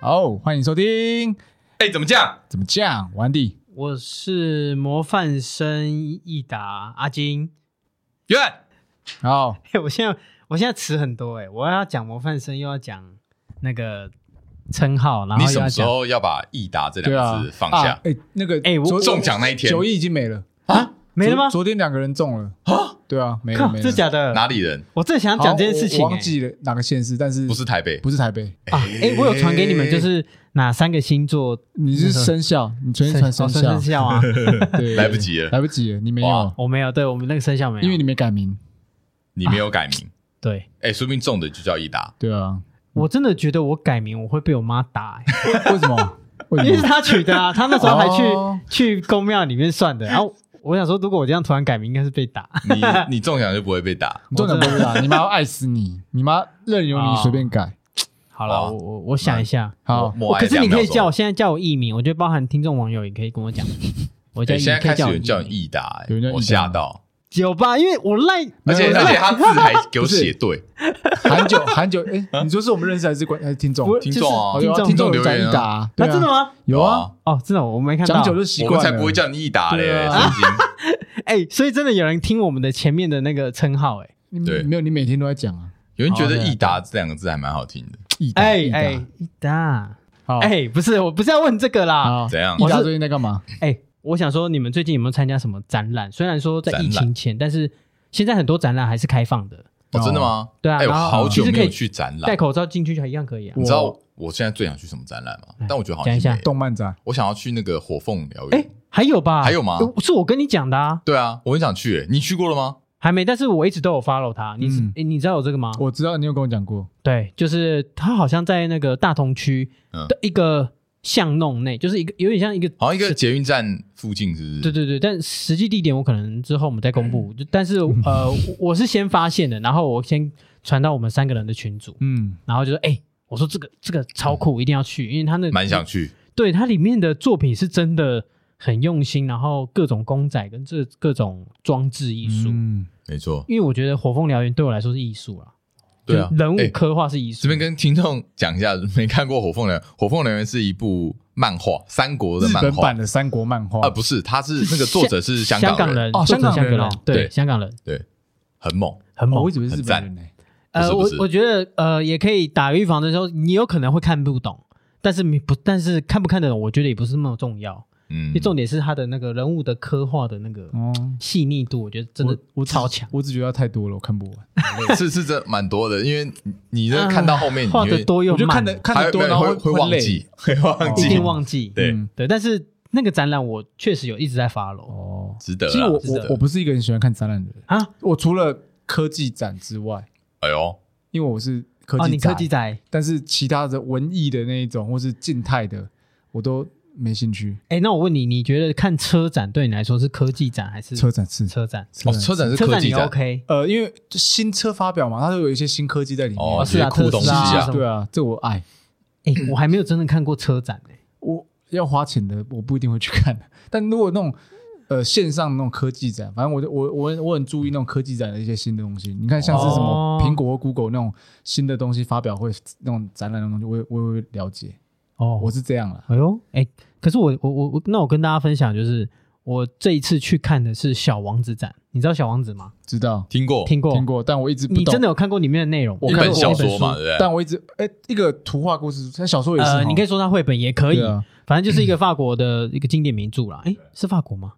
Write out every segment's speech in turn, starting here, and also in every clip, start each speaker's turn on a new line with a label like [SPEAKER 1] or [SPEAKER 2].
[SPEAKER 1] Hello，欢迎收听。
[SPEAKER 2] 哎、怎么讲？
[SPEAKER 1] 怎么讲？完弟，
[SPEAKER 3] 我是模范生益达阿金。
[SPEAKER 2] 远
[SPEAKER 1] 好，
[SPEAKER 3] 嘿我现在我现在词很多哎、我要讲模范生，又要讲那个称号，然
[SPEAKER 2] 你
[SPEAKER 3] 后
[SPEAKER 2] 什
[SPEAKER 3] 啊又要
[SPEAKER 2] 么时
[SPEAKER 3] 讲
[SPEAKER 2] 候要把“益达”这
[SPEAKER 1] 对
[SPEAKER 2] 两
[SPEAKER 1] 啊
[SPEAKER 2] 个字，放下
[SPEAKER 1] 啊？哎，那个
[SPEAKER 3] 哎我
[SPEAKER 1] 昨
[SPEAKER 2] 中奖那一天
[SPEAKER 1] 九亿已经没了，
[SPEAKER 3] 没了吗
[SPEAKER 1] 昨？昨天两个人中了，
[SPEAKER 2] 啊？
[SPEAKER 1] 对啊，没了
[SPEAKER 3] 靠，
[SPEAKER 1] 没了。
[SPEAKER 3] 真假的？
[SPEAKER 2] 哪里人？
[SPEAKER 3] 我正想
[SPEAKER 1] 好
[SPEAKER 3] 讲这件事情、
[SPEAKER 1] 我
[SPEAKER 3] 欸、
[SPEAKER 1] 忘记了哪个县市，但是
[SPEAKER 2] 不是台北？
[SPEAKER 1] 不是台北？
[SPEAKER 3] 啊！哎、我有传给你们，就是哪三个星座
[SPEAKER 1] 你 是生肖，你昨天传生
[SPEAKER 3] 哦
[SPEAKER 1] 肖
[SPEAKER 3] 生， 肖啊？
[SPEAKER 1] 对，
[SPEAKER 2] 来不及了
[SPEAKER 1] 来不及了，你没有
[SPEAKER 2] 哇，
[SPEAKER 3] 我没有，对我们那个生肖没有，
[SPEAKER 1] 因为你没嗯改名，
[SPEAKER 2] 你没有改
[SPEAKER 3] 啊
[SPEAKER 2] 名，
[SPEAKER 3] 对
[SPEAKER 2] 哎、说不定中的就叫益 达。
[SPEAKER 1] 对啊，
[SPEAKER 3] 我真的觉得我改名我会被我妈 打、欸。
[SPEAKER 1] 为为什么？为
[SPEAKER 3] 因为
[SPEAKER 1] 什
[SPEAKER 3] 是
[SPEAKER 1] 么？
[SPEAKER 3] 他取的啊，他那时候还去、
[SPEAKER 1] 哦
[SPEAKER 3] 去公庙里面算的。然后我想说，如果我这样突然改名，应该是被打。
[SPEAKER 2] 你你中奖就不会被打。
[SPEAKER 1] 你中奖不知道，你妈要爱死你，你妈任由你随便改。
[SPEAKER 3] 好了，
[SPEAKER 2] 好啊
[SPEAKER 3] 我我我想一下。
[SPEAKER 1] 好，
[SPEAKER 2] 默哀
[SPEAKER 3] 哦可是你
[SPEAKER 2] 两秒
[SPEAKER 3] 可以
[SPEAKER 2] 钟
[SPEAKER 3] 叫我现在叫我艺名，我觉得包含听众网友也可以跟我讲。我叫
[SPEAKER 2] 哎、
[SPEAKER 3] 艺名
[SPEAKER 2] 现在
[SPEAKER 3] 可
[SPEAKER 2] 开
[SPEAKER 3] 以
[SPEAKER 2] 始有人
[SPEAKER 3] 叫
[SPEAKER 2] 叫你
[SPEAKER 3] 我
[SPEAKER 2] 益达、
[SPEAKER 1] 有人叫
[SPEAKER 2] 哎，
[SPEAKER 1] 益达
[SPEAKER 2] 我吓到。
[SPEAKER 3] 有吧？因为我赖
[SPEAKER 2] 而且
[SPEAKER 1] 没有
[SPEAKER 2] 而且他字还给我
[SPEAKER 1] 不是
[SPEAKER 2] 写 对，
[SPEAKER 1] 韩九，韩九，哎，你说是我们认识还是观还是听众
[SPEAKER 3] 不？
[SPEAKER 2] 听众啊
[SPEAKER 1] 好
[SPEAKER 3] 就是
[SPEAKER 1] 有啊
[SPEAKER 3] 听众
[SPEAKER 1] 有讲
[SPEAKER 2] 留言
[SPEAKER 1] 益
[SPEAKER 2] 啊
[SPEAKER 1] 达啊，
[SPEAKER 3] 啊
[SPEAKER 1] 对啊
[SPEAKER 3] 真的？吗？
[SPEAKER 1] 有啊，
[SPEAKER 3] 哦，真的我没看到
[SPEAKER 1] 讲。久就习
[SPEAKER 2] 我
[SPEAKER 1] 惯了，
[SPEAKER 2] 们才不会叫你益达嘞，
[SPEAKER 1] 对
[SPEAKER 2] 神
[SPEAKER 1] 啊
[SPEAKER 2] 经！
[SPEAKER 3] 哎，所以真的有人听我们的前面的那个称号哎
[SPEAKER 1] 你
[SPEAKER 2] 对
[SPEAKER 1] 没有，你每天都在讲啊，
[SPEAKER 2] 有人觉得“
[SPEAKER 3] 哦对啊
[SPEAKER 2] 益达”这两个字还蛮好听的，
[SPEAKER 1] 益达，
[SPEAKER 3] 哎
[SPEAKER 1] 益达
[SPEAKER 3] 哎，益达
[SPEAKER 2] 哦
[SPEAKER 1] 好，
[SPEAKER 3] 哎，不是，我不是要问这个啦。
[SPEAKER 1] 好，
[SPEAKER 2] 怎样
[SPEAKER 1] 益？
[SPEAKER 3] 我
[SPEAKER 1] 达
[SPEAKER 3] 是
[SPEAKER 1] 最近在干嘛？
[SPEAKER 3] 哎，我想说，你们最近有没有参加什么展览？虽然说在疫
[SPEAKER 2] 展
[SPEAKER 3] 情前，但是现在很多展览还是开放的，
[SPEAKER 2] 哦，真的吗？
[SPEAKER 3] 对啊
[SPEAKER 2] 哎、我
[SPEAKER 3] 然后
[SPEAKER 2] 好久
[SPEAKER 3] 其
[SPEAKER 2] 没
[SPEAKER 3] 实可以
[SPEAKER 2] 有去展
[SPEAKER 3] 戴
[SPEAKER 2] 览。
[SPEAKER 3] 口罩进去就一样可以啊
[SPEAKER 1] 我。
[SPEAKER 2] 你知道我现在最想去什么展览吗
[SPEAKER 3] 来？
[SPEAKER 2] 但我觉得好像
[SPEAKER 3] 哎讲一下
[SPEAKER 2] 没有
[SPEAKER 1] 动漫展，
[SPEAKER 2] 我想要去那个火凤燎原。
[SPEAKER 3] 哎，还有吧？
[SPEAKER 2] 还有吗
[SPEAKER 3] 呃是我跟你讲的啊，
[SPEAKER 2] 对啊，我很想去、欸，你去过了吗？
[SPEAKER 3] 还没，但是我一直都有 follow 他。你
[SPEAKER 1] 嗯
[SPEAKER 3] 诶你知道有这个吗？
[SPEAKER 1] 我知道你有跟我讲过，
[SPEAKER 3] 对，就是他好像在那个大同区
[SPEAKER 2] 嗯哦
[SPEAKER 3] 的一个巷弄内，就是一个有点像一个，
[SPEAKER 2] 好像一个
[SPEAKER 3] 是
[SPEAKER 2] 捷运站附近，是不是？
[SPEAKER 3] 对对对，但实际地点我可能之后我们再公
[SPEAKER 2] 嗯
[SPEAKER 3] 布。就但是呃，我我是先发现的，然后我先传到我们三个人的群组，
[SPEAKER 1] 嗯，
[SPEAKER 3] 然后就说哎。我说这个这个超酷，一定要去，因为他那
[SPEAKER 2] 蛮想去。
[SPEAKER 3] 对它里面的作品是真的很用心，然后各种公仔跟这各种装置艺术，
[SPEAKER 1] 嗯，
[SPEAKER 2] 没错，
[SPEAKER 3] 因为我觉得《火凤燎原》对我来说是艺术啦，
[SPEAKER 2] 对啊
[SPEAKER 3] 就，人
[SPEAKER 2] 哎
[SPEAKER 3] 物刻画是艺术。
[SPEAKER 2] 这边跟听众讲一下，没看过《火凤燎原》，《火凤燎原》是一部漫画，三国的
[SPEAKER 1] 日
[SPEAKER 2] 漫
[SPEAKER 1] 本
[SPEAKER 2] 画
[SPEAKER 1] 版的三国漫画
[SPEAKER 2] 啊，不是，他是那个作者是香
[SPEAKER 3] 香
[SPEAKER 2] 港人，
[SPEAKER 3] 人，
[SPEAKER 1] 哦
[SPEAKER 3] 作
[SPEAKER 1] 香
[SPEAKER 3] 者
[SPEAKER 1] 港
[SPEAKER 3] 香
[SPEAKER 1] 人
[SPEAKER 3] 人
[SPEAKER 1] 哦，
[SPEAKER 2] 对
[SPEAKER 3] 对，香港人
[SPEAKER 2] 很猛。
[SPEAKER 3] 很
[SPEAKER 1] 哦
[SPEAKER 3] 猛
[SPEAKER 1] 我一。直以为是日
[SPEAKER 2] 很
[SPEAKER 1] 本
[SPEAKER 2] 赞
[SPEAKER 1] 人呢，
[SPEAKER 3] 呃，
[SPEAKER 2] 不
[SPEAKER 3] 我
[SPEAKER 2] 是不是
[SPEAKER 3] 我觉得呃，也可以打预防针，说你有可能会看不懂，但是你不，但是看不看得懂，我觉得也不是那么重要。
[SPEAKER 2] 嗯
[SPEAKER 3] 因为，重点是他的那个人物的刻画的那个
[SPEAKER 1] 哦，
[SPEAKER 3] 细腻度，我觉得真的
[SPEAKER 1] 我
[SPEAKER 3] 超强。
[SPEAKER 1] 我只觉得太多了，我看不完，
[SPEAKER 2] 是 是这蛮多的，因为你你这看到后面，你
[SPEAKER 3] 啊画的
[SPEAKER 2] 会
[SPEAKER 3] 多又
[SPEAKER 1] 我就看
[SPEAKER 3] 慢，
[SPEAKER 1] 的看
[SPEAKER 2] 还
[SPEAKER 1] 的
[SPEAKER 2] 会
[SPEAKER 1] 多，
[SPEAKER 2] 没有
[SPEAKER 1] 然后
[SPEAKER 2] 会会忘
[SPEAKER 1] 累，
[SPEAKER 2] 记， 会忘
[SPEAKER 3] 一
[SPEAKER 2] 记
[SPEAKER 3] 定，忘记。
[SPEAKER 2] 对
[SPEAKER 1] 嗯
[SPEAKER 3] 对，但是那个展览我确实有一直在 follow
[SPEAKER 1] 哦，
[SPEAKER 2] 值得啦。啊
[SPEAKER 1] 其实我
[SPEAKER 2] 值得
[SPEAKER 1] 我我不是一个很喜欢看展览的人，
[SPEAKER 3] 啊
[SPEAKER 1] 我除了科技展之外，
[SPEAKER 2] 哎呦，
[SPEAKER 1] 因为我是科
[SPEAKER 3] 哦，
[SPEAKER 1] 技
[SPEAKER 3] 你
[SPEAKER 1] 宅
[SPEAKER 3] 科技仔，
[SPEAKER 1] 但是其他的文艺的那一种或是静态的，我都没兴趣。
[SPEAKER 3] 哎，那我问你，你觉得看车展对你来说是科技展还是
[SPEAKER 1] 车展是
[SPEAKER 3] 车展？
[SPEAKER 2] 哦，车展是
[SPEAKER 3] 车
[SPEAKER 2] 科
[SPEAKER 3] 展
[SPEAKER 2] 技
[SPEAKER 3] 你
[SPEAKER 2] 展，
[SPEAKER 3] OK？
[SPEAKER 1] 呃，因为就新车发表嘛，它都有一些新科技在里面。
[SPEAKER 2] 哦，
[SPEAKER 3] 哦是啊
[SPEAKER 2] 一些酷
[SPEAKER 3] 特
[SPEAKER 2] 东
[SPEAKER 3] 斯
[SPEAKER 2] 西
[SPEAKER 3] 拉
[SPEAKER 2] 啊
[SPEAKER 3] 什，么
[SPEAKER 1] 对啊，这我爱，
[SPEAKER 3] 哎，我还没有真的看过车展哎。
[SPEAKER 1] 我要花钱的，我不一定会去看。 但如果那种呃线上那种科技展，反正我就我我我很注意那种科技展的一些新的东西。你看像是什么
[SPEAKER 3] 哦
[SPEAKER 1] 苹果、或 Google 那种新的东西发表会那种展览的东西，我也我也会了解。
[SPEAKER 3] 哦
[SPEAKER 1] 我是这样啦，
[SPEAKER 3] 哎呦，哎，可是我我我我，那我跟大家分享就是。我这一次去看的是《小王子》展，你知道《小王子》吗？
[SPEAKER 1] 知道
[SPEAKER 2] 哦听过
[SPEAKER 3] 听过，
[SPEAKER 1] 听。过，但我一直不
[SPEAKER 3] 你真
[SPEAKER 1] 懂
[SPEAKER 3] 的。有看过里面的内容？
[SPEAKER 1] 我
[SPEAKER 2] 一
[SPEAKER 1] 看
[SPEAKER 2] 本
[SPEAKER 1] 过
[SPEAKER 2] 小
[SPEAKER 1] 一本
[SPEAKER 2] 说嘛，对不对？
[SPEAKER 1] 但我一直哎，一个图画故事，像小说也是哈。
[SPEAKER 3] 呃，你可以说它绘本也可以
[SPEAKER 1] 对，啊，
[SPEAKER 3] 反正就是一个法国的一个经典名著啦。哎，是法国吗？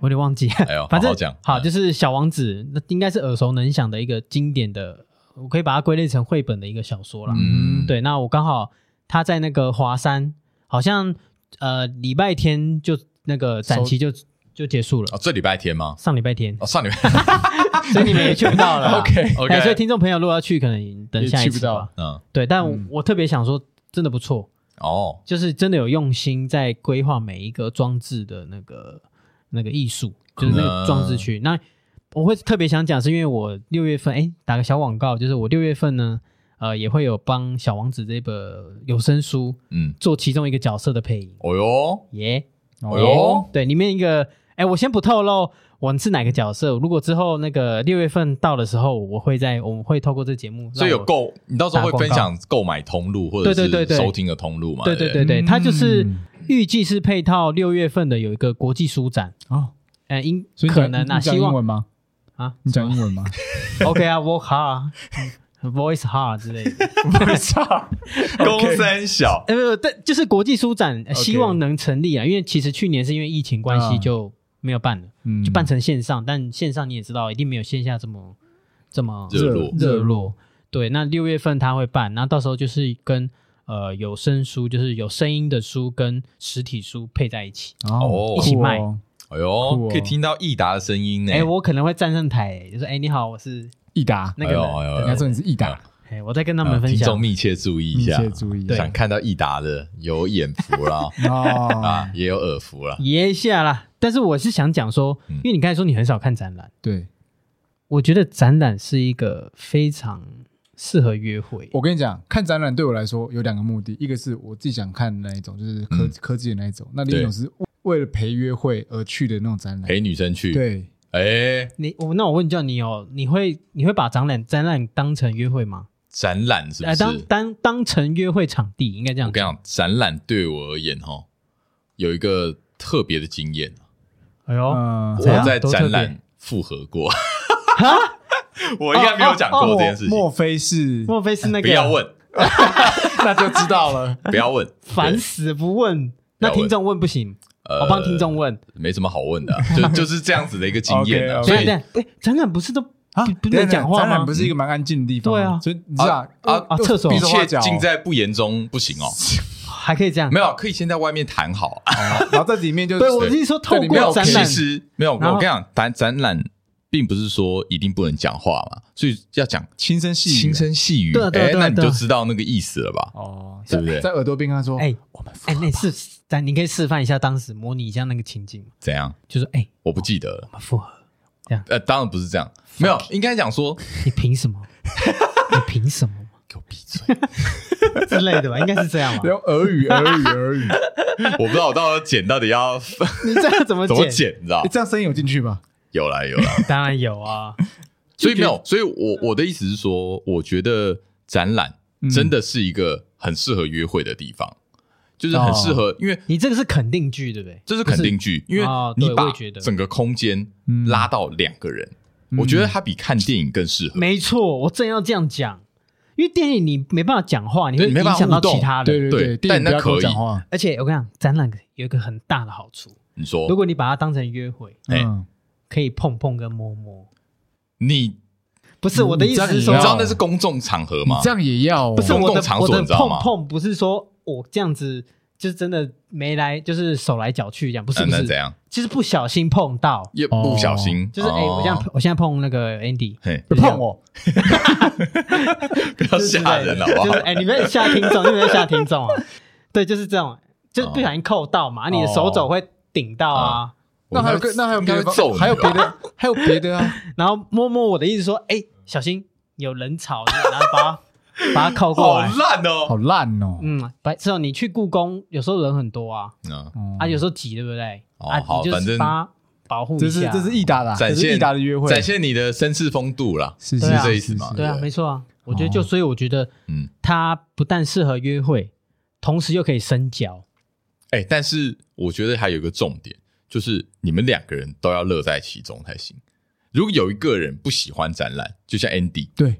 [SPEAKER 3] 我有点忘记。
[SPEAKER 2] 哎呦，
[SPEAKER 3] 反正
[SPEAKER 2] 好好讲，
[SPEAKER 3] 好，
[SPEAKER 2] 嗯
[SPEAKER 3] 就是《小王子》，那应该是耳熟能详的一个经典的，我可以把它归类成绘本的一个小说啦。
[SPEAKER 1] 嗯
[SPEAKER 2] 嗯，
[SPEAKER 3] 对，那我刚好他在那个华山，好像呃礼拜天就那个展期就就结束了，
[SPEAKER 2] 哦，这礼拜天吗？
[SPEAKER 3] 上礼拜天，
[SPEAKER 2] 哦，上 礼拜
[SPEAKER 3] 所以你们也去不 到了啦。
[SPEAKER 1] OK
[SPEAKER 3] 哎
[SPEAKER 2] 啊 OK，
[SPEAKER 3] 所以听众朋友如果要去，可能等下
[SPEAKER 1] 也
[SPEAKER 3] 一
[SPEAKER 1] 去
[SPEAKER 3] 次
[SPEAKER 1] 不到
[SPEAKER 3] 吧。
[SPEAKER 2] 嗯，
[SPEAKER 3] 对，但我,、
[SPEAKER 1] 嗯
[SPEAKER 3] 特别想说，真的不错，
[SPEAKER 2] 哦，
[SPEAKER 3] 就是真的有用心在规划每一个装置的那个那个艺术，就是那个装置区。那我会特别想讲，是因为我六月份，哎、打个小广告，就是我六月份呢，呃，也会有帮《小王子》这本有声书
[SPEAKER 2] 嗯，
[SPEAKER 3] 做其中一个角色的配音，
[SPEAKER 2] 哦哟，
[SPEAKER 3] 耶、
[SPEAKER 2] 哎呦
[SPEAKER 3] 对，里面一个，哎、我先不透露我是哪个角色。如果之后那个六月份到的时候，我会在我们会透过这节目，
[SPEAKER 2] 所以有
[SPEAKER 3] 够。
[SPEAKER 2] 购，你到时候会分享购买通路或者
[SPEAKER 3] 对对对
[SPEAKER 2] 是
[SPEAKER 3] 对
[SPEAKER 2] 收听的通路嘛？
[SPEAKER 3] 对对
[SPEAKER 2] 对
[SPEAKER 3] 对
[SPEAKER 2] 不
[SPEAKER 3] 对，它就是
[SPEAKER 1] 嗯
[SPEAKER 3] 预计是配套六月份的有一个国际书展，
[SPEAKER 1] 哦，
[SPEAKER 3] 呃，应
[SPEAKER 1] 所以你
[SPEAKER 3] 可
[SPEAKER 1] 讲
[SPEAKER 3] 能啊，
[SPEAKER 1] 你讲
[SPEAKER 3] 希
[SPEAKER 1] 英
[SPEAKER 3] 望
[SPEAKER 1] 文吗？
[SPEAKER 3] 啊
[SPEAKER 1] 你讲英文 吗？
[SPEAKER 3] ，OK 啊，work hard，voice hard 之类 的。
[SPEAKER 1] 我
[SPEAKER 3] 啊
[SPEAKER 1] 操，
[SPEAKER 2] 对，公三小
[SPEAKER 3] 呃，不不但就是国际书展呃
[SPEAKER 1] OK
[SPEAKER 3] 希望能成立啊，因为其实去年是因为疫情关系
[SPEAKER 1] 啊
[SPEAKER 3] 就没有办了，
[SPEAKER 1] 嗯
[SPEAKER 3] 就办成线上，但线上你也知道，一定没有线下这么这么
[SPEAKER 2] 热络
[SPEAKER 1] 热
[SPEAKER 3] 热络。对，那六月份他会办，那到时候就是跟呃有声书，就是有声音的书跟实体书配在一起。
[SPEAKER 1] 哦
[SPEAKER 2] 哦，
[SPEAKER 3] 一起
[SPEAKER 1] 酷哦
[SPEAKER 3] 卖
[SPEAKER 2] 哎
[SPEAKER 1] 酷
[SPEAKER 2] 呦
[SPEAKER 1] 哦，
[SPEAKER 2] 可以听到益达的声音呢。
[SPEAKER 3] 哎、我可能会站上台、欸，就说哎、你好，我是
[SPEAKER 1] 益达，
[SPEAKER 3] 那个人，
[SPEAKER 2] 哎呦
[SPEAKER 1] 人家说你是益达
[SPEAKER 2] 哎，
[SPEAKER 3] 哎、我在跟他们
[SPEAKER 2] 呃
[SPEAKER 3] 分
[SPEAKER 2] 听众
[SPEAKER 3] 享。
[SPEAKER 2] 密切注意一下，
[SPEAKER 1] 密切注意对
[SPEAKER 2] 想看到益达的有眼福 啦，
[SPEAKER 3] 嗯
[SPEAKER 1] 哦
[SPEAKER 2] 啊，，也有耳福啦。
[SPEAKER 3] 爷一下啦，但是我是想讲说，
[SPEAKER 2] 嗯
[SPEAKER 3] 因为你刚才说你很少看展览，
[SPEAKER 1] 对，
[SPEAKER 3] 我觉得展览是一个非常适合约会。
[SPEAKER 1] 我跟你讲，看展览对我来说有两个目的，一个是我自己想看那一种，就是科、
[SPEAKER 2] 嗯
[SPEAKER 1] 科技的那一种；那另一
[SPEAKER 2] 对
[SPEAKER 1] 种是为了陪约会而去的那种展览。
[SPEAKER 2] 陪女生去，，
[SPEAKER 1] 对，
[SPEAKER 2] 哎，
[SPEAKER 3] 你我那我问叫你哦，你会你会把展览展览当成约会吗？
[SPEAKER 2] 展览是不
[SPEAKER 3] 呃，当
[SPEAKER 2] 是？
[SPEAKER 3] 当当成约会场地，应该这样
[SPEAKER 2] 我跟你讲，展览对我而言哈，有一个特别的经验，
[SPEAKER 3] 哎呦，
[SPEAKER 1] 嗯、
[SPEAKER 2] 我
[SPEAKER 3] 怎样
[SPEAKER 2] 在
[SPEAKER 3] 多特
[SPEAKER 2] 展
[SPEAKER 3] 别
[SPEAKER 2] 览复合过。我应该没有讲过这件事情，
[SPEAKER 1] 莫非是？
[SPEAKER 3] 莫非是那
[SPEAKER 2] 不
[SPEAKER 3] 个
[SPEAKER 2] 要问，
[SPEAKER 1] 那就知道 了。
[SPEAKER 2] 不要问，
[SPEAKER 3] 烦
[SPEAKER 2] 对
[SPEAKER 3] 死不问？那
[SPEAKER 2] 不要问
[SPEAKER 3] 听众问不行，
[SPEAKER 2] 呃
[SPEAKER 3] 我帮听众问。
[SPEAKER 2] 没什么好问的啊，就就是这样子的一个经验啊。
[SPEAKER 1] OK，OK
[SPEAKER 2] 所
[SPEAKER 3] 等一
[SPEAKER 2] 以
[SPEAKER 3] 下等一下，哎，展览不是都
[SPEAKER 1] 啊
[SPEAKER 3] 不不
[SPEAKER 1] 等
[SPEAKER 3] 能
[SPEAKER 1] 等
[SPEAKER 3] 讲话
[SPEAKER 1] 展览
[SPEAKER 3] 吗
[SPEAKER 1] 不是一个蛮安静的地方吗？
[SPEAKER 3] 对啊
[SPEAKER 1] 所以你知道哦
[SPEAKER 2] 啊
[SPEAKER 3] 啊厕所
[SPEAKER 1] 比
[SPEAKER 2] 一
[SPEAKER 1] 手画
[SPEAKER 2] 切
[SPEAKER 1] 脚，
[SPEAKER 2] 尽在不言中不行哦，
[SPEAKER 3] 还可以这样？
[SPEAKER 2] 没有可以先在外面谈好啊。
[SPEAKER 1] 哦然后在里面就
[SPEAKER 3] 对，我是说透
[SPEAKER 1] 对你
[SPEAKER 3] 过
[SPEAKER 1] 没
[SPEAKER 2] 没有，
[SPEAKER 3] 展
[SPEAKER 2] 其
[SPEAKER 3] 览，
[SPEAKER 2] 实没有。我
[SPEAKER 3] 然后
[SPEAKER 2] 跟你讲，展展览并不是说一定不能讲话嘛，所以要讲
[SPEAKER 1] 轻声细语，
[SPEAKER 2] 轻声细语。
[SPEAKER 3] 对啊对啊
[SPEAKER 2] 哎
[SPEAKER 3] 对啊
[SPEAKER 2] 那你
[SPEAKER 3] 对啊
[SPEAKER 2] 就知道那个意思了吧？
[SPEAKER 1] 哦，
[SPEAKER 2] 对不对
[SPEAKER 1] 在在耳朵边跟他说，
[SPEAKER 3] 哎
[SPEAKER 1] 我们复
[SPEAKER 3] 哎，那是咱你可以示范一下，当时模拟一下那个情境吗，
[SPEAKER 2] 怎样？
[SPEAKER 3] 就说哎，
[SPEAKER 2] 我不记得了。
[SPEAKER 3] 我们复合，
[SPEAKER 2] 呃，当然不是这样，没有，应该讲说
[SPEAKER 3] 你凭 什么？你凭什么？
[SPEAKER 2] 给我闭嘴。
[SPEAKER 3] 之类的吧，应该是这样吧？
[SPEAKER 1] 用耳语，耳语，耳 语。
[SPEAKER 2] 我不知道我到时候剪到底 要
[SPEAKER 3] 你这样怎么
[SPEAKER 2] 怎么？剪，你知 道
[SPEAKER 1] 哎？这样声音有进去吗？
[SPEAKER 2] 有啦有啦，
[SPEAKER 3] 当然有啊，
[SPEAKER 2] 所以没有，所以我我的意思是说，我觉得展览
[SPEAKER 1] 嗯
[SPEAKER 2] 真的是一个很适合约会的地方，就是很适合，因为
[SPEAKER 3] 你这个是肯定句，哦对不对？
[SPEAKER 2] 这是肯定句，因为
[SPEAKER 3] 哦对
[SPEAKER 2] 你
[SPEAKER 3] 我
[SPEAKER 2] 把
[SPEAKER 3] 也觉得嗯
[SPEAKER 2] 整个空间
[SPEAKER 1] 嗯
[SPEAKER 2] 拉到两个人，我觉得它比看电影更适合。
[SPEAKER 3] 没错，我正要这样讲，因为电影你没办法讲话，你会
[SPEAKER 2] 对你没
[SPEAKER 3] 影
[SPEAKER 2] 办法
[SPEAKER 3] 响到
[SPEAKER 2] 互动
[SPEAKER 3] 其他人。
[SPEAKER 2] 对
[SPEAKER 1] 对对，电
[SPEAKER 2] 但
[SPEAKER 1] 影
[SPEAKER 2] 那
[SPEAKER 1] 不要跟我
[SPEAKER 2] 可以
[SPEAKER 1] 讲话。
[SPEAKER 3] 而且我跟你讲，展览有一个很大的好处，
[SPEAKER 2] 你说
[SPEAKER 3] 如，果你把它当成约会，
[SPEAKER 2] 哎
[SPEAKER 1] 嗯，
[SPEAKER 3] 可以碰碰跟摸摸。
[SPEAKER 2] 你
[SPEAKER 3] 不是
[SPEAKER 1] 嗯
[SPEAKER 3] 我的意思是
[SPEAKER 2] 你
[SPEAKER 1] 你
[SPEAKER 2] 知
[SPEAKER 3] 说，
[SPEAKER 1] 要
[SPEAKER 2] 道那是公众场合
[SPEAKER 1] 你
[SPEAKER 2] 吗？
[SPEAKER 1] 这样也要哦？
[SPEAKER 3] 不是
[SPEAKER 2] 公
[SPEAKER 3] 我的
[SPEAKER 2] 共场所
[SPEAKER 3] 我的
[SPEAKER 2] 你知道吗
[SPEAKER 3] 碰碰，不是说我这样子就是真的没来，就是手来脚去这样，不是
[SPEAKER 2] 那嗯
[SPEAKER 3] 不
[SPEAKER 2] 那怎
[SPEAKER 3] 是，
[SPEAKER 2] 样？
[SPEAKER 3] 就是不小心碰到，
[SPEAKER 2] 也不小心，
[SPEAKER 3] 就是哎，我这样
[SPEAKER 2] 哦，
[SPEAKER 3] 我现在碰那个 Andy，
[SPEAKER 2] 嘿，
[SPEAKER 1] 别碰我，
[SPEAKER 2] 不要 吓人好啊不
[SPEAKER 3] 就
[SPEAKER 2] 好
[SPEAKER 3] 是？哎，你们吓听 众，你们吓听众啊！对，就是这种，
[SPEAKER 2] 哦
[SPEAKER 3] 就是不小心扣到嘛，啊你的手肘会顶到啊。
[SPEAKER 1] 那还有
[SPEAKER 2] 我
[SPEAKER 1] 个，那还有
[SPEAKER 2] 应
[SPEAKER 1] 别
[SPEAKER 2] 该会
[SPEAKER 1] 的方，
[SPEAKER 2] 揍你吧，啊
[SPEAKER 1] 还有别的，还有别 的啊！
[SPEAKER 3] 然后摸摸我的意思说，哎，小心有人吵，然后把它把它靠
[SPEAKER 2] 好
[SPEAKER 3] 过来。
[SPEAKER 2] 烂
[SPEAKER 1] 好
[SPEAKER 2] 哦。
[SPEAKER 1] 烂哦。
[SPEAKER 3] 嗯，白之后你去故宫，有时候人很多啊，
[SPEAKER 2] 嗯，
[SPEAKER 1] 嗯
[SPEAKER 3] 啊，有时候挤，对不对？
[SPEAKER 2] 哦
[SPEAKER 3] 啊，
[SPEAKER 2] 好
[SPEAKER 3] 你就
[SPEAKER 2] 反
[SPEAKER 3] 是
[SPEAKER 2] 正
[SPEAKER 3] 把它保护
[SPEAKER 1] 这
[SPEAKER 3] 一
[SPEAKER 1] 是
[SPEAKER 3] 下。
[SPEAKER 1] 这是益达的啊，
[SPEAKER 2] 展
[SPEAKER 1] 这是
[SPEAKER 2] 现
[SPEAKER 1] 益达的约会，
[SPEAKER 2] 展现你的绅士风度啦，
[SPEAKER 1] 是
[SPEAKER 3] 对
[SPEAKER 1] 是
[SPEAKER 3] 啊
[SPEAKER 2] 这意思嘛
[SPEAKER 1] 是
[SPEAKER 3] 对啊，没错啊，我觉得就
[SPEAKER 1] 哦
[SPEAKER 3] 所以我觉得
[SPEAKER 2] 嗯，
[SPEAKER 3] 它不但适合约会，同时又可以深交。
[SPEAKER 2] 哎、但是我觉得还有一个重点，就是你们两个人都要乐在其中才行。如果有一个人不喜欢展览，就像 Andy，
[SPEAKER 1] 对。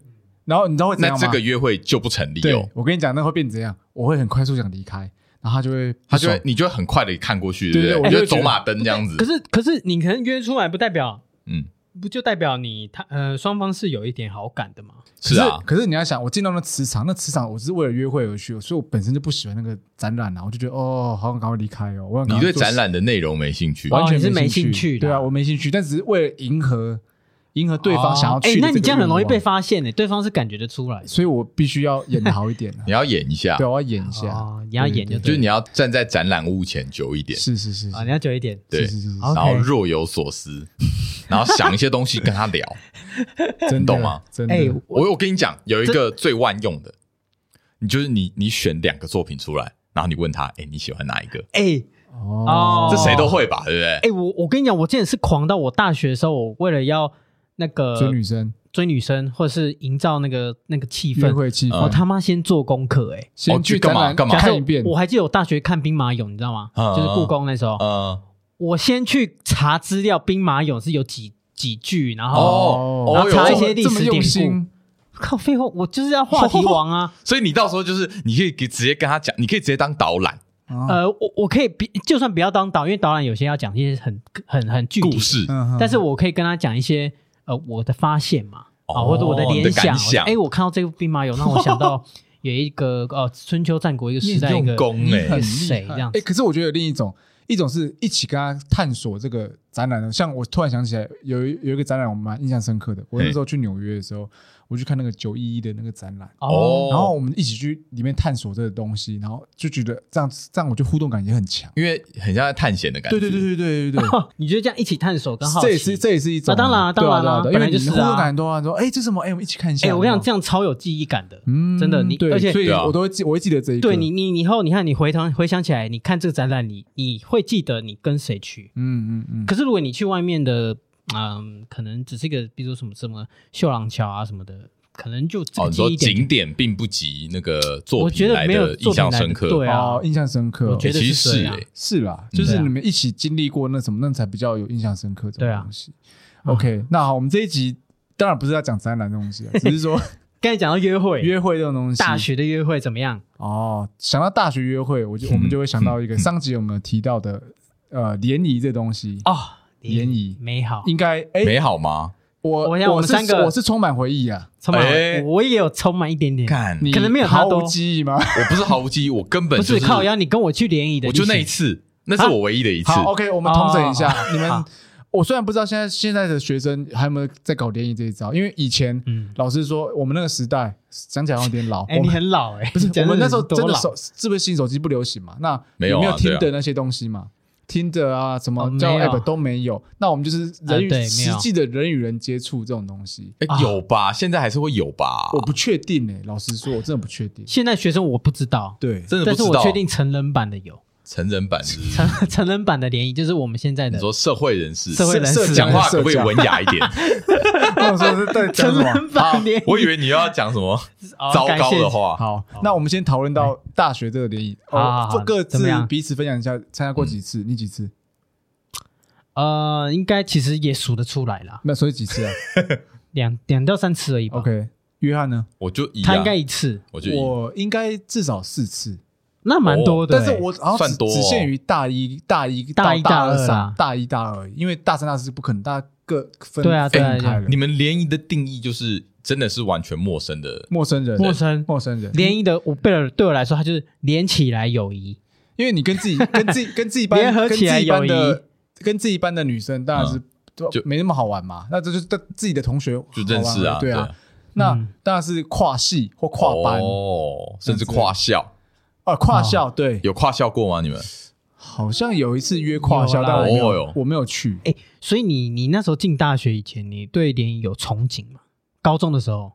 [SPEAKER 1] 然后你知道会怎
[SPEAKER 2] 那
[SPEAKER 1] 样吗？
[SPEAKER 2] 这个约会就不成立
[SPEAKER 1] 对
[SPEAKER 2] 哦，。
[SPEAKER 1] 我跟你讲，那会变怎样？我会很快速想离开，然后他就会
[SPEAKER 2] 他就会
[SPEAKER 1] 不爽
[SPEAKER 2] 你就会很快的看过去，
[SPEAKER 1] 对
[SPEAKER 2] 不
[SPEAKER 1] 对
[SPEAKER 2] 对？
[SPEAKER 1] 我
[SPEAKER 2] 你就
[SPEAKER 1] 就会
[SPEAKER 2] 会
[SPEAKER 1] 觉得
[SPEAKER 2] 走马灯这样子
[SPEAKER 3] 可。是可是你可能约出来，不代表
[SPEAKER 2] 嗯，
[SPEAKER 3] 不就代表你他呃双方是有一点好感的嘛？
[SPEAKER 1] 可
[SPEAKER 2] 是啊，
[SPEAKER 1] 可是你要想，我进到那磁场，那磁场我是为了约会而去，所以我本身就不喜欢那个展览啊，我就觉得哦，好想赶快离开哦。我想赶
[SPEAKER 2] 你
[SPEAKER 1] 快
[SPEAKER 2] 对
[SPEAKER 1] 做事
[SPEAKER 2] 展览的内容没兴趣，
[SPEAKER 3] 哇
[SPEAKER 1] 完全
[SPEAKER 3] 哦你是没兴
[SPEAKER 1] 趣
[SPEAKER 3] 趣的
[SPEAKER 1] 对啊，我没兴趣，但只是为了迎合迎合对方想要去
[SPEAKER 3] 哎、
[SPEAKER 1] 的个愿望。
[SPEAKER 3] 那你这样很容易被发现的，对方是感觉得出来的。
[SPEAKER 1] 所以我必须要演的好一点 啊
[SPEAKER 2] 你要演一下，
[SPEAKER 1] 对，我要演一下，
[SPEAKER 3] 哦，你要演就
[SPEAKER 1] 啊对
[SPEAKER 2] 就是
[SPEAKER 3] 对
[SPEAKER 2] 你
[SPEAKER 3] 了
[SPEAKER 2] 要站在展览物前久一点，
[SPEAKER 1] 是是是，
[SPEAKER 3] 啊，你要久一点。
[SPEAKER 2] 对
[SPEAKER 1] 是是是是
[SPEAKER 3] 好 OK
[SPEAKER 2] 然后若有所思，然后想一些东西跟他聊。
[SPEAKER 1] 真的
[SPEAKER 2] 懂吗？
[SPEAKER 1] 真的
[SPEAKER 3] 哎、，我
[SPEAKER 2] 我我跟你讲，有一个最万用的，你就是你你选两个作品出来，然后你问他，哎、你喜欢哪一个？
[SPEAKER 3] 哎、哦
[SPEAKER 2] 这谁都会吧，对不对？
[SPEAKER 3] 哎、我我跟你讲，我真的是狂到我大学的时候，我为了要那个
[SPEAKER 1] 追女生
[SPEAKER 3] 追女生，或者是营造那个那个气
[SPEAKER 1] 约
[SPEAKER 3] 氛，
[SPEAKER 1] 会气氛，
[SPEAKER 3] 我他妈先做功课、哎，
[SPEAKER 1] 先
[SPEAKER 2] 哦
[SPEAKER 1] 去
[SPEAKER 2] 去干嘛
[SPEAKER 1] 展览
[SPEAKER 2] 干嘛
[SPEAKER 3] 假设
[SPEAKER 1] 看一遍，哦
[SPEAKER 3] 我还记得我大学看兵马俑，你知道吗？
[SPEAKER 2] 嗯
[SPEAKER 3] 就是故宫那时候，
[SPEAKER 2] 嗯，
[SPEAKER 3] 我先去查资料，兵马俑是有几几句，然后、
[SPEAKER 2] 哦，
[SPEAKER 1] 然
[SPEAKER 2] 哦
[SPEAKER 3] 后查一
[SPEAKER 2] 哟
[SPEAKER 3] 些历史
[SPEAKER 1] 这么用心，
[SPEAKER 3] 靠废话，我就是要话题王 啊。
[SPEAKER 2] 所以你到时候就是你可以给直接跟他讲，你可以直接当导览
[SPEAKER 1] 呃，
[SPEAKER 3] 呃，我我可以比，就算不要当导，因为导览有些要讲一些很很很具体的
[SPEAKER 2] 故，事，
[SPEAKER 1] 嗯
[SPEAKER 3] 但是我可以跟他讲一些呃我的发现嘛，啊、
[SPEAKER 2] 哦
[SPEAKER 3] 或者我的联
[SPEAKER 2] 你的
[SPEAKER 3] 想，
[SPEAKER 2] 感
[SPEAKER 3] 我
[SPEAKER 2] 想
[SPEAKER 3] 哎、我看到这部兵马俑，让我想到有一个呃春秋战国一个时代一个
[SPEAKER 2] 用功
[SPEAKER 1] 很
[SPEAKER 2] 哎，
[SPEAKER 1] 厉害
[SPEAKER 3] 谁这样子
[SPEAKER 1] 哎，可是我觉得有另一种，一种是一起跟他探索这个展览的，像我突然想起来有一有一个展览我蛮印象深刻的，我那时候去纽约的时候，我去看那个九一一的那个展览。
[SPEAKER 3] 哦
[SPEAKER 1] 然后我们一起去里面探索这个东西，然后就觉得这样这样，我觉得互动感也很强。
[SPEAKER 2] 因为很像在探险的感觉，
[SPEAKER 1] 对对对对对 对对，
[SPEAKER 3] 哦你觉得这样一起探索跟好奇，
[SPEAKER 1] 这也是这也是一种、
[SPEAKER 3] 啊当然啊
[SPEAKER 1] 对啊
[SPEAKER 3] 当然
[SPEAKER 1] 对啊
[SPEAKER 3] 啊
[SPEAKER 1] 对啊
[SPEAKER 3] 本来
[SPEAKER 1] 因为
[SPEAKER 3] 就
[SPEAKER 1] 你
[SPEAKER 3] 是啊
[SPEAKER 1] 互动感很多啊，说哎、这是什么？哎、我们一起看一下。
[SPEAKER 3] 哎、我跟你讲，
[SPEAKER 1] 有没有
[SPEAKER 3] 这样超有记忆感的。
[SPEAKER 1] 嗯，
[SPEAKER 3] 真的你
[SPEAKER 1] 对
[SPEAKER 3] 而且
[SPEAKER 1] 所以
[SPEAKER 2] 对啊
[SPEAKER 1] 我都会记，我会记得这一个
[SPEAKER 3] 对你，，你你以后你看，你回头回想起来，你看这个展览，你你会记得你跟谁去。
[SPEAKER 1] 嗯嗯嗯，
[SPEAKER 3] 可是如果你去外面的，嗯，可能只是一个，比如说什么什么秀朗桥啊什么的，可能就这
[SPEAKER 2] 哦，
[SPEAKER 3] 个
[SPEAKER 2] 你
[SPEAKER 3] 记
[SPEAKER 2] 说
[SPEAKER 3] 忆点就
[SPEAKER 2] 景点并不及那个作
[SPEAKER 3] 我觉
[SPEAKER 2] 品
[SPEAKER 3] 得
[SPEAKER 2] 来
[SPEAKER 3] 没有
[SPEAKER 2] 的印
[SPEAKER 3] 作品
[SPEAKER 2] 象
[SPEAKER 3] 来的
[SPEAKER 2] 深刻，
[SPEAKER 3] 对啊
[SPEAKER 1] 哦，印象深刻、
[SPEAKER 3] 我
[SPEAKER 1] 哦
[SPEAKER 3] 觉。
[SPEAKER 2] 欸
[SPEAKER 3] 得
[SPEAKER 2] 其实
[SPEAKER 3] 是这
[SPEAKER 2] 是
[SPEAKER 3] 样
[SPEAKER 2] 哎，
[SPEAKER 1] 是啦，
[SPEAKER 2] 嗯
[SPEAKER 1] 就是
[SPEAKER 3] 对啊
[SPEAKER 1] 你们一起经历过那什么，那才比较有印象深刻这
[SPEAKER 3] 对
[SPEAKER 1] 种
[SPEAKER 3] 啊
[SPEAKER 1] 东西。OK，那好，我们这一集当然不是要讲展览这种东 西啊，只是说
[SPEAKER 3] 刚才讲到约会，
[SPEAKER 1] 约会这种东西。
[SPEAKER 3] 大学的约会怎么样？
[SPEAKER 1] 哦，想到大学约会，我就我
[SPEAKER 3] 嗯
[SPEAKER 1] 们就会想到一 个上集我们有提到的呃联谊这东西，
[SPEAKER 3] 哦，
[SPEAKER 1] 联谊
[SPEAKER 3] 美好，
[SPEAKER 1] 应该哎，
[SPEAKER 2] 美好吗？
[SPEAKER 1] 我
[SPEAKER 3] 我想我们
[SPEAKER 1] 是
[SPEAKER 3] 三个
[SPEAKER 1] 我是充满回忆啊，
[SPEAKER 3] 充满
[SPEAKER 2] 哎
[SPEAKER 3] 我也有充满一点点，
[SPEAKER 2] 看，
[SPEAKER 1] 你
[SPEAKER 3] 可能没有他
[SPEAKER 1] 毫
[SPEAKER 3] 多
[SPEAKER 1] 无记忆吗？
[SPEAKER 2] 我不是毫无记忆，我根本
[SPEAKER 3] 不
[SPEAKER 2] 就是
[SPEAKER 3] 靠腰，你跟我去联谊的，啊
[SPEAKER 2] 我就那一
[SPEAKER 3] 次，
[SPEAKER 2] 次，那是我唯一的一次。
[SPEAKER 1] 好，OK，我们统整一下
[SPEAKER 3] 哦，
[SPEAKER 1] 你们
[SPEAKER 3] 好。
[SPEAKER 1] 我虽然不知道现在现在的学生还有没有在搞联谊这一招，因为以前
[SPEAKER 3] 嗯，
[SPEAKER 1] 老实说，我们那个时代讲起来有点
[SPEAKER 2] 哦
[SPEAKER 1] 老，
[SPEAKER 3] 哎，
[SPEAKER 1] 我
[SPEAKER 3] 你
[SPEAKER 1] 们
[SPEAKER 3] 很老哎，
[SPEAKER 1] 不是
[SPEAKER 3] 讲
[SPEAKER 1] 我们那时候
[SPEAKER 3] 你多
[SPEAKER 1] 真的
[SPEAKER 3] 老
[SPEAKER 1] 手智慧型手机不流行嘛？那
[SPEAKER 2] 没
[SPEAKER 1] 有
[SPEAKER 2] 有啊
[SPEAKER 1] 没有
[SPEAKER 2] 对啊
[SPEAKER 1] Tinder 那些东西嘛？Tinder 啊，什么
[SPEAKER 3] 哦
[SPEAKER 1] 叫
[SPEAKER 3] 没有
[SPEAKER 1] app 都没有。那我们就是人与
[SPEAKER 3] 啊对没有
[SPEAKER 1] 实际的人与人接触这种东西，
[SPEAKER 2] 哎
[SPEAKER 3] 啊
[SPEAKER 2] 有吧？现在还是会有吧？
[SPEAKER 1] 我不确定诶，老实说，我真的不确定。
[SPEAKER 3] 现在学生我不知道，
[SPEAKER 1] 对，
[SPEAKER 2] 真的
[SPEAKER 3] 但
[SPEAKER 2] 不
[SPEAKER 3] 是
[SPEAKER 2] 知
[SPEAKER 3] 我
[SPEAKER 2] 道
[SPEAKER 3] 确定成人版的有
[SPEAKER 2] 成人版是不是
[SPEAKER 3] 成 成人版的联谊，就是我们现在
[SPEAKER 2] 你
[SPEAKER 3] 的
[SPEAKER 2] 说社会人士
[SPEAKER 3] 社会人士
[SPEAKER 1] 社
[SPEAKER 2] 讲话可不可以
[SPEAKER 1] 社交
[SPEAKER 2] 文雅一点？
[SPEAKER 1] 我 说是对讲
[SPEAKER 3] 成
[SPEAKER 1] 什么？
[SPEAKER 3] 人版联谊，
[SPEAKER 2] 我以为你又要讲什么
[SPEAKER 3] 哦
[SPEAKER 2] 糟
[SPEAKER 3] 感
[SPEAKER 2] 糕
[SPEAKER 3] 谢
[SPEAKER 2] 的话。
[SPEAKER 1] 好，那我们先讨论到大学这个联谊，
[SPEAKER 3] 好好
[SPEAKER 1] 哦
[SPEAKER 3] 好
[SPEAKER 1] 各各
[SPEAKER 3] 怎么
[SPEAKER 1] 自
[SPEAKER 3] 样嗯
[SPEAKER 1] 彼此分享一下参加过几次，你几次？
[SPEAKER 3] 呃，应该其实也数得出来啦，
[SPEAKER 1] 没有，所以几 次啊
[SPEAKER 3] 两两到三次而已吧。
[SPEAKER 1] ？OK，约翰呢？
[SPEAKER 2] 我就一样
[SPEAKER 3] 他应该一次，
[SPEAKER 2] 我就一
[SPEAKER 1] 我应该至少四次，
[SPEAKER 3] 那
[SPEAKER 2] 哦
[SPEAKER 3] 蛮多的
[SPEAKER 1] 但
[SPEAKER 3] 欸。
[SPEAKER 1] 是我好像
[SPEAKER 2] 算
[SPEAKER 1] 只
[SPEAKER 2] 多哦
[SPEAKER 1] 只限于大一、大一到
[SPEAKER 3] 大一
[SPEAKER 1] 大
[SPEAKER 3] 大二
[SPEAKER 1] 三
[SPEAKER 3] 啦、
[SPEAKER 1] 大一、大二而已，因为大三、大四不可能大家各分
[SPEAKER 3] 对啊对啊
[SPEAKER 1] 分开了
[SPEAKER 2] 你。们联谊的定义就是真的是完全陌生的，
[SPEAKER 1] 陌生人，
[SPEAKER 3] 陌生
[SPEAKER 1] 陌生人，
[SPEAKER 3] 联谊的，我贝尔对我来说，他就是连起来友谊。
[SPEAKER 1] 因为你跟 自己、跟自己、跟自己班、
[SPEAKER 3] 联合
[SPEAKER 1] 跟自
[SPEAKER 3] 起来
[SPEAKER 1] 己班
[SPEAKER 3] 友
[SPEAKER 1] 的、跟自己班的女生，当然是就
[SPEAKER 2] 嗯就
[SPEAKER 1] 没那么好玩嘛。那这就是自己的同学
[SPEAKER 2] 就认识
[SPEAKER 1] 好玩
[SPEAKER 2] 啊，
[SPEAKER 1] 而已对啊。那
[SPEAKER 3] 嗯
[SPEAKER 1] 当然是跨系或跨班
[SPEAKER 2] 哦，甚至跨校，
[SPEAKER 1] 啊，跨校对，
[SPEAKER 2] 有跨校过吗？你们
[SPEAKER 3] 嗯
[SPEAKER 1] 好像有一次约跨校，
[SPEAKER 3] 有啦
[SPEAKER 1] 但我没
[SPEAKER 2] 哦
[SPEAKER 1] 有
[SPEAKER 2] 哟，
[SPEAKER 1] 我没有去。
[SPEAKER 3] 哎，所以你你那时候进大学以前，你对联谊有憧憬吗？高中的时候，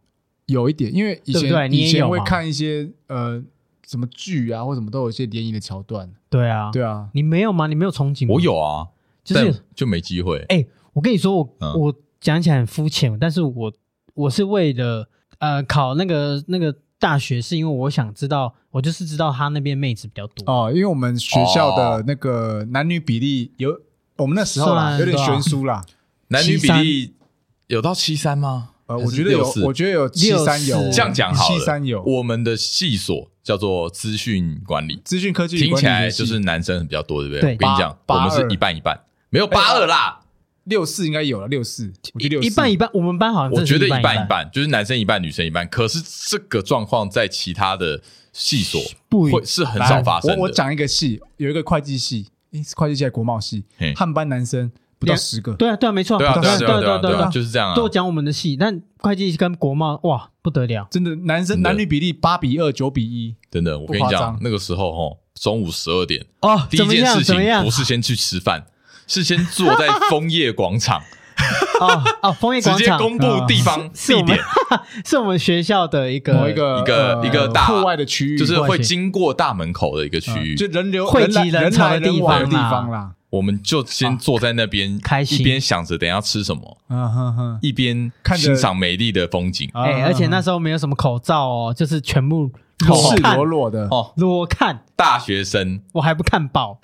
[SPEAKER 1] 有一点，因为以
[SPEAKER 3] 对不对
[SPEAKER 1] 前
[SPEAKER 3] 你也
[SPEAKER 1] 以前
[SPEAKER 3] 有
[SPEAKER 1] 会
[SPEAKER 3] 嘛
[SPEAKER 1] 看一些呃什么剧啊，或什么都有一些联谊的桥段。
[SPEAKER 3] 对啊，
[SPEAKER 1] 对啊，
[SPEAKER 3] 你没有吗？你没有憧憬吗？
[SPEAKER 2] 我，有啊，
[SPEAKER 3] 就
[SPEAKER 2] 但
[SPEAKER 3] 是
[SPEAKER 2] 就没机会。
[SPEAKER 3] 哎，我跟你说，我
[SPEAKER 2] 嗯
[SPEAKER 3] 我讲起来很肤浅，但是我我是为了呃考那个那个大学，是因为我想知道，我就是知道他那边妹子比较多。
[SPEAKER 1] 哦，因为我们学校
[SPEAKER 2] 哦
[SPEAKER 1] 的那个男女比例有，我们那时候啦
[SPEAKER 3] 算
[SPEAKER 1] 有点
[SPEAKER 3] 对啊
[SPEAKER 1] 悬殊啦。
[SPEAKER 2] 男女比
[SPEAKER 3] 73
[SPEAKER 2] 例有到七三吗？
[SPEAKER 1] 呃，
[SPEAKER 2] 还是
[SPEAKER 1] 我觉得有
[SPEAKER 2] 六四，
[SPEAKER 1] 我觉得有七三有，
[SPEAKER 3] 六四
[SPEAKER 2] 这样讲好了。
[SPEAKER 1] 七三有，
[SPEAKER 2] 我们的系所叫做资讯管理，
[SPEAKER 1] 资讯科技与
[SPEAKER 2] 听
[SPEAKER 1] 管理
[SPEAKER 2] 起来
[SPEAKER 1] 学系
[SPEAKER 2] 就是男生比较多，对不对？
[SPEAKER 3] 对
[SPEAKER 2] 我跟你讲，我
[SPEAKER 1] 八
[SPEAKER 2] 们是
[SPEAKER 1] 八二
[SPEAKER 2] 一半一半，没有八二啦，
[SPEAKER 1] 六四应该有了，六四，我觉得六四
[SPEAKER 3] 一半一半，我们班好像
[SPEAKER 2] 我
[SPEAKER 3] 真的
[SPEAKER 2] 觉
[SPEAKER 3] 是
[SPEAKER 2] 得一
[SPEAKER 3] 哎哦半
[SPEAKER 2] 半一半，就是男生一半，女生一半。可是这个状况在其他的系所
[SPEAKER 3] 不
[SPEAKER 2] 会是很少发生的。
[SPEAKER 1] 哎我我讲一个系，有一个会计系，诶是会计系还是国贸系
[SPEAKER 2] 嘿，
[SPEAKER 1] 汉班男生不到
[SPEAKER 3] 两
[SPEAKER 1] 十个，
[SPEAKER 3] 对啊，对啊，没错，
[SPEAKER 2] 对啊，
[SPEAKER 1] 不
[SPEAKER 2] 对啊，
[SPEAKER 1] 到
[SPEAKER 2] 对啊，对啊，
[SPEAKER 3] 对
[SPEAKER 2] 对
[SPEAKER 3] 啊
[SPEAKER 2] 啊，就是这样啊。
[SPEAKER 3] 多讲我们的戏，但会计跟国贸哇不得了，
[SPEAKER 1] 真的男生
[SPEAKER 2] 真的
[SPEAKER 1] 男女比例八比二，九比一，
[SPEAKER 2] 真的，我跟
[SPEAKER 1] 不
[SPEAKER 2] 你
[SPEAKER 1] 夸张
[SPEAKER 2] 讲，那个时候哦，中午十二点，
[SPEAKER 3] 哦，
[SPEAKER 2] 第一件事
[SPEAKER 3] 怎么
[SPEAKER 2] 情
[SPEAKER 3] 样？
[SPEAKER 2] 不是先去吃饭，是先坐在枫叶广场，
[SPEAKER 3] 哦哦，枫叶
[SPEAKER 2] 直
[SPEAKER 3] 广
[SPEAKER 2] 接
[SPEAKER 3] 场啊
[SPEAKER 2] 公布地方
[SPEAKER 3] 是
[SPEAKER 2] 地
[SPEAKER 3] 我们
[SPEAKER 2] 点，
[SPEAKER 3] 是我们学校的一个
[SPEAKER 1] 某一个
[SPEAKER 2] 一个
[SPEAKER 1] 呃
[SPEAKER 2] 一个大
[SPEAKER 1] 户外的区域，
[SPEAKER 2] 就是会经过大门口的一个区域
[SPEAKER 3] 啊
[SPEAKER 1] 嗯。就人流
[SPEAKER 3] 呃汇集
[SPEAKER 1] 人来
[SPEAKER 3] 人
[SPEAKER 1] 人
[SPEAKER 3] 潮的
[SPEAKER 1] 来人
[SPEAKER 3] 地
[SPEAKER 1] 往的
[SPEAKER 3] 方
[SPEAKER 1] 地
[SPEAKER 3] 啦
[SPEAKER 1] 方啦。
[SPEAKER 2] 我们就先坐在那边，
[SPEAKER 3] 啊开心
[SPEAKER 2] 一边想着等一下吃什么，
[SPEAKER 1] 嗯哼哼，啊
[SPEAKER 2] 一边
[SPEAKER 1] 看着
[SPEAKER 2] 欣赏美丽的风景。
[SPEAKER 3] 哎、而且那时候没有什么口罩哦，就是全部裸
[SPEAKER 1] 赤
[SPEAKER 3] 看
[SPEAKER 1] 裸裸的，
[SPEAKER 2] 哦，
[SPEAKER 3] 裸看，
[SPEAKER 2] 大学生，
[SPEAKER 3] 我还不看爆。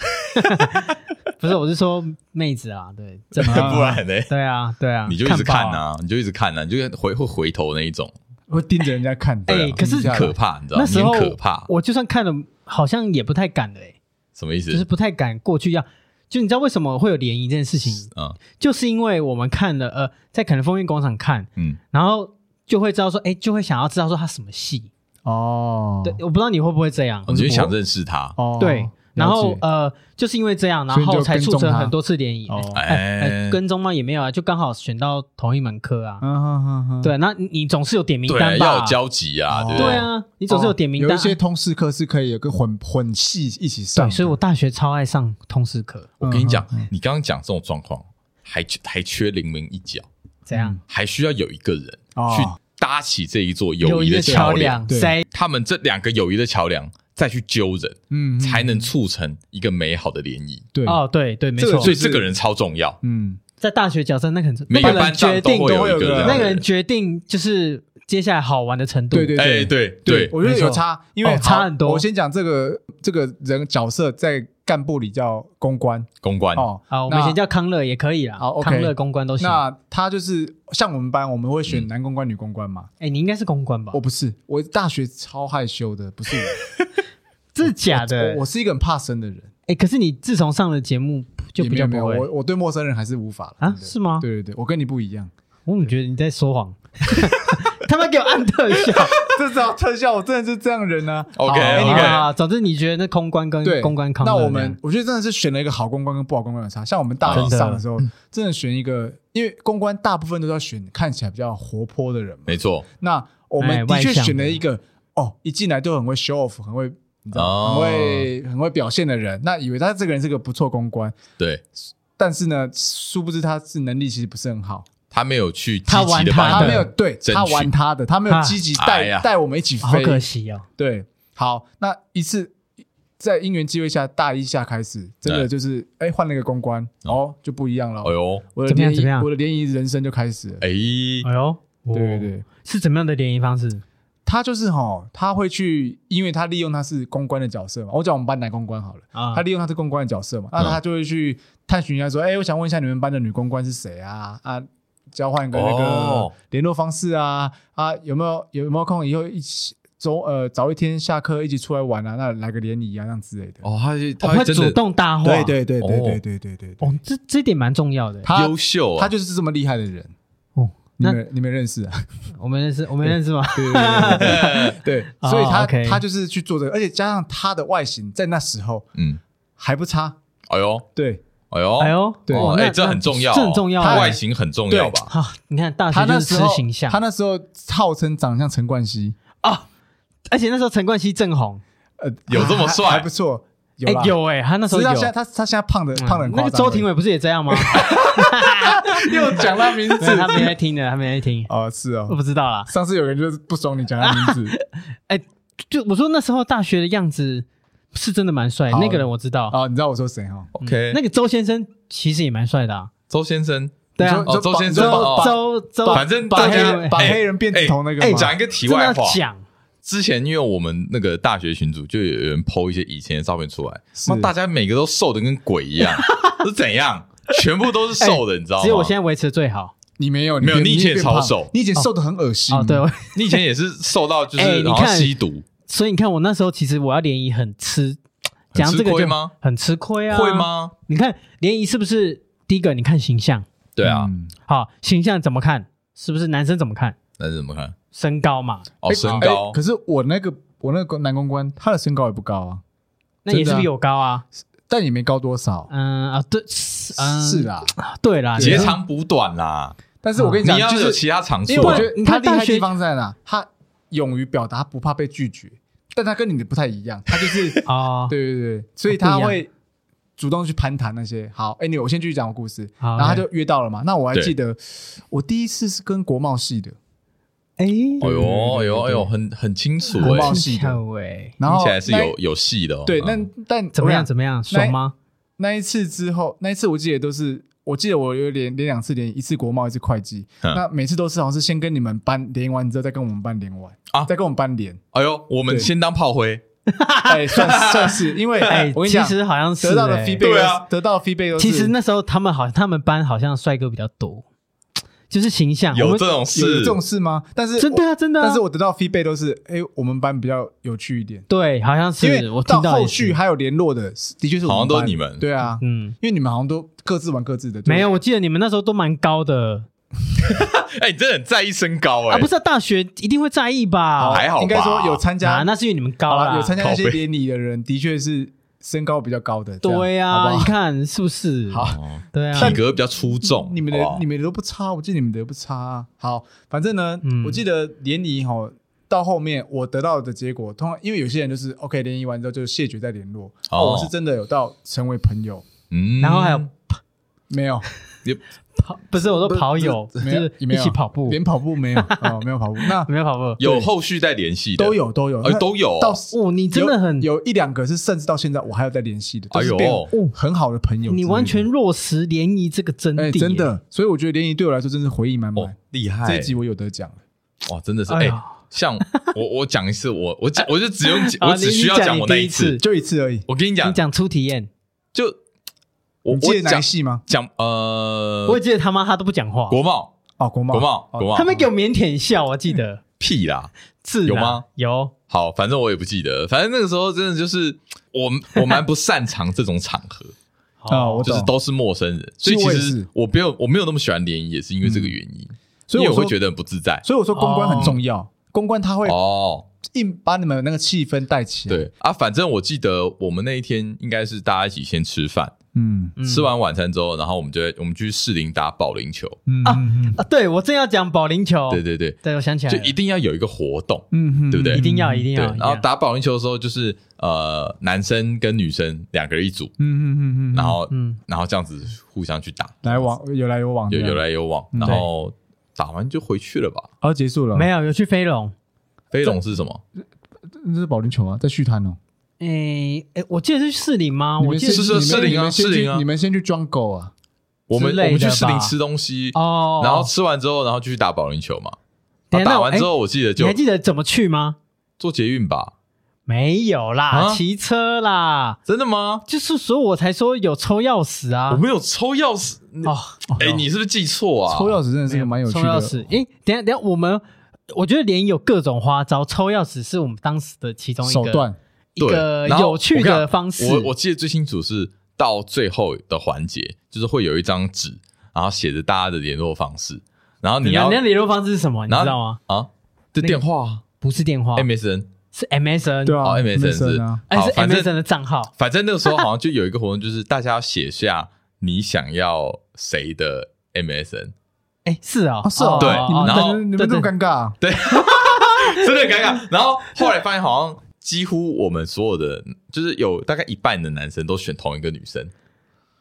[SPEAKER 3] 不是，我是说妹子啊，对，怎么
[SPEAKER 1] 啊
[SPEAKER 2] 不然呢？
[SPEAKER 3] 对啊，对啊，
[SPEAKER 2] 你就一直看
[SPEAKER 3] 爆啊。
[SPEAKER 2] 呐，你就一直看呐，你就回会回头那一种，
[SPEAKER 1] 会盯着人家看的。
[SPEAKER 3] 哎
[SPEAKER 1] 对啊
[SPEAKER 3] 可是
[SPEAKER 1] 停下来
[SPEAKER 2] 可怕，你知道吗？
[SPEAKER 3] 那时候
[SPEAKER 2] 你很可怕，
[SPEAKER 3] 我就算看了，好像也不太敢了、欸，
[SPEAKER 2] 什么意思？
[SPEAKER 3] 就是不太敢过去要。就你知道为什么会有联谊这件事情，
[SPEAKER 2] 嗯
[SPEAKER 3] 就是因为我们看了呃，在可能风云广场看，
[SPEAKER 2] 嗯，
[SPEAKER 3] 然后就会知道说，哎、就会想要知道说他什么戏。
[SPEAKER 1] 哦，
[SPEAKER 3] 对，我不知道你会不会这样。
[SPEAKER 2] 哦你就想认识他，
[SPEAKER 1] 哦，
[SPEAKER 3] 对，然后
[SPEAKER 1] 了解
[SPEAKER 3] 呃，就是因为这样，然
[SPEAKER 1] 所以你
[SPEAKER 3] 后
[SPEAKER 1] 就
[SPEAKER 3] 才
[SPEAKER 1] 跟
[SPEAKER 3] 促
[SPEAKER 1] 踪
[SPEAKER 3] 成
[SPEAKER 1] 他
[SPEAKER 3] 很多次联谊。
[SPEAKER 1] 哦，
[SPEAKER 3] 哎哎
[SPEAKER 2] 哎，，
[SPEAKER 3] 跟踪吗？也没有啊，就刚好选到同一门课啊。
[SPEAKER 1] 嗯哼哼哼，
[SPEAKER 3] 对，那你你总是有点名
[SPEAKER 2] 对啊，
[SPEAKER 3] 单吧？
[SPEAKER 2] 要有交集啊，
[SPEAKER 1] 哦
[SPEAKER 2] 对不
[SPEAKER 3] 对
[SPEAKER 2] 对？
[SPEAKER 3] 啊，你总是有点名
[SPEAKER 1] 有
[SPEAKER 3] 单
[SPEAKER 1] 一
[SPEAKER 3] 啊。
[SPEAKER 1] 些通识课是可以有个混混系一起上
[SPEAKER 3] 对，
[SPEAKER 1] 的，
[SPEAKER 3] 所以我大学超爱上通识课，
[SPEAKER 2] 我跟你讲
[SPEAKER 1] 嗯嗯嗯，
[SPEAKER 2] 你刚刚讲这种状况，还还缺临门一脚，
[SPEAKER 3] 怎样？
[SPEAKER 2] 还需要有一个人
[SPEAKER 1] 哦
[SPEAKER 2] 去搭起这一座友谊
[SPEAKER 3] 谊
[SPEAKER 2] 的
[SPEAKER 3] 桥
[SPEAKER 2] 桥梁。
[SPEAKER 1] 对
[SPEAKER 3] 谁？
[SPEAKER 2] 他们这两个友谊的桥梁再去揪人，
[SPEAKER 1] 嗯嗯
[SPEAKER 2] 才能促成一个美好的联谊。
[SPEAKER 1] 对，
[SPEAKER 3] 哦，对对，没
[SPEAKER 1] 这个
[SPEAKER 3] 错
[SPEAKER 2] 所
[SPEAKER 1] 最，
[SPEAKER 2] 以这个人超重要，
[SPEAKER 1] 嗯，
[SPEAKER 3] 在大学角色那个很
[SPEAKER 2] 每
[SPEAKER 3] 那
[SPEAKER 2] 个
[SPEAKER 3] 个人
[SPEAKER 2] 班
[SPEAKER 3] 决
[SPEAKER 2] 上
[SPEAKER 3] 定
[SPEAKER 2] 都会有一
[SPEAKER 1] 都会有
[SPEAKER 2] 个
[SPEAKER 1] 个
[SPEAKER 2] 人。
[SPEAKER 3] 那个人决定就是接下来好玩的程度。
[SPEAKER 1] 对对
[SPEAKER 2] 哎，对对，
[SPEAKER 1] 我觉得
[SPEAKER 3] 没错
[SPEAKER 1] 有差，因为
[SPEAKER 3] 哦
[SPEAKER 1] 好
[SPEAKER 3] 差很多
[SPEAKER 1] 我先讲这个这个人角色在干部里叫公关
[SPEAKER 2] 公关
[SPEAKER 1] 哦，
[SPEAKER 3] 啊，我们以
[SPEAKER 1] 那
[SPEAKER 3] 前叫康乐也可以啦
[SPEAKER 1] 好，，OK
[SPEAKER 3] 康乐公关都行。嗯
[SPEAKER 1] 那他就是像我们班，我们会选男公关、女公关嘛。
[SPEAKER 3] 哎，你应该是公关吧
[SPEAKER 1] 我？不是，我大学超害羞的，不是 我，
[SPEAKER 3] 这是假的
[SPEAKER 1] 我。我是一个很怕生的人，
[SPEAKER 3] 哎，可是你自从上了节目就
[SPEAKER 1] 也
[SPEAKER 3] 比
[SPEAKER 1] 没
[SPEAKER 3] 较
[SPEAKER 1] 有没
[SPEAKER 3] 不
[SPEAKER 1] 有，
[SPEAKER 3] 会
[SPEAKER 1] 我我对陌生人还是无法了
[SPEAKER 3] 啊？
[SPEAKER 1] 真的
[SPEAKER 3] 是吗？
[SPEAKER 1] 对对对，我跟你不一样，
[SPEAKER 3] 我怎么觉得你在说谎？ 他妈给我按 特效。
[SPEAKER 1] 这招特效，我真的是这样人啊。
[SPEAKER 2] OK，
[SPEAKER 1] 好
[SPEAKER 2] OK
[SPEAKER 1] 好好
[SPEAKER 3] 啊，总之你觉得那公关跟
[SPEAKER 1] 对
[SPEAKER 3] 公关康乐
[SPEAKER 1] 那
[SPEAKER 3] 这样啊
[SPEAKER 1] 我们我觉得真的是选了一个好公关跟不好公关有差。像我们大
[SPEAKER 3] 真
[SPEAKER 1] 一
[SPEAKER 3] 的
[SPEAKER 1] 上的时候，真的选一个，因为公关大部分都是要选看起来比较活泼的人嘛。
[SPEAKER 2] 没错，
[SPEAKER 1] 那我
[SPEAKER 3] 哎
[SPEAKER 1] 们的
[SPEAKER 3] 外
[SPEAKER 1] 确
[SPEAKER 3] 向
[SPEAKER 1] 选了
[SPEAKER 3] 的
[SPEAKER 1] 一个哦，一进来都很会 show off，很会。你知道
[SPEAKER 2] 哦
[SPEAKER 1] 吗很会很会表现的人，那以为他这个人是个不错公关，
[SPEAKER 2] 对
[SPEAKER 1] 但是呢，殊不知他是能力其实不是很好，
[SPEAKER 2] 他没有去积
[SPEAKER 3] 他
[SPEAKER 2] 极
[SPEAKER 3] 玩
[SPEAKER 2] 的
[SPEAKER 3] 他
[SPEAKER 1] 他
[SPEAKER 2] 帮
[SPEAKER 1] 没
[SPEAKER 2] 你
[SPEAKER 1] 有对
[SPEAKER 2] 争取
[SPEAKER 1] 他玩他的，他没
[SPEAKER 3] 啊
[SPEAKER 1] 有积极
[SPEAKER 2] 哎呀
[SPEAKER 1] 带带我们一起
[SPEAKER 3] 好
[SPEAKER 1] 飞，
[SPEAKER 3] 可惜哦。
[SPEAKER 1] 对，好，那一次在因缘机会下，大一下开始，真的
[SPEAKER 2] 对
[SPEAKER 1] 就是哎换了一个公关，哦就不一样了。
[SPEAKER 2] 哎呦，
[SPEAKER 1] 我的
[SPEAKER 3] 怎么样
[SPEAKER 1] 联
[SPEAKER 3] 怎
[SPEAKER 1] 谊
[SPEAKER 3] 么样，
[SPEAKER 1] 我的联谊人生就开始了。
[SPEAKER 2] 哎，
[SPEAKER 3] 哎呦，
[SPEAKER 1] 对对，对，
[SPEAKER 3] 是怎么样的联谊方式？
[SPEAKER 1] 他就是哈，他会去，因为他利用他是公关的角色嘛，我讲我们班男公关好了，
[SPEAKER 3] 啊
[SPEAKER 1] 他利用他是公关的角色嘛，那
[SPEAKER 2] 嗯
[SPEAKER 1] 他就会去探寻一下说，哎，我想问一下你们班的女公关是谁啊？啊，交换个那个
[SPEAKER 2] 哦
[SPEAKER 1] 联络方式啊，啊有没有有没有空以后一起周呃早一天下课一起出来玩啊？那来个联谊啊，这样之类的。
[SPEAKER 2] 哦，他是
[SPEAKER 3] 我
[SPEAKER 2] 他
[SPEAKER 3] 会
[SPEAKER 2] 真
[SPEAKER 3] 主
[SPEAKER 2] 的
[SPEAKER 3] 动搭话。
[SPEAKER 1] 对对对
[SPEAKER 2] 哦
[SPEAKER 1] 对对对对对，对
[SPEAKER 3] 哦，这这一点蛮重要的。
[SPEAKER 1] 他
[SPEAKER 2] 优秀啊，
[SPEAKER 1] 他就是这么厉害的人，
[SPEAKER 3] 哦，
[SPEAKER 1] 你
[SPEAKER 3] 那
[SPEAKER 1] 们你们认识啊？
[SPEAKER 3] 我们认识，我们认识吗？
[SPEAKER 1] 对对对对
[SPEAKER 3] 哦
[SPEAKER 1] 对，所以他
[SPEAKER 3] OK
[SPEAKER 1] 他就是去做这个，而且加上他的外形在那时候
[SPEAKER 2] 嗯，
[SPEAKER 1] 还不差，
[SPEAKER 2] 哎呦，
[SPEAKER 1] 对
[SPEAKER 2] 哎呦，
[SPEAKER 3] 哎，呦，
[SPEAKER 1] 对
[SPEAKER 3] 哦
[SPEAKER 2] 哦，
[SPEAKER 3] 那
[SPEAKER 2] 哎，这
[SPEAKER 3] 那
[SPEAKER 2] 很重要哦，
[SPEAKER 3] 这很重要
[SPEAKER 2] 他
[SPEAKER 3] 哎。
[SPEAKER 2] 外形很重要
[SPEAKER 1] 对
[SPEAKER 2] 吧？
[SPEAKER 3] 啊，你看大
[SPEAKER 1] 他
[SPEAKER 3] 学
[SPEAKER 1] 那
[SPEAKER 3] 就是
[SPEAKER 1] 时
[SPEAKER 3] 吃
[SPEAKER 1] 候
[SPEAKER 3] 形象，
[SPEAKER 1] 他那时候号称长相陈冠希，
[SPEAKER 3] 啊，而且那时候陈冠希正红，
[SPEAKER 1] 呃，
[SPEAKER 2] 有这么
[SPEAKER 1] 还
[SPEAKER 2] 帅
[SPEAKER 1] 还不错，有
[SPEAKER 3] 哎
[SPEAKER 1] 啦，
[SPEAKER 3] 有哎，他那
[SPEAKER 1] 只
[SPEAKER 3] 时候
[SPEAKER 1] 是
[SPEAKER 3] 有
[SPEAKER 1] 他现在他他现在胖的
[SPEAKER 3] 嗯
[SPEAKER 1] 胖的很
[SPEAKER 3] 那
[SPEAKER 1] 夸
[SPEAKER 3] 个
[SPEAKER 1] 张。
[SPEAKER 3] 周庭伟不是也这样吗？
[SPEAKER 1] 又讲他 名
[SPEAKER 3] 没有
[SPEAKER 2] 嗯
[SPEAKER 3] 他
[SPEAKER 1] 字，
[SPEAKER 3] 没在听的，他没在听，
[SPEAKER 1] 哦是
[SPEAKER 3] 我
[SPEAKER 1] 哦，
[SPEAKER 3] 不知道啦。
[SPEAKER 1] 上次有人就是不爽你讲他名字
[SPEAKER 3] 就我说那时候大学的样子是真的蛮帅，
[SPEAKER 1] 好
[SPEAKER 3] 那个人我知道，
[SPEAKER 1] 哦，你知道我说谁哈？
[SPEAKER 2] OK，
[SPEAKER 3] 那个周先生其实也蛮帅的啊。
[SPEAKER 2] 周先生，
[SPEAKER 3] 对
[SPEAKER 1] 你
[SPEAKER 3] 啊，
[SPEAKER 1] 说
[SPEAKER 2] 哦周先
[SPEAKER 1] 你
[SPEAKER 2] 生
[SPEAKER 1] 说
[SPEAKER 2] 吧哦
[SPEAKER 1] 把
[SPEAKER 3] 周周
[SPEAKER 1] 把
[SPEAKER 2] 反正
[SPEAKER 1] 把
[SPEAKER 2] 大
[SPEAKER 1] 黑
[SPEAKER 2] 家
[SPEAKER 3] 黑
[SPEAKER 1] 把
[SPEAKER 2] 哎
[SPEAKER 1] 黑人变
[SPEAKER 2] 哎
[SPEAKER 1] 成头那个
[SPEAKER 2] 哎
[SPEAKER 1] 吗
[SPEAKER 2] 讲一个题
[SPEAKER 3] 真的
[SPEAKER 2] 外
[SPEAKER 3] 要
[SPEAKER 2] 话，
[SPEAKER 3] 讲，
[SPEAKER 2] 之前因为我们那个大学群组就有人 PO 一些以前的照片出来，
[SPEAKER 1] 是
[SPEAKER 2] 妈大家每个都瘦的跟鬼一 样，是怎样？全部都是瘦
[SPEAKER 1] 哎
[SPEAKER 2] 的，你知道吗？
[SPEAKER 3] 只有我现在维持的最好
[SPEAKER 1] 你没有
[SPEAKER 2] 没有
[SPEAKER 1] 变
[SPEAKER 2] 你以前也
[SPEAKER 1] 变胖
[SPEAKER 2] 超瘦
[SPEAKER 1] 你以前瘦的很恶心
[SPEAKER 2] 嗯
[SPEAKER 3] 哦。对，我
[SPEAKER 2] 你以前也是瘦到就
[SPEAKER 3] 哎
[SPEAKER 2] 是
[SPEAKER 3] 你
[SPEAKER 2] 好
[SPEAKER 3] 看
[SPEAKER 2] 像吸毒，
[SPEAKER 3] 所以你看我那时候其实我要联谊很吃，
[SPEAKER 2] 很
[SPEAKER 3] 讲
[SPEAKER 2] 吃
[SPEAKER 3] 这个
[SPEAKER 2] 亏
[SPEAKER 3] 就
[SPEAKER 2] 吗？
[SPEAKER 3] 很吃亏啊，
[SPEAKER 2] 会？吗？
[SPEAKER 3] 你看联谊是不是第一个？你看形象，
[SPEAKER 2] 对啊，
[SPEAKER 1] 嗯
[SPEAKER 3] 好，形象怎么看？是不是男生怎么看？
[SPEAKER 2] 那是怎么看？
[SPEAKER 3] 身高嘛，
[SPEAKER 2] 哦，
[SPEAKER 1] 哎
[SPEAKER 2] 身
[SPEAKER 1] 哎
[SPEAKER 2] 高
[SPEAKER 1] 可是我那个我那个男公关，他的身高也不高啊，
[SPEAKER 3] 那也
[SPEAKER 1] 真的
[SPEAKER 3] 是
[SPEAKER 1] 啊
[SPEAKER 3] 比我高啊。
[SPEAKER 1] 但也没高多少。
[SPEAKER 3] 嗯啊，对，嗯，
[SPEAKER 2] 啊
[SPEAKER 1] 是，啦，
[SPEAKER 3] 对啦，
[SPEAKER 2] 截
[SPEAKER 3] 你看
[SPEAKER 2] 长补短啦，
[SPEAKER 1] 但是我跟
[SPEAKER 2] 你
[SPEAKER 1] 讲，
[SPEAKER 2] 要
[SPEAKER 1] 就
[SPEAKER 2] 有
[SPEAKER 1] 是
[SPEAKER 2] 其他长处
[SPEAKER 1] 因
[SPEAKER 2] 啊。
[SPEAKER 1] 为我觉
[SPEAKER 3] 对你
[SPEAKER 1] 得他
[SPEAKER 3] 看
[SPEAKER 1] 厉害
[SPEAKER 3] 大
[SPEAKER 1] 的
[SPEAKER 3] 学
[SPEAKER 1] 地方在哪？他勇于表达，他不怕 被拒绝，但他跟你的不太一样，他就是
[SPEAKER 3] 哦，
[SPEAKER 1] 对对对，所以他
[SPEAKER 3] 不一样
[SPEAKER 1] 会主动去攀谈那些。好，哎，你我先继续讲我故事，
[SPEAKER 3] 好
[SPEAKER 1] 然后他
[SPEAKER 3] ，OK
[SPEAKER 1] 就约到了嘛。那我还
[SPEAKER 2] 对
[SPEAKER 1] 记得我第一次是跟国贸系的，
[SPEAKER 2] 哎
[SPEAKER 3] 哎，
[SPEAKER 1] 对对哦对
[SPEAKER 2] 呦
[SPEAKER 1] 嗯对
[SPEAKER 2] 哎呦哎
[SPEAKER 1] 对
[SPEAKER 2] 呦，很很清楚
[SPEAKER 1] 国
[SPEAKER 2] 哎
[SPEAKER 1] 贸，
[SPEAKER 3] 技
[SPEAKER 1] 系的
[SPEAKER 3] 巧哎，
[SPEAKER 2] 听
[SPEAKER 1] 然后
[SPEAKER 2] 起来是
[SPEAKER 1] 那
[SPEAKER 2] 有有戏的哦。
[SPEAKER 1] 对，
[SPEAKER 2] 嗯
[SPEAKER 1] 但但
[SPEAKER 3] 怎么
[SPEAKER 1] 我跟你
[SPEAKER 3] 样
[SPEAKER 1] 讲
[SPEAKER 3] 怎么样，爽 吗？
[SPEAKER 1] 那一次之后，那一次我记得都是，我记得我有连连两次连，一次国贸，一次会计。
[SPEAKER 2] 嗯
[SPEAKER 1] 那每次都是好像是先跟你们班连完之后，再跟我们班连完
[SPEAKER 2] 啊
[SPEAKER 1] 再跟我们班连。
[SPEAKER 2] 哎呦，我们
[SPEAKER 1] 对
[SPEAKER 2] 先当炮灰，
[SPEAKER 1] 哎，算算是，因为
[SPEAKER 3] 哎，
[SPEAKER 1] 我跟你
[SPEAKER 3] 其
[SPEAKER 1] 讲，
[SPEAKER 3] 实好像是
[SPEAKER 1] 得到的
[SPEAKER 3] 哎
[SPEAKER 1] feedback，
[SPEAKER 2] 对啊
[SPEAKER 1] 得到的 feedback 都是
[SPEAKER 3] 其实那时候他们好，他们班好像帅哥比较多，就是形象。我
[SPEAKER 2] 有
[SPEAKER 3] 们
[SPEAKER 2] 这种
[SPEAKER 1] 有有
[SPEAKER 2] 事
[SPEAKER 1] 这，种事吗？但是
[SPEAKER 3] 真的、
[SPEAKER 1] 我
[SPEAKER 3] 啊、真的啊、
[SPEAKER 1] 但是我得到 feedback 都是，哎，我们班比较有趣一点，
[SPEAKER 3] 对，好像
[SPEAKER 1] 因
[SPEAKER 3] 是我
[SPEAKER 1] 为
[SPEAKER 3] 听
[SPEAKER 1] 到
[SPEAKER 3] 到也
[SPEAKER 1] 后
[SPEAKER 3] 是
[SPEAKER 1] 续还有联络的，的确是我
[SPEAKER 2] 好像都
[SPEAKER 1] 班
[SPEAKER 2] 是你们
[SPEAKER 1] 对啊，
[SPEAKER 3] 嗯，
[SPEAKER 1] 因为你们好像都各自玩各自的，对
[SPEAKER 3] 没有，我记得你们那时候都蛮高的
[SPEAKER 2] 哎，你真的很在意身高
[SPEAKER 3] 啊，
[SPEAKER 2] 哎
[SPEAKER 3] 不，是啊大学一定会在意吧？
[SPEAKER 2] 还好吧
[SPEAKER 1] 应该说有参加
[SPEAKER 3] 啊，那是因为你们高
[SPEAKER 1] 好
[SPEAKER 3] 啦
[SPEAKER 1] 了，有参加一
[SPEAKER 2] 靠
[SPEAKER 1] 些
[SPEAKER 2] 背
[SPEAKER 1] 典礼的人，的确是身高比较高的。这样
[SPEAKER 3] 对啊呀、
[SPEAKER 1] 好不
[SPEAKER 3] 你
[SPEAKER 1] 好
[SPEAKER 3] 看是不是？
[SPEAKER 1] 好
[SPEAKER 2] 哦
[SPEAKER 3] 对啊，
[SPEAKER 2] 体格比较出众，
[SPEAKER 1] 你们的
[SPEAKER 2] 哦好不啊好
[SPEAKER 1] 你们的都不差，我记得你们的不差啊。好，反正呢
[SPEAKER 3] 嗯，
[SPEAKER 1] 我记得联谊哈，到后面我得到的结果，通常因为有些人就是 OK 联谊完之后就谢绝再联络，
[SPEAKER 2] 哦
[SPEAKER 1] 我是真的有到成为朋友，
[SPEAKER 2] 嗯
[SPEAKER 3] 然后还有
[SPEAKER 1] 没 有，
[SPEAKER 3] 跑，不是我说跑友，就
[SPEAKER 1] 没有
[SPEAKER 3] 是，
[SPEAKER 1] 没
[SPEAKER 3] 一
[SPEAKER 1] 有
[SPEAKER 3] 起跑步，
[SPEAKER 1] 连跑步没 有哦，没有跑步，那
[SPEAKER 3] 没有跑步。
[SPEAKER 2] 有后续在联系的，
[SPEAKER 1] 都有都有
[SPEAKER 2] 哎，都有哦
[SPEAKER 1] 到
[SPEAKER 3] 哦，你真的很，
[SPEAKER 1] 有有一两个是甚至到现在我还有在联系的，
[SPEAKER 2] 哎
[SPEAKER 1] 都是
[SPEAKER 2] 呦
[SPEAKER 1] 变很好的朋友之类的，
[SPEAKER 3] 你完全落实联谊这个真谛、
[SPEAKER 1] 哎真。的，所以我觉得联谊对我来说真是回忆满
[SPEAKER 2] 哦
[SPEAKER 1] 满。
[SPEAKER 2] 厉害，
[SPEAKER 1] 这一集我有得奖了。
[SPEAKER 2] 哇，真的是
[SPEAKER 3] 哎
[SPEAKER 2] 哎、
[SPEAKER 3] 呀
[SPEAKER 2] 像我我讲一次，我我讲我就只用
[SPEAKER 3] 啊
[SPEAKER 2] 我只需要
[SPEAKER 3] 你你讲
[SPEAKER 2] 讲我那
[SPEAKER 3] 你第一次
[SPEAKER 2] 次。
[SPEAKER 1] 就一次而已。
[SPEAKER 2] 我跟你讲
[SPEAKER 3] 你，讲初体验，
[SPEAKER 2] 就我
[SPEAKER 1] 你记
[SPEAKER 2] 我
[SPEAKER 1] 得哪
[SPEAKER 2] 讲
[SPEAKER 1] 一系吗？
[SPEAKER 2] 讲呃，
[SPEAKER 3] 我也记得他妈他都不讲话，
[SPEAKER 2] 国贸
[SPEAKER 1] 哦，国贸，
[SPEAKER 2] 国贸
[SPEAKER 1] 哦
[SPEAKER 2] 国贸
[SPEAKER 3] 他们给我腼腆笑，我记得
[SPEAKER 2] 屁啦，
[SPEAKER 3] 是啦
[SPEAKER 2] 嗯有吗？
[SPEAKER 3] 有，
[SPEAKER 2] 好，反正我也不记得，反正那个时候真的就是我我蛮不擅长这种场合，啊
[SPEAKER 1] 哦我
[SPEAKER 2] 就
[SPEAKER 1] 懂
[SPEAKER 2] 是都是陌生人，所以
[SPEAKER 1] 其实
[SPEAKER 2] 其
[SPEAKER 1] 我也
[SPEAKER 2] 实
[SPEAKER 1] 是
[SPEAKER 2] 我没有我没有那么喜欢联谊，也是因为这个原因，
[SPEAKER 1] 所以
[SPEAKER 2] 因
[SPEAKER 1] 我
[SPEAKER 2] 为我会
[SPEAKER 1] 说
[SPEAKER 2] 觉得很不自在
[SPEAKER 1] 所以我说公关很重要，公关他会
[SPEAKER 2] 哦。
[SPEAKER 1] 硬把你们那个气氛带起来。，
[SPEAKER 2] 对啊，反正我记得我们那一天应该是大家一起先吃饭，
[SPEAKER 1] 嗯
[SPEAKER 3] 嗯
[SPEAKER 2] 吃完晚餐之后，然后我们就会我们去士林打保龄球。
[SPEAKER 1] 嗯
[SPEAKER 3] 啊
[SPEAKER 1] 嗯
[SPEAKER 3] 啊，对我正要讲保龄球，
[SPEAKER 2] 对对对，
[SPEAKER 3] 对，我想起来
[SPEAKER 2] 就
[SPEAKER 3] 了，
[SPEAKER 2] 一定要有一个活动。
[SPEAKER 1] 嗯
[SPEAKER 2] 对不对
[SPEAKER 3] 一定要啊一
[SPEAKER 1] 定，
[SPEAKER 3] 定
[SPEAKER 2] 对
[SPEAKER 3] 要，，一定
[SPEAKER 2] 然后
[SPEAKER 3] 要
[SPEAKER 2] 打保龄球的时候，就是呃，男生跟女生两个人一组，
[SPEAKER 1] 嗯嗯嗯嗯，
[SPEAKER 2] 然后
[SPEAKER 3] 嗯，哦啊
[SPEAKER 2] 然后这样子互相去打，
[SPEAKER 1] 来往有来有往，
[SPEAKER 2] 有有
[SPEAKER 1] 这样，
[SPEAKER 2] 来有往，
[SPEAKER 1] 嗯
[SPEAKER 2] 然后打完就回去了吧。
[SPEAKER 1] 好结束了，
[SPEAKER 3] 没有有去飞龙，
[SPEAKER 2] 飞龙是什么？
[SPEAKER 1] 这是保龄球啊，在续摊哦。
[SPEAKER 3] 诶诶，我记得是士林吗？
[SPEAKER 1] 你
[SPEAKER 3] 我
[SPEAKER 1] 们
[SPEAKER 3] 记
[SPEAKER 1] 先
[SPEAKER 3] 得
[SPEAKER 2] 是是是
[SPEAKER 1] 你们
[SPEAKER 2] 士林啊
[SPEAKER 1] 你们先
[SPEAKER 2] 士林啊
[SPEAKER 1] 去你们先去装狗啊，
[SPEAKER 2] 我们
[SPEAKER 3] 之类
[SPEAKER 2] 我们
[SPEAKER 3] 的
[SPEAKER 2] 去士林
[SPEAKER 3] 吧
[SPEAKER 2] 吃东西，
[SPEAKER 3] 哦，
[SPEAKER 2] 然后吃完之后，然后就去打保龄球嘛。
[SPEAKER 3] 等
[SPEAKER 2] 啊
[SPEAKER 3] 一下
[SPEAKER 2] 打
[SPEAKER 3] 那我哎
[SPEAKER 2] 完之后，我记得
[SPEAKER 3] 诶你
[SPEAKER 2] 就
[SPEAKER 3] 还记得怎么去吗？
[SPEAKER 2] 坐捷运吧？
[SPEAKER 3] 没有啦，
[SPEAKER 2] 啊
[SPEAKER 3] 骑车啦，
[SPEAKER 2] 真的吗？
[SPEAKER 3] 就是所以我才说有抽钥匙
[SPEAKER 2] 我
[SPEAKER 3] 啊。
[SPEAKER 2] 们有抽钥匙，你
[SPEAKER 3] 哦，
[SPEAKER 2] 哎，你是不是记错啊？
[SPEAKER 1] 抽钥匙真的是个蛮有趣
[SPEAKER 3] 抽钥匙
[SPEAKER 1] 的。，
[SPEAKER 3] 诶，等一下等一下我们。我觉得联谊有各种花招，抽钥匙是我们当时的其中一
[SPEAKER 1] 手
[SPEAKER 3] 个
[SPEAKER 1] 段，
[SPEAKER 3] 一
[SPEAKER 2] 对
[SPEAKER 3] 个
[SPEAKER 2] 然后
[SPEAKER 3] 有趣
[SPEAKER 2] 我跟你
[SPEAKER 3] 的
[SPEAKER 2] 讲
[SPEAKER 3] 方式。
[SPEAKER 2] 我我记得最清楚是到最后的环节，就是会有一张纸，然后写着大家的联络方式，然后你
[SPEAKER 3] 你
[SPEAKER 2] 要
[SPEAKER 3] 要联络方式是什么？你
[SPEAKER 2] 然后
[SPEAKER 3] 知道吗？
[SPEAKER 2] 啊，这电话
[SPEAKER 3] 不是电话，
[SPEAKER 2] MSN，
[SPEAKER 3] 是 MSN，
[SPEAKER 1] 对啊
[SPEAKER 2] 哦 MSN 是
[SPEAKER 1] 啊，
[SPEAKER 3] 哎，
[SPEAKER 2] 好
[SPEAKER 3] 是
[SPEAKER 2] 反
[SPEAKER 3] MSN
[SPEAKER 2] 正
[SPEAKER 3] 的账号。
[SPEAKER 2] 反正那个时候好像就有一个活动，就是大家要写下你想要谁的 MSN，
[SPEAKER 3] 哎，是哦
[SPEAKER 1] 啊，是哦，
[SPEAKER 2] 对
[SPEAKER 1] 你们
[SPEAKER 2] 然后
[SPEAKER 1] 你们这么
[SPEAKER 3] 对
[SPEAKER 1] 尴尬啊，
[SPEAKER 2] 真的很尴 尬。然后后来发现好像。几乎我们所有的，就是有大概一半的男生都选同一个女生，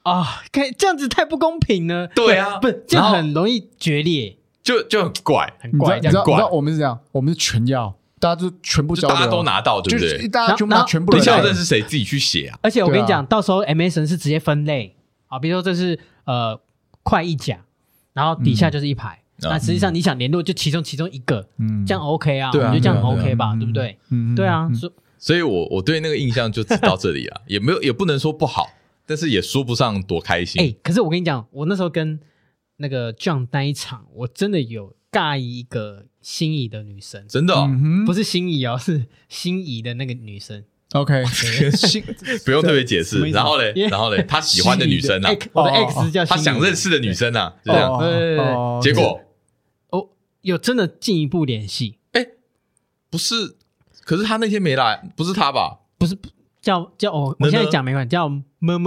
[SPEAKER 3] 啊，看这样子太不公平了。
[SPEAKER 2] 对啊
[SPEAKER 3] 不是这样
[SPEAKER 2] 然后
[SPEAKER 3] 很容易决裂，
[SPEAKER 2] 就就很怪，
[SPEAKER 3] 很
[SPEAKER 1] 你知道
[SPEAKER 3] 怪
[SPEAKER 1] 你
[SPEAKER 3] 这
[SPEAKER 1] 知道
[SPEAKER 3] 样。
[SPEAKER 2] 怪
[SPEAKER 1] 你知道我们是这样，我们是全要，大家就全部
[SPEAKER 2] 就
[SPEAKER 1] 交流，啊
[SPEAKER 2] 大家都，拿到，对
[SPEAKER 1] 就
[SPEAKER 2] 不
[SPEAKER 1] 是
[SPEAKER 2] 对？
[SPEAKER 1] 大
[SPEAKER 3] 然
[SPEAKER 1] 家全
[SPEAKER 3] 后
[SPEAKER 1] 部
[SPEAKER 3] 然
[SPEAKER 1] 拿
[SPEAKER 3] 后
[SPEAKER 1] 全部
[SPEAKER 2] 你
[SPEAKER 1] 人
[SPEAKER 2] 想
[SPEAKER 1] 来
[SPEAKER 2] 要认识谁，自己去写啊。
[SPEAKER 3] 而且我
[SPEAKER 1] 对啊
[SPEAKER 3] 跟你讲，到时候 MSN 是直接分类啊，比如说这是呃快一甲，然后底下就是一排。
[SPEAKER 2] 嗯
[SPEAKER 3] 那实际上你想联络就其中其中一个，
[SPEAKER 1] 嗯
[SPEAKER 3] 这样 OK 啊，我
[SPEAKER 2] 对啊
[SPEAKER 3] 觉得这样
[SPEAKER 2] 对啊
[SPEAKER 3] OK 吧，
[SPEAKER 1] 嗯
[SPEAKER 3] 对不对？
[SPEAKER 1] 嗯
[SPEAKER 3] 对啊，所以
[SPEAKER 2] 所以我我对那个印象就只到这里了， 也没有也不能说不好，但是也说不上多开心。
[SPEAKER 3] 哎、可是我跟你讲，我那时候跟那个 John 那一场，我真的有尬一个心仪的女生，
[SPEAKER 2] 真的、哦
[SPEAKER 1] 嗯
[SPEAKER 3] 不
[SPEAKER 1] 是
[SPEAKER 3] 是心仪哦， 是心仪的那个女生。
[SPEAKER 1] OK，心
[SPEAKER 2] 不用特别解
[SPEAKER 1] 什
[SPEAKER 2] 释
[SPEAKER 1] 么。意思
[SPEAKER 2] 然后嘞
[SPEAKER 3] 因为，
[SPEAKER 2] 然后嘞，他喜欢的女生啊
[SPEAKER 3] 哎，我的
[SPEAKER 1] 哦哦哦
[SPEAKER 3] X 叫心
[SPEAKER 2] 他
[SPEAKER 3] 仪
[SPEAKER 2] 想认识的女生啊，就这样。
[SPEAKER 1] 哦
[SPEAKER 3] 对对对对
[SPEAKER 1] 哦
[SPEAKER 2] 结果
[SPEAKER 3] 哦，有真的进一步联系，
[SPEAKER 2] 不是，可是他那天没来，不是他吧？
[SPEAKER 3] 不是叫叫哦，
[SPEAKER 2] 呢
[SPEAKER 3] 我
[SPEAKER 2] 呢
[SPEAKER 3] 现在讲没关系，叫么么，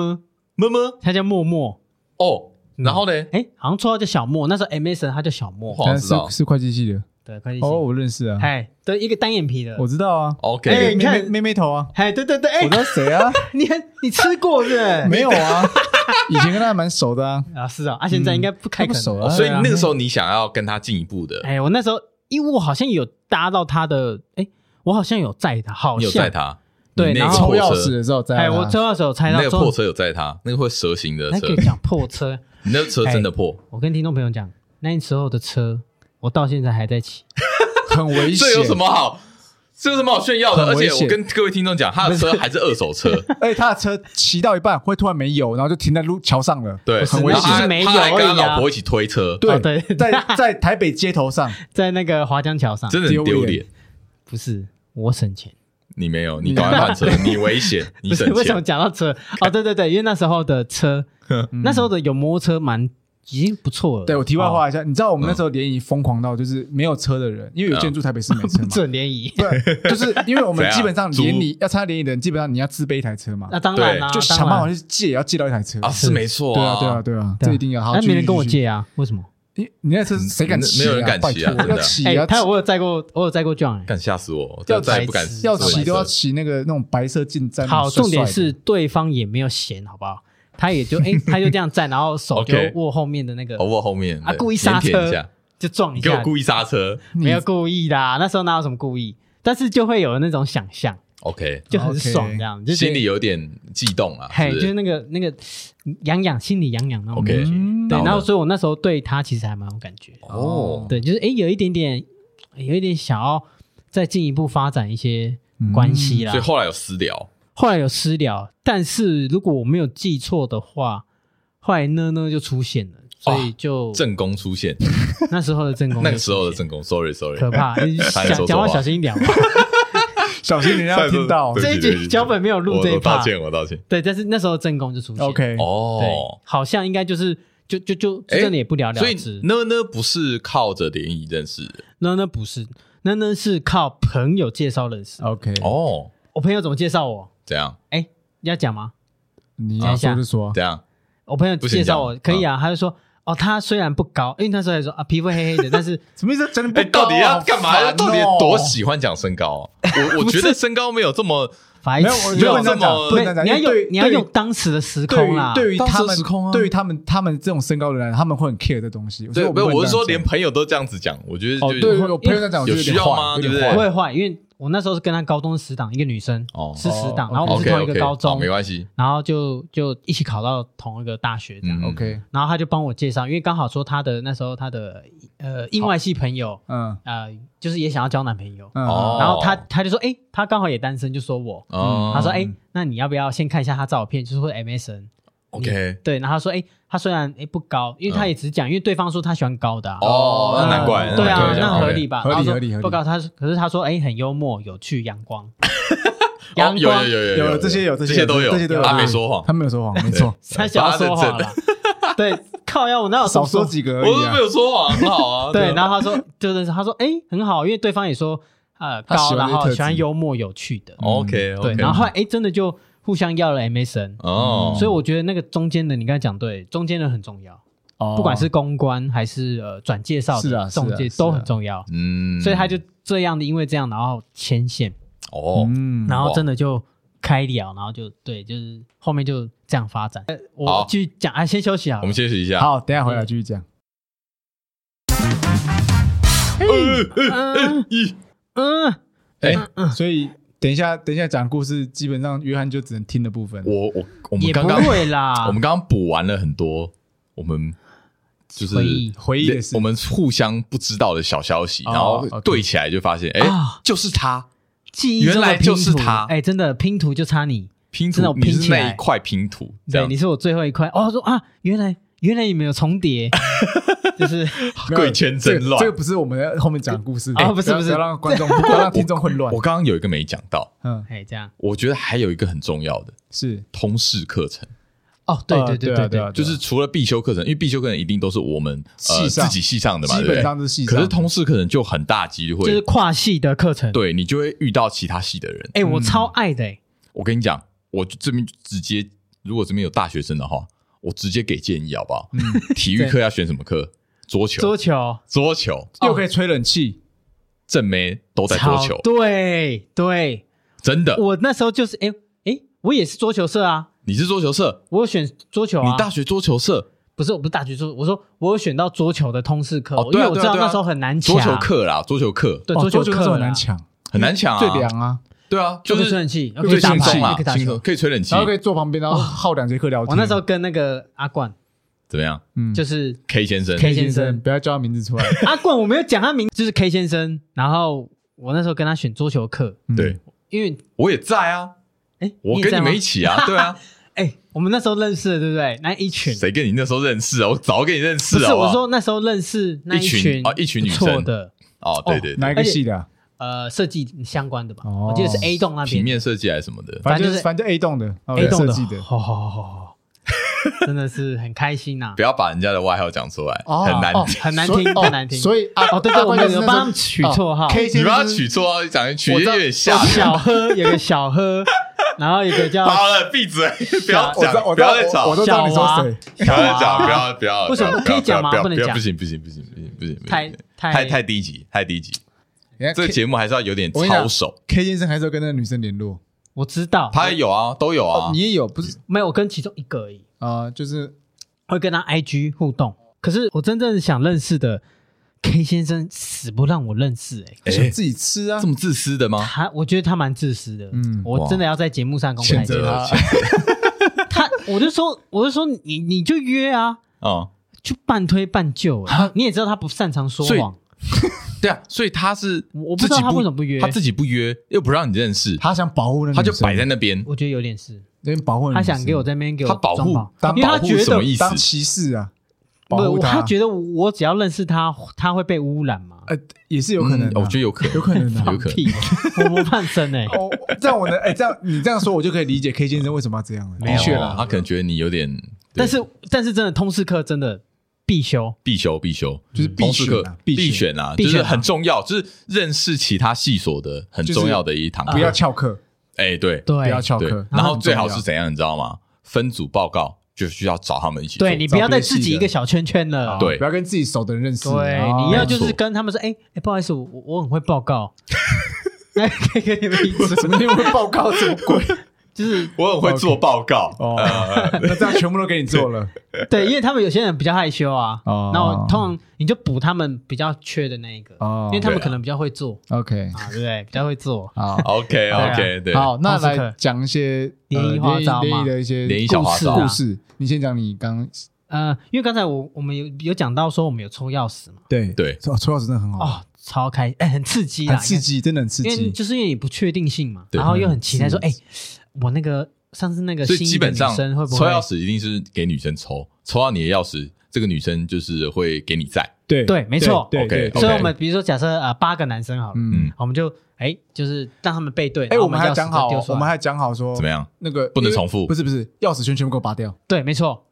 [SPEAKER 2] 么么
[SPEAKER 3] 她叫默默，
[SPEAKER 2] 哦，然后嘞，
[SPEAKER 3] 哎、好像绰号叫小莫，那时候 MSN 她叫小莫，
[SPEAKER 2] 我好像知道啊
[SPEAKER 1] 是是会计系的，
[SPEAKER 3] 对，快递型
[SPEAKER 1] 哦，，我认识啊，
[SPEAKER 3] 哎，对，一个单眼皮的，
[SPEAKER 1] 我知道啊，
[SPEAKER 3] 哎
[SPEAKER 1] 妹
[SPEAKER 2] ，OK，
[SPEAKER 3] 你看
[SPEAKER 1] 妹妹妹头啊，
[SPEAKER 3] 哎，对对对，哎
[SPEAKER 1] 我知，道谁啊？
[SPEAKER 3] 你你吃过是 不是？
[SPEAKER 1] 没有啊，以前跟他蛮熟的啊，
[SPEAKER 3] 啊，是啊，啊，现在应该不开
[SPEAKER 1] 他不
[SPEAKER 3] 垦了
[SPEAKER 1] 熟
[SPEAKER 2] 哦
[SPEAKER 1] 啊，
[SPEAKER 2] 所以那个时
[SPEAKER 1] 候
[SPEAKER 2] 候你想要跟他进一步的，
[SPEAKER 3] 哎，我那时候，因为我好像有搭到他的，哎，我好像有载他，好
[SPEAKER 2] 你有
[SPEAKER 3] 像
[SPEAKER 2] 载，他，
[SPEAKER 3] 对
[SPEAKER 2] 你那个
[SPEAKER 3] 然后
[SPEAKER 1] 抽
[SPEAKER 2] 破
[SPEAKER 1] 钥匙
[SPEAKER 2] 车，
[SPEAKER 1] 的时候在啊，
[SPEAKER 3] 哎，我抽到手猜
[SPEAKER 2] 你
[SPEAKER 3] 到
[SPEAKER 2] 那个
[SPEAKER 3] 之
[SPEAKER 2] 破
[SPEAKER 3] 后，
[SPEAKER 2] 车有载他，那个会蛇形的
[SPEAKER 3] 那
[SPEAKER 2] 车
[SPEAKER 3] 个，哎讲破车，
[SPEAKER 2] 你那车真的破，
[SPEAKER 3] 我跟听众朋友讲，那时候的车，我到现在还在骑，
[SPEAKER 1] 很危险，
[SPEAKER 2] 这有什？么好？这有什么好炫耀的？
[SPEAKER 1] 很
[SPEAKER 2] 而
[SPEAKER 1] 危
[SPEAKER 2] 且
[SPEAKER 1] 险
[SPEAKER 2] 我跟各位听众讲，他的车还是二手 车，
[SPEAKER 1] 而且他的车骑到一半会突然没油，然后就停在路桥上了，
[SPEAKER 2] 对，
[SPEAKER 1] 很危
[SPEAKER 2] 然后
[SPEAKER 1] 险
[SPEAKER 3] 是
[SPEAKER 2] 他
[SPEAKER 3] 没
[SPEAKER 2] 他还
[SPEAKER 3] 有
[SPEAKER 2] 跟他
[SPEAKER 3] 而已啊
[SPEAKER 2] 老婆一起推车，
[SPEAKER 1] 对
[SPEAKER 3] 哦对
[SPEAKER 1] 在在台北街头上，
[SPEAKER 3] 在那个华江桥上，
[SPEAKER 2] 真的很丢
[SPEAKER 1] 丢
[SPEAKER 2] 脸
[SPEAKER 1] 脸。
[SPEAKER 3] 不是我省钱。
[SPEAKER 2] 你没有，你赶快 换车，你危险，你
[SPEAKER 3] 不是
[SPEAKER 2] 省
[SPEAKER 3] 为什么
[SPEAKER 2] 钱。
[SPEAKER 3] 讲到车？哦，对对对，因为那时候的车，那时候的有摩托车蛮已经不错了。
[SPEAKER 1] 对我题外
[SPEAKER 3] 哦，
[SPEAKER 1] 话一下，你知道我们那时候联谊疯狂到就是没有车的人，因为有些人住台北市没车嘛，
[SPEAKER 3] 这联谊，
[SPEAKER 1] 对，就是因为我
[SPEAKER 2] 怎
[SPEAKER 1] 们
[SPEAKER 2] 样
[SPEAKER 1] 基本上
[SPEAKER 2] 租
[SPEAKER 1] 联谊要参加联谊的人，基本上你要自备一台车嘛
[SPEAKER 3] 那，当然啦，
[SPEAKER 2] 对
[SPEAKER 1] 就
[SPEAKER 3] 当
[SPEAKER 1] 想办法
[SPEAKER 3] 然。
[SPEAKER 1] 去借，也要借到一台车
[SPEAKER 2] 啊，是没错
[SPEAKER 1] 对啊，对啊，，对啊，这一定要。好，
[SPEAKER 3] 那
[SPEAKER 1] 继续
[SPEAKER 3] 没人跟我。
[SPEAKER 1] 继续
[SPEAKER 3] 借啊？为什么？
[SPEAKER 1] 你你那车谁敢
[SPEAKER 2] 嗯
[SPEAKER 1] 骑啊？
[SPEAKER 2] 没有人敢骑啊
[SPEAKER 1] 拜托
[SPEAKER 2] 真的
[SPEAKER 1] 要骑
[SPEAKER 3] 哎，
[SPEAKER 1] 要
[SPEAKER 3] 他有我有载过，我有载过 John 哎。
[SPEAKER 2] 敢吓死我，
[SPEAKER 1] 要
[SPEAKER 2] 我再也不敢
[SPEAKER 3] 骑
[SPEAKER 1] 要
[SPEAKER 2] 坐你
[SPEAKER 1] 骑都要
[SPEAKER 2] 车
[SPEAKER 1] 骑那个那种白色进站。
[SPEAKER 3] 好，
[SPEAKER 1] 那种
[SPEAKER 3] 重
[SPEAKER 1] 帅帅
[SPEAKER 3] 点
[SPEAKER 1] 的
[SPEAKER 3] 是对方也没有闲，好不好？他也就哎，他就这样站，然后手 就
[SPEAKER 2] OK
[SPEAKER 3] 握后面的那个，
[SPEAKER 2] ，over 哦后面
[SPEAKER 3] 啊
[SPEAKER 2] 对
[SPEAKER 3] 故意刹车
[SPEAKER 2] 腼腆一下，
[SPEAKER 3] 就撞
[SPEAKER 2] 你
[SPEAKER 3] 一
[SPEAKER 2] 给我
[SPEAKER 3] 下，
[SPEAKER 2] 故意刹车
[SPEAKER 1] 你
[SPEAKER 3] 没有故意的啊。那时候哪有什么故意？但是就会有那种想象，
[SPEAKER 2] ，OK，
[SPEAKER 3] 就很
[SPEAKER 1] OK
[SPEAKER 3] 爽这样，就觉
[SPEAKER 2] 心
[SPEAKER 3] 得
[SPEAKER 2] 里有点悸动啊，
[SPEAKER 3] 嘿，
[SPEAKER 2] 不
[SPEAKER 3] 就是那个那个痒痒，心里痒痒那种
[SPEAKER 2] OK
[SPEAKER 3] 感觉。
[SPEAKER 1] 嗯
[SPEAKER 3] 对，
[SPEAKER 2] 然后呢
[SPEAKER 3] 然后所以我那时候对他其实还蛮有感觉。
[SPEAKER 2] 哦，
[SPEAKER 3] 对，就是哎，诶有一点点，有一点想要再进一步发展一些关系啦。
[SPEAKER 2] 所以嗯后来有私聊，
[SPEAKER 3] 后来有私聊，但是如果我没有记错的话，后来呢呢就出现了，所以就
[SPEAKER 2] 哦正宫出现，
[SPEAKER 3] 那时候的正宫，
[SPEAKER 2] 那个时候的正宫，sorry sorry，
[SPEAKER 3] 可怕， 你
[SPEAKER 2] 差点说错
[SPEAKER 3] 讲讲话
[SPEAKER 2] 话
[SPEAKER 3] 小心一点好不 好。
[SPEAKER 1] 小心人家听到
[SPEAKER 2] 对不
[SPEAKER 3] 这
[SPEAKER 2] 起
[SPEAKER 3] 一
[SPEAKER 2] 对不
[SPEAKER 3] 集
[SPEAKER 2] 起
[SPEAKER 3] 脚本没有录
[SPEAKER 2] 我
[SPEAKER 3] 这一
[SPEAKER 2] 我道
[SPEAKER 3] part，
[SPEAKER 2] 歉，我道歉，
[SPEAKER 3] 对，但是那时候正宫就出现
[SPEAKER 1] ，OK，
[SPEAKER 3] 对
[SPEAKER 2] 哦，，
[SPEAKER 3] 好像应该就是就就就
[SPEAKER 2] 诶
[SPEAKER 3] 真的也不了了
[SPEAKER 2] 所以
[SPEAKER 3] 之。
[SPEAKER 2] 呢呢不是靠着联谊认识的
[SPEAKER 3] 那那不是，那那是靠朋友介绍认识。
[SPEAKER 1] OK，
[SPEAKER 2] 哦，
[SPEAKER 3] 我朋友怎么介绍我？
[SPEAKER 2] 怎样
[SPEAKER 3] 哎，要讲吗？
[SPEAKER 1] 你要说就说，
[SPEAKER 2] 怎样？
[SPEAKER 3] 我朋友
[SPEAKER 2] 不行
[SPEAKER 3] 介绍
[SPEAKER 2] 讲
[SPEAKER 3] 我可以啊，他就说哦，他虽然不高，因为那时候还说啊，皮肤黑黑的，但是
[SPEAKER 1] 什么意思？真的
[SPEAKER 2] 哎，
[SPEAKER 1] 不高
[SPEAKER 2] 到底要干嘛？
[SPEAKER 1] 好烦哦
[SPEAKER 2] 到底多喜欢讲身高啊？我 我觉得身高没有这么
[SPEAKER 3] 反
[SPEAKER 1] 没
[SPEAKER 3] 正
[SPEAKER 1] 有，我
[SPEAKER 2] 没有
[SPEAKER 1] 就不能这
[SPEAKER 2] 这么
[SPEAKER 1] 样讲，不能这样
[SPEAKER 3] 你
[SPEAKER 1] 讲。呃
[SPEAKER 3] 要
[SPEAKER 1] 因为对
[SPEAKER 3] 用你要
[SPEAKER 1] 对于
[SPEAKER 3] 用当时的时
[SPEAKER 1] 对
[SPEAKER 3] 空啦
[SPEAKER 1] 于，对于他
[SPEAKER 2] 当时
[SPEAKER 1] 们
[SPEAKER 2] 时空啊，
[SPEAKER 1] 对于他们他们这种身高的人，他们会很 care 的东西。所
[SPEAKER 2] 对，
[SPEAKER 1] 以我
[SPEAKER 2] 没
[SPEAKER 1] 们
[SPEAKER 2] 有，
[SPEAKER 1] 不能
[SPEAKER 2] 我是
[SPEAKER 1] 这样
[SPEAKER 2] 说连
[SPEAKER 1] 讲
[SPEAKER 2] 朋友都这样子讲，我觉得
[SPEAKER 1] 哦，
[SPEAKER 2] 就
[SPEAKER 1] 对，我朋友在讲，我觉得
[SPEAKER 2] 有需
[SPEAKER 1] 点
[SPEAKER 2] 要吗
[SPEAKER 1] 坏有
[SPEAKER 2] 对
[SPEAKER 1] 点
[SPEAKER 2] 不对
[SPEAKER 1] 坏
[SPEAKER 3] 不会坏，因为我那时候是跟他高中死党一个女生
[SPEAKER 2] 哦
[SPEAKER 3] 是死党，
[SPEAKER 1] 哦
[SPEAKER 3] 然后我们
[SPEAKER 2] OK
[SPEAKER 3] 是同一个
[SPEAKER 2] OK，
[SPEAKER 3] 高
[SPEAKER 2] 好
[SPEAKER 3] 中，
[SPEAKER 2] 没关系，
[SPEAKER 3] 然后就就一起考到同一个大学这样，
[SPEAKER 2] 嗯
[SPEAKER 1] OK，
[SPEAKER 3] 然后他就帮我介绍，因为刚好说他的那时候他的呃另外系朋友
[SPEAKER 1] 嗯
[SPEAKER 3] 呃就是也想要交男朋友，
[SPEAKER 1] 嗯，
[SPEAKER 2] 哦
[SPEAKER 3] 然后他他就说哎，他刚好也单身，就说我，
[SPEAKER 2] 哦，
[SPEAKER 3] 他说：“
[SPEAKER 1] 嗯
[SPEAKER 3] 哎、那你要不要先看一下他照片？就是会 MSN
[SPEAKER 2] OK，
[SPEAKER 3] 对。”然后他说：“哎、他虽然哎、不高，因为他也只讲，因为对方说他喜欢高的、啊。”
[SPEAKER 2] 哦，那
[SPEAKER 3] 嗯
[SPEAKER 2] 难怪，
[SPEAKER 3] 对啊，
[SPEAKER 1] 对
[SPEAKER 3] 那合理
[SPEAKER 2] 吧？
[SPEAKER 1] 合
[SPEAKER 3] 吧？
[SPEAKER 1] 理
[SPEAKER 3] 然后说
[SPEAKER 1] 合理合理
[SPEAKER 3] 不高，他是可是他说：“哎、很幽默、有趣、阳 光。
[SPEAKER 2] 哦”
[SPEAKER 3] 阳
[SPEAKER 2] 有
[SPEAKER 3] 光
[SPEAKER 2] 有，有
[SPEAKER 1] 有
[SPEAKER 2] 有
[SPEAKER 1] 这些有
[SPEAKER 2] 这
[SPEAKER 1] 这些
[SPEAKER 2] 些都有，
[SPEAKER 1] 这些都有
[SPEAKER 2] 他没说谎，
[SPEAKER 1] 他没有说谎，没错，
[SPEAKER 3] 他想要说
[SPEAKER 2] 八
[SPEAKER 3] 谎
[SPEAKER 2] 的
[SPEAKER 3] 了。 对，靠呀，我哪有
[SPEAKER 1] 少说
[SPEAKER 3] 说？
[SPEAKER 1] 几个而
[SPEAKER 2] 我
[SPEAKER 1] 已
[SPEAKER 2] 都
[SPEAKER 1] 啊
[SPEAKER 2] 没。有说谎，很好啊。
[SPEAKER 3] 对，
[SPEAKER 2] 啊
[SPEAKER 3] 然后他说，就是他说：“哎、很好，因为对方也说呃
[SPEAKER 1] 他喜欢
[SPEAKER 3] 高，然
[SPEAKER 1] 这些
[SPEAKER 3] 后
[SPEAKER 1] 特
[SPEAKER 3] 喜
[SPEAKER 1] 质
[SPEAKER 3] 欢
[SPEAKER 1] 哦
[SPEAKER 3] 幽默、有趣的。
[SPEAKER 2] OK，
[SPEAKER 3] 对，然后后来哎、真的就互相要了 MSN。
[SPEAKER 2] 哦，
[SPEAKER 3] 嗯所以我觉得那个中间的，你刚才讲对，中间人很重要，
[SPEAKER 1] 哦
[SPEAKER 3] 不管是公关还是呃转介绍的、
[SPEAKER 1] 是啊是啊
[SPEAKER 3] 中介
[SPEAKER 1] 是啊
[SPEAKER 3] 都很重要。
[SPEAKER 2] 嗯，
[SPEAKER 3] 所以他就这样的，因为这样，然后牵线，
[SPEAKER 2] 哦，
[SPEAKER 1] 嗯
[SPEAKER 3] 然后
[SPEAKER 2] 哇
[SPEAKER 3] 真的就开聊，然后就对，就是后面就这样发展。呃
[SPEAKER 2] 好
[SPEAKER 3] 我继续讲啊，先休息好了。
[SPEAKER 2] 我们休息一下。
[SPEAKER 1] 好，等一下回来继续讲。
[SPEAKER 3] 嗯
[SPEAKER 2] 一，
[SPEAKER 3] 嗯，
[SPEAKER 2] 哎，
[SPEAKER 1] 所以等一下，等一下讲故事，基本上约翰就只能听的部分。
[SPEAKER 2] 我我我们
[SPEAKER 3] 也
[SPEAKER 2] 刚
[SPEAKER 3] 不
[SPEAKER 2] 刚
[SPEAKER 3] 会啊 啦。
[SPEAKER 2] 我们刚刚补完了很多，我们就是
[SPEAKER 3] 回忆
[SPEAKER 1] 回忆的事
[SPEAKER 2] 我们互相不知道的小消息，
[SPEAKER 1] 哦
[SPEAKER 2] 然后
[SPEAKER 1] OK
[SPEAKER 2] 对起来就发现，哎
[SPEAKER 3] 啊，
[SPEAKER 2] 就是他
[SPEAKER 3] 记忆中的
[SPEAKER 2] 原来就是
[SPEAKER 3] 拼图
[SPEAKER 2] 他
[SPEAKER 3] 哎，真的拼图就差你，
[SPEAKER 2] 拼
[SPEAKER 3] 真的
[SPEAKER 2] 图，
[SPEAKER 3] 我
[SPEAKER 2] 你
[SPEAKER 3] 拼
[SPEAKER 2] 是
[SPEAKER 3] 起来
[SPEAKER 2] 那一块拼图，这
[SPEAKER 3] 对，
[SPEAKER 2] 样
[SPEAKER 3] 你是我最后一块。哦，他说啊，原来原来你们有 重叠，就是
[SPEAKER 1] 没有
[SPEAKER 2] 贵圈
[SPEAKER 1] 这个
[SPEAKER 2] 真乱啊
[SPEAKER 1] 这个不是我们后面讲故事
[SPEAKER 3] 哎 不是
[SPEAKER 1] 要
[SPEAKER 3] 不是
[SPEAKER 1] 要让观众，不要让听众混乱
[SPEAKER 2] 我。刚刚有一个没讲到，
[SPEAKER 1] 嗯，
[SPEAKER 3] 哎这样。
[SPEAKER 2] 我觉得还有一个很重要的
[SPEAKER 1] 是，
[SPEAKER 2] 通识课程，
[SPEAKER 3] 哦，对
[SPEAKER 1] 呃
[SPEAKER 3] 对
[SPEAKER 1] 对啊
[SPEAKER 3] 对
[SPEAKER 1] 对啊
[SPEAKER 3] 对，
[SPEAKER 2] 就是除了必修课程，因为必修课程一定都是我们呃
[SPEAKER 1] 系
[SPEAKER 2] 自
[SPEAKER 1] 上
[SPEAKER 2] 己系上的嘛，
[SPEAKER 1] 基
[SPEAKER 2] 对不
[SPEAKER 1] 本
[SPEAKER 2] 对？
[SPEAKER 1] 上是系上
[SPEAKER 2] 可
[SPEAKER 1] 的。
[SPEAKER 2] 是通识课程就很大机
[SPEAKER 3] 就是
[SPEAKER 2] 会，
[SPEAKER 3] 跨系的课程。
[SPEAKER 2] 对嗯你就会遇到其他系的人。
[SPEAKER 3] 哎、我超爱的、欸，
[SPEAKER 2] 我跟你讲，我这边直接，如果这边有大学生的话，我直接给建议好
[SPEAKER 1] 嗯
[SPEAKER 2] 不好？体育课要选什么课？桌球、
[SPEAKER 3] 桌球
[SPEAKER 2] 桌球，
[SPEAKER 1] 哦又可以吹冷气，
[SPEAKER 2] 正妹都在桌球
[SPEAKER 3] 超，对对，
[SPEAKER 2] 真的。
[SPEAKER 3] 我那时候就是哎哎、诶我也是桌球社啊，
[SPEAKER 2] 你是桌球社，
[SPEAKER 3] 我有选桌球啊。
[SPEAKER 2] 你大学桌球社
[SPEAKER 3] 不是我不是大学桌，我说我有选到桌球的通识课，
[SPEAKER 2] 哦，
[SPEAKER 3] 因
[SPEAKER 2] 对
[SPEAKER 3] 为
[SPEAKER 2] 啊，
[SPEAKER 3] 我
[SPEAKER 2] 对
[SPEAKER 3] 知
[SPEAKER 2] 啊
[SPEAKER 3] 道
[SPEAKER 2] 对啊
[SPEAKER 3] 那时候很难抢。
[SPEAKER 2] 桌球课啦，桌球课
[SPEAKER 3] 对
[SPEAKER 1] 哦
[SPEAKER 3] 桌球
[SPEAKER 1] 那时
[SPEAKER 3] 课
[SPEAKER 1] 候
[SPEAKER 3] 啦
[SPEAKER 1] 很难，抢，
[SPEAKER 2] 很难抢啊，
[SPEAKER 1] 最凉啊，
[SPEAKER 2] 对啊，
[SPEAKER 3] 就是吹冷气，又可
[SPEAKER 2] 最
[SPEAKER 3] 以打
[SPEAKER 2] 轻
[SPEAKER 3] 牌，
[SPEAKER 2] 松啦
[SPEAKER 3] 又可以，打
[SPEAKER 2] 轻松
[SPEAKER 3] 球。
[SPEAKER 2] 可以吹冷气
[SPEAKER 1] 然，后可以坐旁边，然后耗两节课聊天。
[SPEAKER 3] 哦我那时候跟那个阿冠，
[SPEAKER 2] 怎么样
[SPEAKER 1] 嗯
[SPEAKER 3] 就是
[SPEAKER 2] ？K 先生，
[SPEAKER 3] K
[SPEAKER 1] 先
[SPEAKER 3] 先生
[SPEAKER 1] 生，不要叫他名字 出来。
[SPEAKER 3] 阿冠，我没有讲他名，就是 K 先生。然后我那时候跟他选桌球课，
[SPEAKER 1] 嗯
[SPEAKER 2] 对，
[SPEAKER 3] 因为
[SPEAKER 2] 我也在啊，
[SPEAKER 3] 哎，
[SPEAKER 2] 我
[SPEAKER 3] 也
[SPEAKER 2] 跟
[SPEAKER 3] 在
[SPEAKER 2] 你
[SPEAKER 3] 吗
[SPEAKER 2] 们一起啊，对啊，
[SPEAKER 3] 哎，我们那时候认识的，对不对？那一群
[SPEAKER 2] 谁跟你那时候认识啊？我早跟你认识
[SPEAKER 3] 不
[SPEAKER 2] 了，
[SPEAKER 3] 是
[SPEAKER 2] 好不好
[SPEAKER 3] 我说那时候认识那
[SPEAKER 2] 一群
[SPEAKER 3] 群
[SPEAKER 2] 哦一群女
[SPEAKER 3] 不错
[SPEAKER 2] 生
[SPEAKER 3] 的
[SPEAKER 2] 哦，对对对，
[SPEAKER 1] 哪一个系的啊？
[SPEAKER 3] 呃设计相关的吧，
[SPEAKER 1] 哦
[SPEAKER 3] 我记得是 A 栋那
[SPEAKER 2] 平
[SPEAKER 3] 边
[SPEAKER 2] 面设计还是什么的，
[SPEAKER 1] 反正就
[SPEAKER 3] 反正就是是
[SPEAKER 1] 反正 A 栋的哦
[SPEAKER 3] A 栋
[SPEAKER 1] 设
[SPEAKER 3] 的，
[SPEAKER 1] 计的，
[SPEAKER 3] 好好好好好，真的是很开心啊呐
[SPEAKER 2] 不，要把人家的外号讲出来，
[SPEAKER 1] 哦
[SPEAKER 2] 很难
[SPEAKER 1] 哦
[SPEAKER 2] 听。
[SPEAKER 3] 很难
[SPEAKER 1] 所以
[SPEAKER 3] 听，
[SPEAKER 1] 哦
[SPEAKER 3] 很难听。
[SPEAKER 1] 所以啊，
[SPEAKER 3] 哦对对
[SPEAKER 1] 大关
[SPEAKER 3] 我们
[SPEAKER 1] 就是
[SPEAKER 3] 有
[SPEAKER 1] 那
[SPEAKER 3] 帮
[SPEAKER 1] 时候
[SPEAKER 3] 他们取绰号
[SPEAKER 1] 哦 K 先
[SPEAKER 2] 你
[SPEAKER 1] 生
[SPEAKER 2] 帮他
[SPEAKER 1] 就是
[SPEAKER 2] 取错啊，讲取
[SPEAKER 1] 我
[SPEAKER 2] 有
[SPEAKER 1] 知道
[SPEAKER 2] 点吓人。
[SPEAKER 3] 小喝有个小喝，然后有个叫
[SPEAKER 2] 好了，闭嘴，不要
[SPEAKER 1] 我知道
[SPEAKER 2] 讲，
[SPEAKER 1] 我
[SPEAKER 2] 不
[SPEAKER 1] 知道
[SPEAKER 2] 要再吵，
[SPEAKER 1] 我
[SPEAKER 2] 不
[SPEAKER 1] 我都知道你
[SPEAKER 3] 小娃
[SPEAKER 1] 说谁。
[SPEAKER 3] 小
[SPEAKER 2] 要再
[SPEAKER 3] 娃
[SPEAKER 2] 讲，不要不要。
[SPEAKER 3] 为什么
[SPEAKER 2] 不要
[SPEAKER 3] 可以讲吗
[SPEAKER 2] 不要
[SPEAKER 3] 不能讲
[SPEAKER 2] 要不行不行不行不行不行，不行
[SPEAKER 3] 太
[SPEAKER 2] 不行
[SPEAKER 3] 太
[SPEAKER 2] 太太低级，太低级。
[SPEAKER 1] 人
[SPEAKER 2] 这个
[SPEAKER 1] 家哎 K-
[SPEAKER 2] 节目还是要有点
[SPEAKER 1] 我跟你讲
[SPEAKER 2] 操守。
[SPEAKER 1] K 先生还是要跟那个女生联络，哦
[SPEAKER 3] 我知道，
[SPEAKER 2] 他也有啊，都有啊
[SPEAKER 1] 你。也有不是
[SPEAKER 3] 没有我跟其中一个而已，
[SPEAKER 1] 啊？就是
[SPEAKER 3] 会跟他 IG 互动。可是我真正想认识的 K 先生死不让我认识、欸，
[SPEAKER 2] 哎
[SPEAKER 1] 想自己吃啊
[SPEAKER 2] 这，么自私的吗？
[SPEAKER 3] 他我觉得他蛮自私的，
[SPEAKER 1] 嗯
[SPEAKER 3] 我真的要在节目上公开
[SPEAKER 1] 谴责啊
[SPEAKER 3] 讲
[SPEAKER 1] 他
[SPEAKER 3] 他，我就说，我就说你你就约啊，
[SPEAKER 2] 嗯，
[SPEAKER 3] 就半推半就、欸
[SPEAKER 2] 哈
[SPEAKER 3] 你也知道他不擅长说
[SPEAKER 2] 啊所以
[SPEAKER 3] 谎，
[SPEAKER 2] 对啊，所以他是
[SPEAKER 3] 我不
[SPEAKER 2] 自
[SPEAKER 3] 知道
[SPEAKER 2] 己
[SPEAKER 3] 他为什么不约
[SPEAKER 2] 他自己不约，又不让你认识，
[SPEAKER 1] 他想保护那个
[SPEAKER 2] 他
[SPEAKER 1] 女
[SPEAKER 2] 就
[SPEAKER 1] 生，
[SPEAKER 2] 摆在那边。
[SPEAKER 3] 我觉得有点是，
[SPEAKER 1] 那边保护那个
[SPEAKER 3] 他
[SPEAKER 1] 女生
[SPEAKER 3] 想给我在那边给我
[SPEAKER 2] 他保护
[SPEAKER 3] 装爆
[SPEAKER 1] 当
[SPEAKER 3] 因为他
[SPEAKER 2] 保护
[SPEAKER 3] 觉
[SPEAKER 2] 是
[SPEAKER 3] 得
[SPEAKER 2] 什么意思
[SPEAKER 1] 当？骑士啊，保
[SPEAKER 3] 不
[SPEAKER 1] 护
[SPEAKER 3] 是，他
[SPEAKER 1] 他
[SPEAKER 3] 觉得我只要认识他，他会被污染吗？
[SPEAKER 1] 呃也是有可能
[SPEAKER 2] 嗯
[SPEAKER 1] 的，
[SPEAKER 2] 我觉得有可能，
[SPEAKER 1] 有可 能啊的
[SPEAKER 2] 有。可能
[SPEAKER 3] 屁，我不怕生 哎、
[SPEAKER 1] 哦，这样我能哎，这样你这样说，我就可以理解 K 先生为什么要这样了。
[SPEAKER 3] 没啊
[SPEAKER 1] 的确
[SPEAKER 3] 错
[SPEAKER 2] 哦
[SPEAKER 1] 啦，
[SPEAKER 2] 他可能觉得你有点，对
[SPEAKER 3] 但是但是真的通识课真的必修，
[SPEAKER 2] 必修必修
[SPEAKER 1] 就是
[SPEAKER 2] 通
[SPEAKER 1] 必
[SPEAKER 2] 识
[SPEAKER 1] 选
[SPEAKER 2] 课
[SPEAKER 1] 啊
[SPEAKER 2] 必
[SPEAKER 1] 必
[SPEAKER 2] 选啊，
[SPEAKER 3] 必
[SPEAKER 2] 就
[SPEAKER 3] 选啊
[SPEAKER 2] 是很重要，就是认识其他系所的很重要的一堂课。
[SPEAKER 1] 不要翘课，
[SPEAKER 2] 哎，对
[SPEAKER 3] 对，
[SPEAKER 1] 不要翘
[SPEAKER 2] 对
[SPEAKER 1] 课，，
[SPEAKER 2] 然后
[SPEAKER 1] 很重
[SPEAKER 2] 最好
[SPEAKER 1] 要
[SPEAKER 2] 是怎样，你知道吗？分组报告就需要找他们一起做。
[SPEAKER 3] 对你不要再自己一个小圈圈了。
[SPEAKER 2] 对
[SPEAKER 1] 不要跟自己熟的人认识。
[SPEAKER 3] 对，
[SPEAKER 1] 啊哦
[SPEAKER 3] 你 要就
[SPEAKER 2] 没
[SPEAKER 3] 是
[SPEAKER 2] 错
[SPEAKER 3] 跟他们说，哎哎，不好意思，我我我很会报告， 那可以给你们一次，
[SPEAKER 1] 怎么你会报告这么贵？
[SPEAKER 3] 就是
[SPEAKER 2] 我很会做报告，
[SPEAKER 1] 哦，那这样全部都给你做 了。
[SPEAKER 3] 对，因为他们有些人比较害羞啊，
[SPEAKER 1] 哦
[SPEAKER 3] 那我通常你就补他们比较缺的那一个，
[SPEAKER 1] 哦
[SPEAKER 3] 因为他们
[SPEAKER 2] 对啊
[SPEAKER 3] 可能比较会做
[SPEAKER 1] OK，
[SPEAKER 3] 啊，对不对？比较会做，
[SPEAKER 1] 好，
[SPEAKER 2] OK
[SPEAKER 3] 啊
[SPEAKER 2] OK，对，
[SPEAKER 1] 好，那
[SPEAKER 3] 通识课
[SPEAKER 1] 来讲一些呃
[SPEAKER 3] 联谊花招嘛
[SPEAKER 1] 联谊的一些
[SPEAKER 2] 联谊小花招
[SPEAKER 3] 啊
[SPEAKER 1] 故事。你先讲你刚
[SPEAKER 3] 呃，因为刚才我我们有有讲到说我们有抽钥匙嘛，
[SPEAKER 1] 对
[SPEAKER 2] 对
[SPEAKER 1] 抽抽钥匙真的很好，
[SPEAKER 3] 哦，超开，哎，很刺激啊，
[SPEAKER 1] 很刺激，真的很刺
[SPEAKER 3] 因为，因为
[SPEAKER 1] 激。
[SPEAKER 3] 就是因为你不确定性嘛，
[SPEAKER 2] 对
[SPEAKER 3] 然后又很期待说，
[SPEAKER 1] 嗯
[SPEAKER 3] 哎，我那个上次那个
[SPEAKER 2] 所以
[SPEAKER 3] 心
[SPEAKER 2] 基
[SPEAKER 3] 仪的
[SPEAKER 2] 本
[SPEAKER 3] 女
[SPEAKER 2] 上
[SPEAKER 3] 生会不
[SPEAKER 2] 抽
[SPEAKER 3] 会
[SPEAKER 2] 钥匙一定是给女生抽，抽到你的钥匙，这个女生就是会给你在。
[SPEAKER 1] 对
[SPEAKER 3] 对没错
[SPEAKER 1] 对
[SPEAKER 2] OK，
[SPEAKER 1] 对。对
[SPEAKER 3] 所以我们比如说假设呃八个男生好了，
[SPEAKER 1] 嗯，
[SPEAKER 3] 我们就哎就是让他们背对，
[SPEAKER 1] 哎，
[SPEAKER 3] 然后
[SPEAKER 1] 我
[SPEAKER 3] 我
[SPEAKER 1] 们还
[SPEAKER 3] 钥匙
[SPEAKER 1] 讲好
[SPEAKER 3] 就丢，出
[SPEAKER 1] 我
[SPEAKER 3] 来
[SPEAKER 1] 们还讲好说
[SPEAKER 2] 怎么样？
[SPEAKER 1] 那个
[SPEAKER 2] 不能
[SPEAKER 1] 因为
[SPEAKER 2] 重复
[SPEAKER 1] 不是不是，钥匙圈全部给我拔掉。
[SPEAKER 3] 对，没错，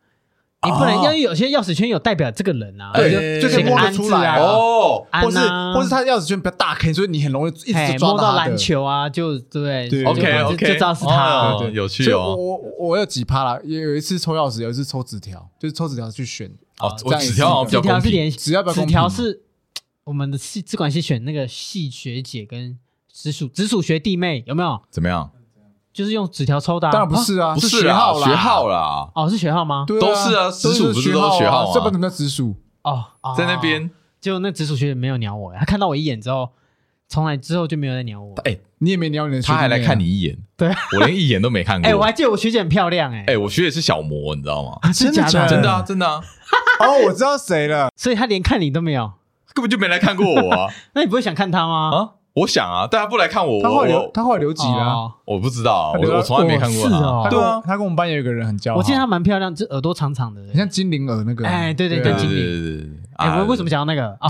[SPEAKER 3] 你不能
[SPEAKER 2] 哦
[SPEAKER 3] 因为有些钥匙圈有代表这个人啊，
[SPEAKER 2] 哎
[SPEAKER 1] 对，就就可以
[SPEAKER 3] 写个
[SPEAKER 1] 摸得
[SPEAKER 3] 安
[SPEAKER 1] 出
[SPEAKER 3] 字
[SPEAKER 1] 来
[SPEAKER 3] 啊
[SPEAKER 1] 啊
[SPEAKER 2] 哦，
[SPEAKER 3] 安
[SPEAKER 1] 或是
[SPEAKER 3] 啊
[SPEAKER 1] 或是他的钥匙圈比较大坑，所以你很容易一
[SPEAKER 3] 哎
[SPEAKER 1] 直抓
[SPEAKER 3] 摸到
[SPEAKER 1] 他
[SPEAKER 3] 篮
[SPEAKER 1] 的。
[SPEAKER 3] 球啊，就对
[SPEAKER 1] 对
[SPEAKER 3] 啊就
[SPEAKER 2] OK
[SPEAKER 3] 就
[SPEAKER 2] OK，
[SPEAKER 3] 就知道是他。
[SPEAKER 1] 对对
[SPEAKER 2] 有
[SPEAKER 1] 所
[SPEAKER 2] 趣
[SPEAKER 1] 以
[SPEAKER 2] 哦
[SPEAKER 1] 我。我我有几趴啦，也有一次抽钥匙，有一次抽纸条，就是抽纸条去选，
[SPEAKER 2] 哦，
[SPEAKER 1] 这
[SPEAKER 2] 我
[SPEAKER 1] 样也
[SPEAKER 2] 纸
[SPEAKER 1] 是
[SPEAKER 2] 条好像比较
[SPEAKER 3] 啊纸条
[SPEAKER 2] 公
[SPEAKER 3] 是
[SPEAKER 2] 平。
[SPEAKER 3] 连
[SPEAKER 1] 纸条比较
[SPEAKER 3] 纸
[SPEAKER 1] 公平
[SPEAKER 3] 条是我们的系资管系选那个系学姐跟直属直属学弟妹有没有？
[SPEAKER 2] 怎么样？
[SPEAKER 3] 就是用纸条抽的啊，
[SPEAKER 1] 当然不是啊，
[SPEAKER 2] 不
[SPEAKER 1] 学
[SPEAKER 2] 啦，
[SPEAKER 1] 号啦，
[SPEAKER 2] 学号啦，
[SPEAKER 3] 哦，是学号吗？
[SPEAKER 1] 对啊
[SPEAKER 2] 都是啊直属不是都是学号
[SPEAKER 1] 啊
[SPEAKER 2] 吗
[SPEAKER 1] 这不能叫直属，
[SPEAKER 3] 哦，哦
[SPEAKER 2] 在那边。
[SPEAKER 3] 就那直属学姐没有鸟我，欸她看到我一眼之后，从来之后就没有再鸟我。
[SPEAKER 2] 哎，
[SPEAKER 1] 你也没鸟你的学弟
[SPEAKER 2] 他
[SPEAKER 1] 妹啊，
[SPEAKER 2] 还来看你一眼，
[SPEAKER 3] 对，
[SPEAKER 2] 我连一眼都没看
[SPEAKER 3] 哎，我还
[SPEAKER 2] 过。
[SPEAKER 3] 记得我学姐很漂亮，哎
[SPEAKER 2] 哎，，我学姐是小魔，你知道吗？
[SPEAKER 1] 啊，
[SPEAKER 3] 真
[SPEAKER 1] 真
[SPEAKER 3] 的
[SPEAKER 1] 的
[SPEAKER 3] 假的
[SPEAKER 2] 真的啊，真的啊，
[SPEAKER 1] 哦，我知道谁了，
[SPEAKER 3] 所以她连看你都没有。
[SPEAKER 2] 根本就没来看过我 啊
[SPEAKER 3] 那你不会想看她吗？
[SPEAKER 2] 啊！我想啊，大家不来看我，
[SPEAKER 1] 他后
[SPEAKER 2] 我
[SPEAKER 1] 来留
[SPEAKER 2] 我
[SPEAKER 1] 他后来留级了啊，
[SPEAKER 3] 哦
[SPEAKER 2] 我不知道啊，
[SPEAKER 1] 他留
[SPEAKER 2] 我我从来没看过
[SPEAKER 3] 哦是哦
[SPEAKER 2] 他。
[SPEAKER 1] 他
[SPEAKER 2] 对
[SPEAKER 1] 跟
[SPEAKER 2] 啊
[SPEAKER 1] 我，他跟我们班有一个人很骄傲，
[SPEAKER 3] 我记得她蛮漂亮，就耳朵长长的。
[SPEAKER 1] 很像精灵耳那个，
[SPEAKER 3] 哎对对
[SPEAKER 1] 啊
[SPEAKER 2] 对
[SPEAKER 3] 对
[SPEAKER 2] 对
[SPEAKER 3] 精灵
[SPEAKER 2] 对对对
[SPEAKER 3] 哎，
[SPEAKER 2] 啊
[SPEAKER 3] 我为什么讲到那个 啊？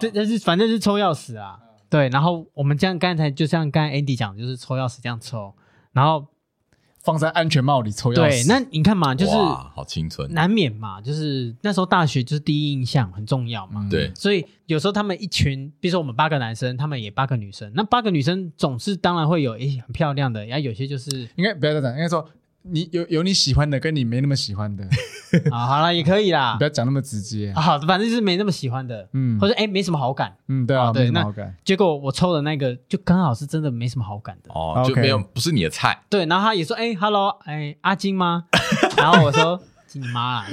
[SPEAKER 3] 对，但是反正是抽钥匙啊。对，然后我们这样刚才就像刚才 Andy 讲的，就是抽钥匙这样抽，然后
[SPEAKER 1] 放在安全帽里抽钥匙，
[SPEAKER 3] 对，那你看嘛，就是
[SPEAKER 2] 哇好青春，
[SPEAKER 3] 难免嘛，就是那时候大学就是第一印象很重要嘛，
[SPEAKER 1] 嗯
[SPEAKER 2] 对，
[SPEAKER 3] 所以有时候他们一群，比如说我们八个男生，他们也八个女生，那八个女生总是当然会有诶、很漂亮的，然后有些就是
[SPEAKER 1] 应该不要这样讲，应该说你有有你喜欢的，跟你没那么喜欢的，
[SPEAKER 3] 啊，好了，也可以啦
[SPEAKER 1] 你不。要讲那么直接
[SPEAKER 3] 啊，。好，反正就是没那么喜欢的，
[SPEAKER 1] 嗯
[SPEAKER 3] 或者哎没什么好感。
[SPEAKER 1] 嗯，对啊，
[SPEAKER 3] 啊对
[SPEAKER 1] 没什么
[SPEAKER 3] 那
[SPEAKER 1] 好感。
[SPEAKER 3] 结果我抽的那个就刚好是真的没什么好感的。
[SPEAKER 2] 哦，就
[SPEAKER 1] OK
[SPEAKER 2] 没有不是你的菜，
[SPEAKER 3] 对，然后他也说：“哎、h e l l o 哎、阿金吗？”然后我说：“ 金你 妈啦！”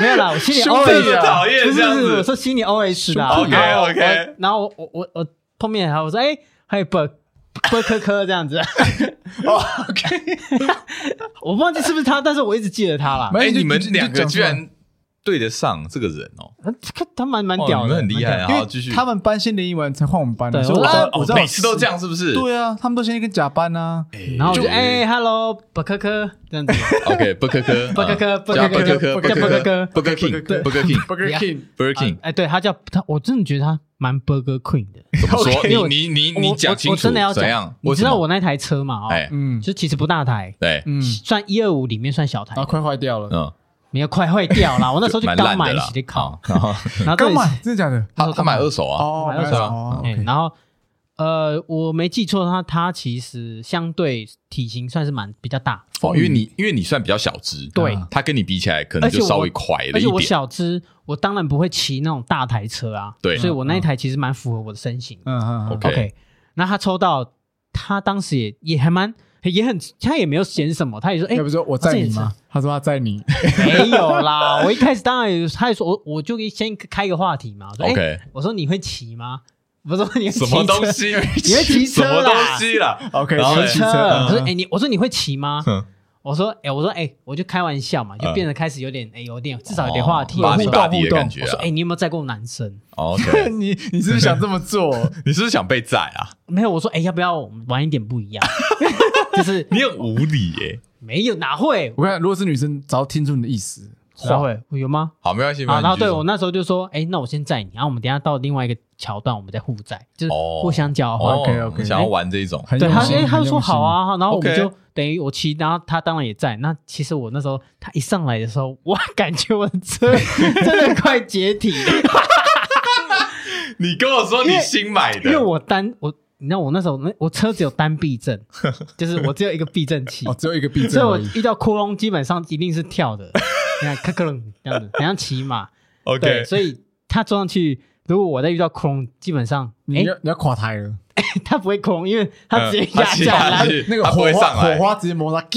[SPEAKER 3] 没有啦，我心里
[SPEAKER 1] 兄弟
[SPEAKER 3] OS
[SPEAKER 1] 啊
[SPEAKER 2] 讨厌
[SPEAKER 3] 不是
[SPEAKER 2] 这样
[SPEAKER 3] 不
[SPEAKER 2] 子
[SPEAKER 3] 是，我说心里 OS 啦。
[SPEAKER 2] 兄弟
[SPEAKER 3] 啊然后我
[SPEAKER 2] OK，OK
[SPEAKER 3] 然后我我我我碰面还我说：“哎、还有 bug。”啵科科这样子， 哦
[SPEAKER 2] OK，
[SPEAKER 3] 我忘记是不是他，但是我一直记得他啦。
[SPEAKER 1] 没
[SPEAKER 2] 哎，
[SPEAKER 1] 有就
[SPEAKER 2] 你们
[SPEAKER 1] 就
[SPEAKER 2] 两个
[SPEAKER 1] 就讲出
[SPEAKER 2] 居
[SPEAKER 1] 来
[SPEAKER 2] 然对得上这个人哦，
[SPEAKER 3] 他他蛮蛮
[SPEAKER 2] 哦
[SPEAKER 3] 屌
[SPEAKER 2] 你
[SPEAKER 3] 的，
[SPEAKER 2] 们很厉害
[SPEAKER 3] 蛮屌的
[SPEAKER 2] 啊
[SPEAKER 1] 因
[SPEAKER 2] 好
[SPEAKER 1] 为
[SPEAKER 2] 继续
[SPEAKER 1] 他们班先联谊完才换我们班的，
[SPEAKER 3] 对
[SPEAKER 1] 所以
[SPEAKER 3] 我
[SPEAKER 1] 我知
[SPEAKER 3] 知
[SPEAKER 1] 道
[SPEAKER 3] 道
[SPEAKER 1] 我
[SPEAKER 2] 哦
[SPEAKER 1] 知道我
[SPEAKER 2] 每次都
[SPEAKER 1] 是
[SPEAKER 2] 这样是不是？
[SPEAKER 1] 对啊，他们都先跟假班啊，
[SPEAKER 2] 哎，
[SPEAKER 3] 然后我就
[SPEAKER 2] 就
[SPEAKER 3] 哎，hello，不可可这样子，
[SPEAKER 2] OK，不可可，
[SPEAKER 3] 不可可
[SPEAKER 2] 嗯
[SPEAKER 3] 不可
[SPEAKER 2] 叫
[SPEAKER 3] 可
[SPEAKER 2] 可
[SPEAKER 3] 叫
[SPEAKER 2] 不
[SPEAKER 3] 不可可
[SPEAKER 2] 可不可啊 King，不可 King，
[SPEAKER 1] Burger
[SPEAKER 3] Yeah
[SPEAKER 1] King，
[SPEAKER 2] 不可 King，
[SPEAKER 3] 哎，对他叫他，我真的觉得他蛮 Burger Queen 的。
[SPEAKER 2] 怎么说？
[SPEAKER 3] OK 我
[SPEAKER 2] 你你你你
[SPEAKER 3] 我
[SPEAKER 2] 讲
[SPEAKER 3] 我
[SPEAKER 2] 清
[SPEAKER 3] 我
[SPEAKER 2] 楚，
[SPEAKER 3] 真的要
[SPEAKER 2] 怎
[SPEAKER 3] 讲
[SPEAKER 2] 样？，
[SPEAKER 3] 你
[SPEAKER 2] 为
[SPEAKER 3] 知
[SPEAKER 2] 什
[SPEAKER 3] 道
[SPEAKER 2] 么
[SPEAKER 3] 我那台车嘛？哦，
[SPEAKER 2] 哎，
[SPEAKER 1] 嗯
[SPEAKER 3] 就其实不大台，
[SPEAKER 2] 对，
[SPEAKER 1] 嗯，
[SPEAKER 3] 算一二五里面算小台
[SPEAKER 1] 然后，快坏掉了，
[SPEAKER 2] 嗯，
[SPEAKER 3] 没有快坏掉啦。我那时候就
[SPEAKER 2] 蛮
[SPEAKER 3] 刚
[SPEAKER 2] 烂的
[SPEAKER 3] 买
[SPEAKER 2] 啦
[SPEAKER 3] 起来考，
[SPEAKER 2] 嗯然后
[SPEAKER 3] 然后
[SPEAKER 1] 刚
[SPEAKER 3] 对，
[SPEAKER 1] 买，真的假的？
[SPEAKER 2] 他他买二手啊，
[SPEAKER 1] 啊哦，
[SPEAKER 3] 买二
[SPEAKER 2] 手
[SPEAKER 1] 哦
[SPEAKER 3] 哎
[SPEAKER 1] OK
[SPEAKER 3] 然后呃，我没记错的话，他其实相对体型算是蛮比较大，
[SPEAKER 2] 哦，因为你因为你算比较小只，
[SPEAKER 3] 对
[SPEAKER 2] 他跟你比起来可能
[SPEAKER 3] 而且
[SPEAKER 2] 就
[SPEAKER 3] 我
[SPEAKER 2] 稍微快了
[SPEAKER 3] 而且我
[SPEAKER 2] 一点，
[SPEAKER 3] 小只，我当然不会骑那种大台车啊，
[SPEAKER 2] 对
[SPEAKER 3] 所以我那一台其实蛮符合我的身形的。
[SPEAKER 1] 嗯嗯嗯
[SPEAKER 2] OK
[SPEAKER 3] OK，那他抽到，他当时也也还蛮也很，他也没有嫌什么，他也说，哎、
[SPEAKER 1] 要不说我载你
[SPEAKER 3] 这也
[SPEAKER 1] 吗？他说他载你，
[SPEAKER 3] 没有啦，我一开始当然有，他也说我我就先开个话题嘛，我说，哎、
[SPEAKER 2] OK
[SPEAKER 3] 我说你会骑吗？不是我说你会骑
[SPEAKER 2] 什么东
[SPEAKER 3] 车？
[SPEAKER 2] 西？
[SPEAKER 3] 你会骑车
[SPEAKER 2] 什么
[SPEAKER 3] 啦
[SPEAKER 2] 东西啦
[SPEAKER 1] OK，
[SPEAKER 2] 然后嘞
[SPEAKER 1] 骑
[SPEAKER 3] 骑车？
[SPEAKER 1] 车嗯
[SPEAKER 3] 我说，哎、你我说你会骑吗？
[SPEAKER 2] 嗯
[SPEAKER 3] 我说，哎、我说，哎、我就开玩笑嘛，就变得开始有点，哎、有点至
[SPEAKER 2] 哦
[SPEAKER 3] 少有点话题，
[SPEAKER 2] 巴
[SPEAKER 3] 互
[SPEAKER 2] 迪
[SPEAKER 3] 动
[SPEAKER 2] 巴迪
[SPEAKER 1] 互
[SPEAKER 2] 的
[SPEAKER 1] 动
[SPEAKER 2] 感觉
[SPEAKER 3] 我说，哎、
[SPEAKER 2] 啊。哦
[SPEAKER 3] 你有没有载过男生？
[SPEAKER 2] OK，
[SPEAKER 1] 你你是不是想这么做？
[SPEAKER 2] 你是不是想被宰啊？
[SPEAKER 3] 没有，我说，哎、要不要我们玩一点不一样？ 就是
[SPEAKER 2] 你很无理耶。
[SPEAKER 3] 没有，哪会？
[SPEAKER 1] 我看如果是女生，只要听出你的意思，
[SPEAKER 3] 哪会？有吗？
[SPEAKER 2] 好，没关系，没
[SPEAKER 3] 啊，
[SPEAKER 2] 关系。
[SPEAKER 3] 然后对
[SPEAKER 2] 就是
[SPEAKER 3] 我那时候就说，哎，那我先载你，然后我们等一下到另外一个桥段，我们再互载，就是
[SPEAKER 2] 哦
[SPEAKER 3] 互相交换。
[SPEAKER 2] 哦
[SPEAKER 1] OK，OK
[SPEAKER 2] 想要玩这一种，
[SPEAKER 1] 很
[SPEAKER 3] 对
[SPEAKER 1] 用
[SPEAKER 3] 他，
[SPEAKER 1] 心
[SPEAKER 3] 哎，他
[SPEAKER 1] 很
[SPEAKER 3] 就说
[SPEAKER 1] 用心
[SPEAKER 3] 好啊，然后我们
[SPEAKER 2] OK
[SPEAKER 3] 就等于我骑，然后他当然也在。那其实我那时候他一上来的时候，我感觉我的车 真的快解体了，
[SPEAKER 2] 你跟我说
[SPEAKER 3] 因
[SPEAKER 2] 你
[SPEAKER 3] 为
[SPEAKER 2] 新买
[SPEAKER 3] 因
[SPEAKER 2] 的
[SPEAKER 3] 为我单我，你知道我那时候那我车只有单避震， 就是我只有一个避震器
[SPEAKER 1] 哦，，只有一个避
[SPEAKER 3] 所以
[SPEAKER 1] 震
[SPEAKER 3] 我
[SPEAKER 1] 而已。
[SPEAKER 3] 遇到窟窿基本上一定是跳的，你看咔咔楞这样子，很像骑马。对，
[SPEAKER 2] OK，
[SPEAKER 3] 所以他撞上去，如果我再遇到窟窿，基本上
[SPEAKER 1] 你
[SPEAKER 3] 哎。
[SPEAKER 1] 要你要垮台了，
[SPEAKER 3] 他不会空，因为他直接
[SPEAKER 2] 嗯
[SPEAKER 3] 压
[SPEAKER 2] 他骑
[SPEAKER 3] 下
[SPEAKER 2] 下
[SPEAKER 3] 来，
[SPEAKER 2] 去
[SPEAKER 1] 那个
[SPEAKER 2] 它不
[SPEAKER 1] 火
[SPEAKER 2] 会
[SPEAKER 1] 花
[SPEAKER 2] 上来
[SPEAKER 1] 火花直接摩擦，
[SPEAKER 3] 干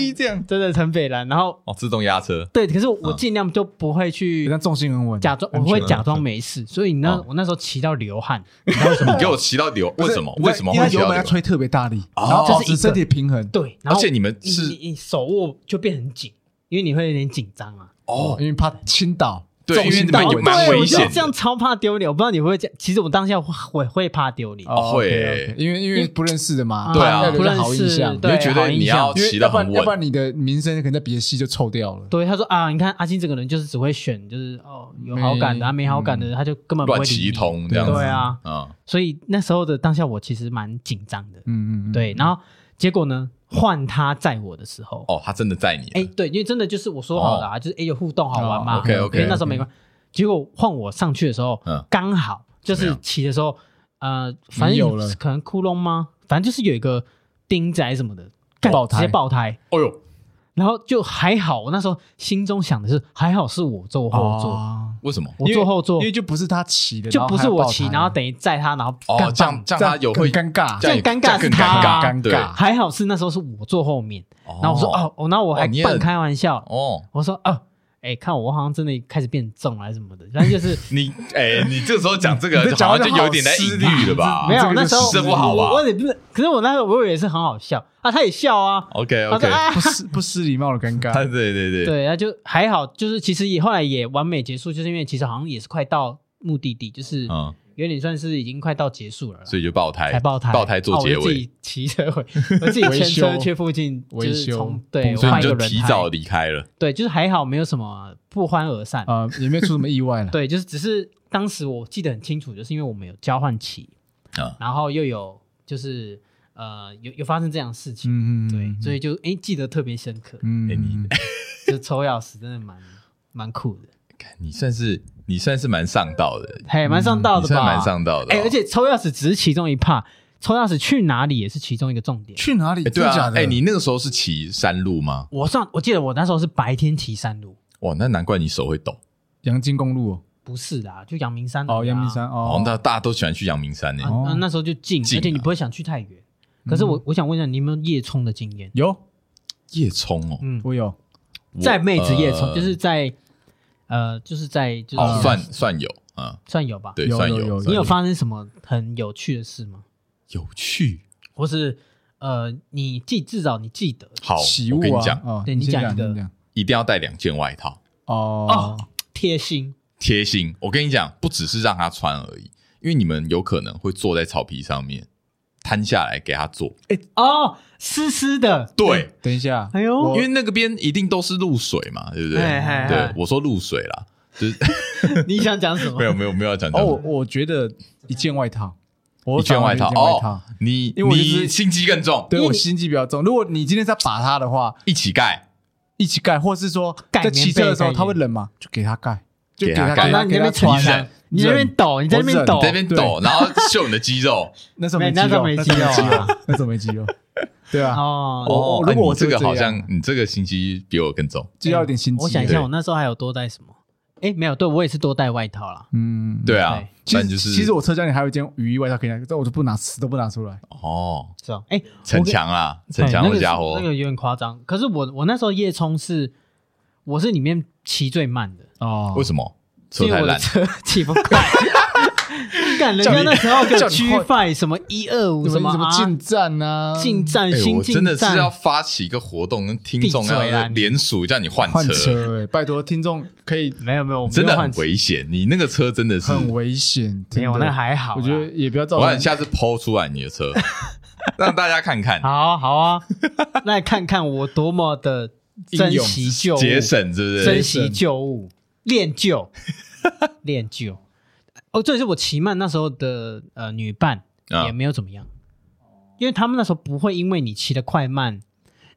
[SPEAKER 1] 叽这样，
[SPEAKER 3] 真的很北蓝。然后
[SPEAKER 2] 哦，自动压车，
[SPEAKER 3] 对，可是
[SPEAKER 2] 嗯
[SPEAKER 3] 我尽量就不会去
[SPEAKER 1] 但重心很稳，
[SPEAKER 3] 假装，我
[SPEAKER 1] 安全
[SPEAKER 2] 啊
[SPEAKER 3] 会假
[SPEAKER 2] 嗯
[SPEAKER 3] 装没事。所以你那
[SPEAKER 2] 哦
[SPEAKER 3] 我那时候骑到流汗，
[SPEAKER 2] 你给我骑到流，为什么？为什么
[SPEAKER 1] 因为
[SPEAKER 2] 会骑
[SPEAKER 1] 油
[SPEAKER 2] 到
[SPEAKER 1] 门要
[SPEAKER 2] 流？
[SPEAKER 1] 吹特别大力，
[SPEAKER 2] 哦
[SPEAKER 1] 然后保
[SPEAKER 3] 这是一
[SPEAKER 1] 持
[SPEAKER 3] 个
[SPEAKER 1] 身体平衡。
[SPEAKER 3] 对，然
[SPEAKER 2] 而
[SPEAKER 3] 后
[SPEAKER 2] 且你们
[SPEAKER 3] 你你
[SPEAKER 2] 是
[SPEAKER 3] 你手握就变很紧，因为你会有点紧张啊。
[SPEAKER 1] 哦，因为怕倾倒，
[SPEAKER 2] 对
[SPEAKER 1] 重心
[SPEAKER 2] 因为蛮
[SPEAKER 1] 到
[SPEAKER 2] 有
[SPEAKER 1] 位
[SPEAKER 2] 蛮
[SPEAKER 3] 哦对，
[SPEAKER 2] 危
[SPEAKER 3] 我觉
[SPEAKER 2] 险
[SPEAKER 3] 得
[SPEAKER 2] 的
[SPEAKER 3] 这样超怕丢脸。我不知道你会不会这样，其实我当下会会怕丢脸。
[SPEAKER 2] 哦会
[SPEAKER 1] OK，OK，因为因为不认识的嘛，
[SPEAKER 2] 对啊
[SPEAKER 1] 要留
[SPEAKER 3] 不
[SPEAKER 1] 下
[SPEAKER 3] 认
[SPEAKER 1] 好印
[SPEAKER 3] 识
[SPEAKER 1] 象，
[SPEAKER 2] 你
[SPEAKER 3] 对
[SPEAKER 2] 会觉得你要
[SPEAKER 1] 因为
[SPEAKER 2] 骑
[SPEAKER 1] 要
[SPEAKER 2] 得
[SPEAKER 1] 不
[SPEAKER 2] 很
[SPEAKER 1] 然要不
[SPEAKER 2] 稳，
[SPEAKER 1] 然你的名声可能在别的系就臭掉了。
[SPEAKER 3] 对，他说啊，你看阿金这个人就是只会选，就是哦有好感的，啊没好感的，他就根本不
[SPEAKER 2] 嗯
[SPEAKER 3] 会
[SPEAKER 2] 乱
[SPEAKER 3] 理
[SPEAKER 2] 骑一
[SPEAKER 3] 你。
[SPEAKER 2] 通这样子。
[SPEAKER 3] 对啊，
[SPEAKER 2] 嗯，
[SPEAKER 3] 所以那时候的当下，我其实蛮紧张的。
[SPEAKER 1] 嗯嗯嗯，
[SPEAKER 3] 对，然后结果呢，换他载我的时候，
[SPEAKER 2] 哦，他真的载你了，
[SPEAKER 3] 哎、对，因为真的就是我说好
[SPEAKER 2] 哦
[SPEAKER 3] 的啊，就是哎有互动好玩嘛、嗯
[SPEAKER 1] 哦
[SPEAKER 2] ，OK，OK，
[SPEAKER 3] 因为那时候没关结果换我上去的时候，
[SPEAKER 2] 嗯
[SPEAKER 3] 刚好就
[SPEAKER 2] 怎么
[SPEAKER 3] 是
[SPEAKER 2] 样
[SPEAKER 3] 骑的时候，呃，反正
[SPEAKER 1] 没有了
[SPEAKER 3] 可能窟窿吗？反正就是有一个钉子还是什么的，干
[SPEAKER 1] 爆胎
[SPEAKER 3] 直接爆胎。
[SPEAKER 2] 哦呦，
[SPEAKER 3] 然后就还好，我那时候心中想的是，还好是我坐后座，
[SPEAKER 1] 哦，
[SPEAKER 2] 为什么？
[SPEAKER 3] 我坐后座
[SPEAKER 1] 因为就不是他骑的，
[SPEAKER 3] 就不是我骑，然
[SPEAKER 1] 然
[SPEAKER 3] 后
[SPEAKER 1] 后
[SPEAKER 3] 等于载他，然后干
[SPEAKER 2] 哦，这样
[SPEAKER 3] 棒
[SPEAKER 2] 这样他有会
[SPEAKER 1] 更尴尬，
[SPEAKER 3] 这样尴尬
[SPEAKER 2] 更
[SPEAKER 3] 是他啊
[SPEAKER 2] 尴
[SPEAKER 1] 尴
[SPEAKER 2] 对
[SPEAKER 1] 尬
[SPEAKER 3] 还好是那时候是我坐后面，然后我说哦，哦，然后我还
[SPEAKER 2] 哦你也
[SPEAKER 3] 半
[SPEAKER 2] 很
[SPEAKER 3] 开玩笑，
[SPEAKER 2] 哦，
[SPEAKER 3] 我说哦，哎、看我好像真的开始变重了还是什么的，但 是就是
[SPEAKER 2] 你哎，你这时候讲这个
[SPEAKER 1] 你这，讲
[SPEAKER 2] 好
[SPEAKER 1] 话
[SPEAKER 2] 像
[SPEAKER 1] 就
[SPEAKER 2] 就有点在隐喻了吧？
[SPEAKER 3] 没
[SPEAKER 1] 这
[SPEAKER 3] 有
[SPEAKER 1] 个
[SPEAKER 3] 那
[SPEAKER 1] 就
[SPEAKER 3] 时候
[SPEAKER 2] 是不好吧
[SPEAKER 3] 我我也不是，可是我那时候我以为是很好笑啊，他也笑啊，
[SPEAKER 2] OK
[SPEAKER 3] 他说
[SPEAKER 2] 哦 OK，
[SPEAKER 3] 啊，
[SPEAKER 1] 不失不失礼貌的尴
[SPEAKER 2] 他
[SPEAKER 1] 尬，
[SPEAKER 2] 对对对，
[SPEAKER 3] 对，他就还好，就是其实也后来也完美结束，就是因为其实好像也是快到目的地，就是
[SPEAKER 2] 嗯，
[SPEAKER 3] 有点算是已经快到结束了啦。
[SPEAKER 2] 所以就爆胎，
[SPEAKER 3] 才爆胎，
[SPEAKER 2] 爆胎做结
[SPEAKER 3] 啊我就自
[SPEAKER 2] 尾，
[SPEAKER 3] 己骑车回，我 自己
[SPEAKER 1] 维
[SPEAKER 3] 牵车
[SPEAKER 1] 修
[SPEAKER 3] 去附近，就
[SPEAKER 1] 维
[SPEAKER 3] 是
[SPEAKER 1] 修
[SPEAKER 3] 从对
[SPEAKER 1] 所
[SPEAKER 2] 所以
[SPEAKER 3] 换
[SPEAKER 2] 你
[SPEAKER 3] 一个
[SPEAKER 2] 就
[SPEAKER 3] 轮
[SPEAKER 2] 提
[SPEAKER 3] 胎，
[SPEAKER 2] 早离开了。
[SPEAKER 3] 对，就是还好没有什么不欢而散。
[SPEAKER 1] 呃，也没有出什么意外了。
[SPEAKER 3] 对，就是只是当时我记得很清楚，就是因为我们有交换期，
[SPEAKER 2] 啊
[SPEAKER 3] 然后又有就是呃有有发生这样的事情，
[SPEAKER 1] 嗯，嗯嗯，
[SPEAKER 3] 对，所
[SPEAKER 1] 以
[SPEAKER 3] 以就哎记得特别深刻，
[SPEAKER 1] 嗯
[SPEAKER 2] 哎你
[SPEAKER 1] 嗯
[SPEAKER 3] 就抽钥匙真的蛮蛮酷的，
[SPEAKER 2] 看你算是你算是蛮上道的，
[SPEAKER 3] 嘿，蛮上道
[SPEAKER 2] 你
[SPEAKER 3] 的
[SPEAKER 2] 算
[SPEAKER 3] 吧，
[SPEAKER 2] 蛮上道的哦。
[SPEAKER 3] 哎，而且抽钥匙只是其中一 part，抽钥匙去哪里也是其中一个重 点。
[SPEAKER 1] 去哪里？
[SPEAKER 2] 哎，对
[SPEAKER 1] 真的假
[SPEAKER 2] 啊，
[SPEAKER 1] 的
[SPEAKER 2] 哎，你那个时候是骑山路吗？
[SPEAKER 3] 我上我记得我那时候是白天骑山路，
[SPEAKER 2] 哇，那难怪你手会抖。
[SPEAKER 1] 阳金公路哦
[SPEAKER 3] 不是啦，就阳明山而已啊
[SPEAKER 1] 哦，阳明山
[SPEAKER 2] 好
[SPEAKER 1] 哦
[SPEAKER 2] 像，大大家都喜欢去阳明山呢
[SPEAKER 3] 啊。
[SPEAKER 1] 哦
[SPEAKER 3] 啊那时候就
[SPEAKER 2] 近
[SPEAKER 3] 近，
[SPEAKER 2] 啊嗯
[SPEAKER 3] 而且你不会想去太远。可是我我想问一下，你有没有夜冲的经验？
[SPEAKER 1] 有
[SPEAKER 2] 夜冲哦，
[SPEAKER 3] 嗯，
[SPEAKER 1] 我有，
[SPEAKER 2] 我
[SPEAKER 3] 在妹子夜冲
[SPEAKER 2] 呃
[SPEAKER 3] 就是在呃就是在就是
[SPEAKER 2] 哦，算算有啊，
[SPEAKER 3] 算有吧。
[SPEAKER 2] 对，
[SPEAKER 1] 有
[SPEAKER 2] 算
[SPEAKER 1] 有有
[SPEAKER 2] 算
[SPEAKER 3] 你有发生什么很有趣的事吗？
[SPEAKER 2] 有趣？
[SPEAKER 3] 或是呃，你记至少你记得
[SPEAKER 2] 好，
[SPEAKER 1] 喜
[SPEAKER 2] 我
[SPEAKER 1] 物
[SPEAKER 2] 跟你
[SPEAKER 1] 啊
[SPEAKER 2] 讲，，
[SPEAKER 1] 哦
[SPEAKER 3] 对
[SPEAKER 1] 你
[SPEAKER 3] 你
[SPEAKER 1] 先
[SPEAKER 3] 讲一个
[SPEAKER 1] 你先
[SPEAKER 2] 一定要带两件外套，
[SPEAKER 1] 哦
[SPEAKER 3] 哦，贴心
[SPEAKER 2] 贴心。我跟你讲，不只是让他穿而已，因为你们有可能会坐在草皮上面摊下来给他坐。
[SPEAKER 3] 哦，湿湿 的，
[SPEAKER 2] 对，
[SPEAKER 1] 等一下，
[SPEAKER 3] 哎呦
[SPEAKER 1] 我
[SPEAKER 2] 因为那个边一定都是露水嘛，对不对？
[SPEAKER 3] 哎哎
[SPEAKER 2] 对
[SPEAKER 3] 哎，
[SPEAKER 2] 我说露水啦，就是
[SPEAKER 3] 你想讲什 么？
[SPEAKER 2] 没有没有没有要讲
[SPEAKER 1] 哦，
[SPEAKER 2] 讲
[SPEAKER 1] 我我觉得一件外套，我
[SPEAKER 2] 嗯一件外套
[SPEAKER 1] 常常一件外
[SPEAKER 2] 哦
[SPEAKER 1] 套，，
[SPEAKER 2] 你
[SPEAKER 1] 因为我就是
[SPEAKER 2] 你心机更重，
[SPEAKER 1] 对
[SPEAKER 3] 因为
[SPEAKER 1] 我
[SPEAKER 3] 你
[SPEAKER 1] 心机比较重。如果你今天在把它的话，
[SPEAKER 2] 一起盖。
[SPEAKER 1] 一起盖，或是说
[SPEAKER 3] 盖
[SPEAKER 1] 在骑车的时候
[SPEAKER 3] 棉被盖
[SPEAKER 1] 它会冷嘛，就给它盖，就
[SPEAKER 2] 给它
[SPEAKER 1] 它
[SPEAKER 2] 盖
[SPEAKER 1] 给
[SPEAKER 3] 然
[SPEAKER 1] 它
[SPEAKER 3] 后你那边
[SPEAKER 1] 给它
[SPEAKER 3] 传
[SPEAKER 2] 你
[SPEAKER 1] 穿
[SPEAKER 2] 忍
[SPEAKER 3] 啊，你那边抖，你在那边抖
[SPEAKER 1] 哦
[SPEAKER 2] 你，在那边
[SPEAKER 1] 对
[SPEAKER 2] 抖，然后秀你的肌 肉
[SPEAKER 1] 那时候没
[SPEAKER 3] 没那时候没
[SPEAKER 1] 肌
[SPEAKER 3] 肌
[SPEAKER 1] 肉
[SPEAKER 3] 肉啊，
[SPEAKER 1] 那时候没肌肉，对啊，
[SPEAKER 3] 哦。
[SPEAKER 1] 我
[SPEAKER 2] 哦。
[SPEAKER 1] 如果
[SPEAKER 2] 啊
[SPEAKER 1] 我
[SPEAKER 2] 你这
[SPEAKER 1] 是
[SPEAKER 2] 个
[SPEAKER 1] 这
[SPEAKER 2] 好
[SPEAKER 1] 样
[SPEAKER 2] 像你这个心机比我更重，
[SPEAKER 1] 就要有点心机。
[SPEAKER 3] 我想一
[SPEAKER 2] 对
[SPEAKER 3] 下，我那时候还有多带什么？哎，没有，对我也是多带外套啦。
[SPEAKER 1] 嗯，
[SPEAKER 2] 对啊
[SPEAKER 3] 对。
[SPEAKER 1] 其
[SPEAKER 2] 但
[SPEAKER 1] 实
[SPEAKER 2] 就是
[SPEAKER 1] 其实我车厢里还有一件雨衣外套可以拿，但我就不拿，死都不拿出来。
[SPEAKER 2] 哦，
[SPEAKER 3] 是哦，哎，
[SPEAKER 2] 逞
[SPEAKER 3] 我跟哎
[SPEAKER 2] 强啦，逞强
[SPEAKER 3] 对那
[SPEAKER 2] 的
[SPEAKER 3] 个
[SPEAKER 2] 家
[SPEAKER 3] 是
[SPEAKER 2] 伙
[SPEAKER 3] 那个有点夸张。可是我我那时候夜冲是，我是里面骑最慢的，
[SPEAKER 1] 哦
[SPEAKER 2] 为什么车
[SPEAKER 3] 因为
[SPEAKER 2] 太
[SPEAKER 3] 我的
[SPEAKER 2] 烂？
[SPEAKER 3] 车骑不 快。干人家那时候
[SPEAKER 1] 叫
[SPEAKER 3] 就
[SPEAKER 1] 你
[SPEAKER 3] 区块什么一二五
[SPEAKER 1] 什么
[SPEAKER 3] 么
[SPEAKER 1] 什么
[SPEAKER 3] 啊
[SPEAKER 1] 进站啊，
[SPEAKER 3] 进站
[SPEAKER 2] 哎
[SPEAKER 3] 新
[SPEAKER 2] 我
[SPEAKER 3] 进
[SPEAKER 2] 真的是要
[SPEAKER 3] 站，
[SPEAKER 2] 发起一个活动，跟听众
[SPEAKER 3] 闭嘴啦
[SPEAKER 2] 要
[SPEAKER 3] 你
[SPEAKER 2] 联署，叫你换
[SPEAKER 1] 换车、 哎，拜托听众可以
[SPEAKER 3] 没有没有，我没有
[SPEAKER 2] 真的很
[SPEAKER 3] 换
[SPEAKER 2] 危险。你那个车真的是，
[SPEAKER 1] 很危险。
[SPEAKER 3] 没有，
[SPEAKER 1] 真的
[SPEAKER 3] 那还好
[SPEAKER 1] 我
[SPEAKER 3] 啦。
[SPEAKER 1] 觉得也不要造
[SPEAKER 2] 我看你
[SPEAKER 1] 成。
[SPEAKER 2] 下次剖出来你的 车，让大家看看，
[SPEAKER 3] 好啊 好啊，那看看我多么的珍惜旧物，
[SPEAKER 2] 节省是不是？
[SPEAKER 3] 珍惜旧物，练旧，练旧。哦，这也是我骑慢那时候的呃女伴
[SPEAKER 2] 啊
[SPEAKER 3] 也没有怎么样，因为他们那时候不会因为你骑的快慢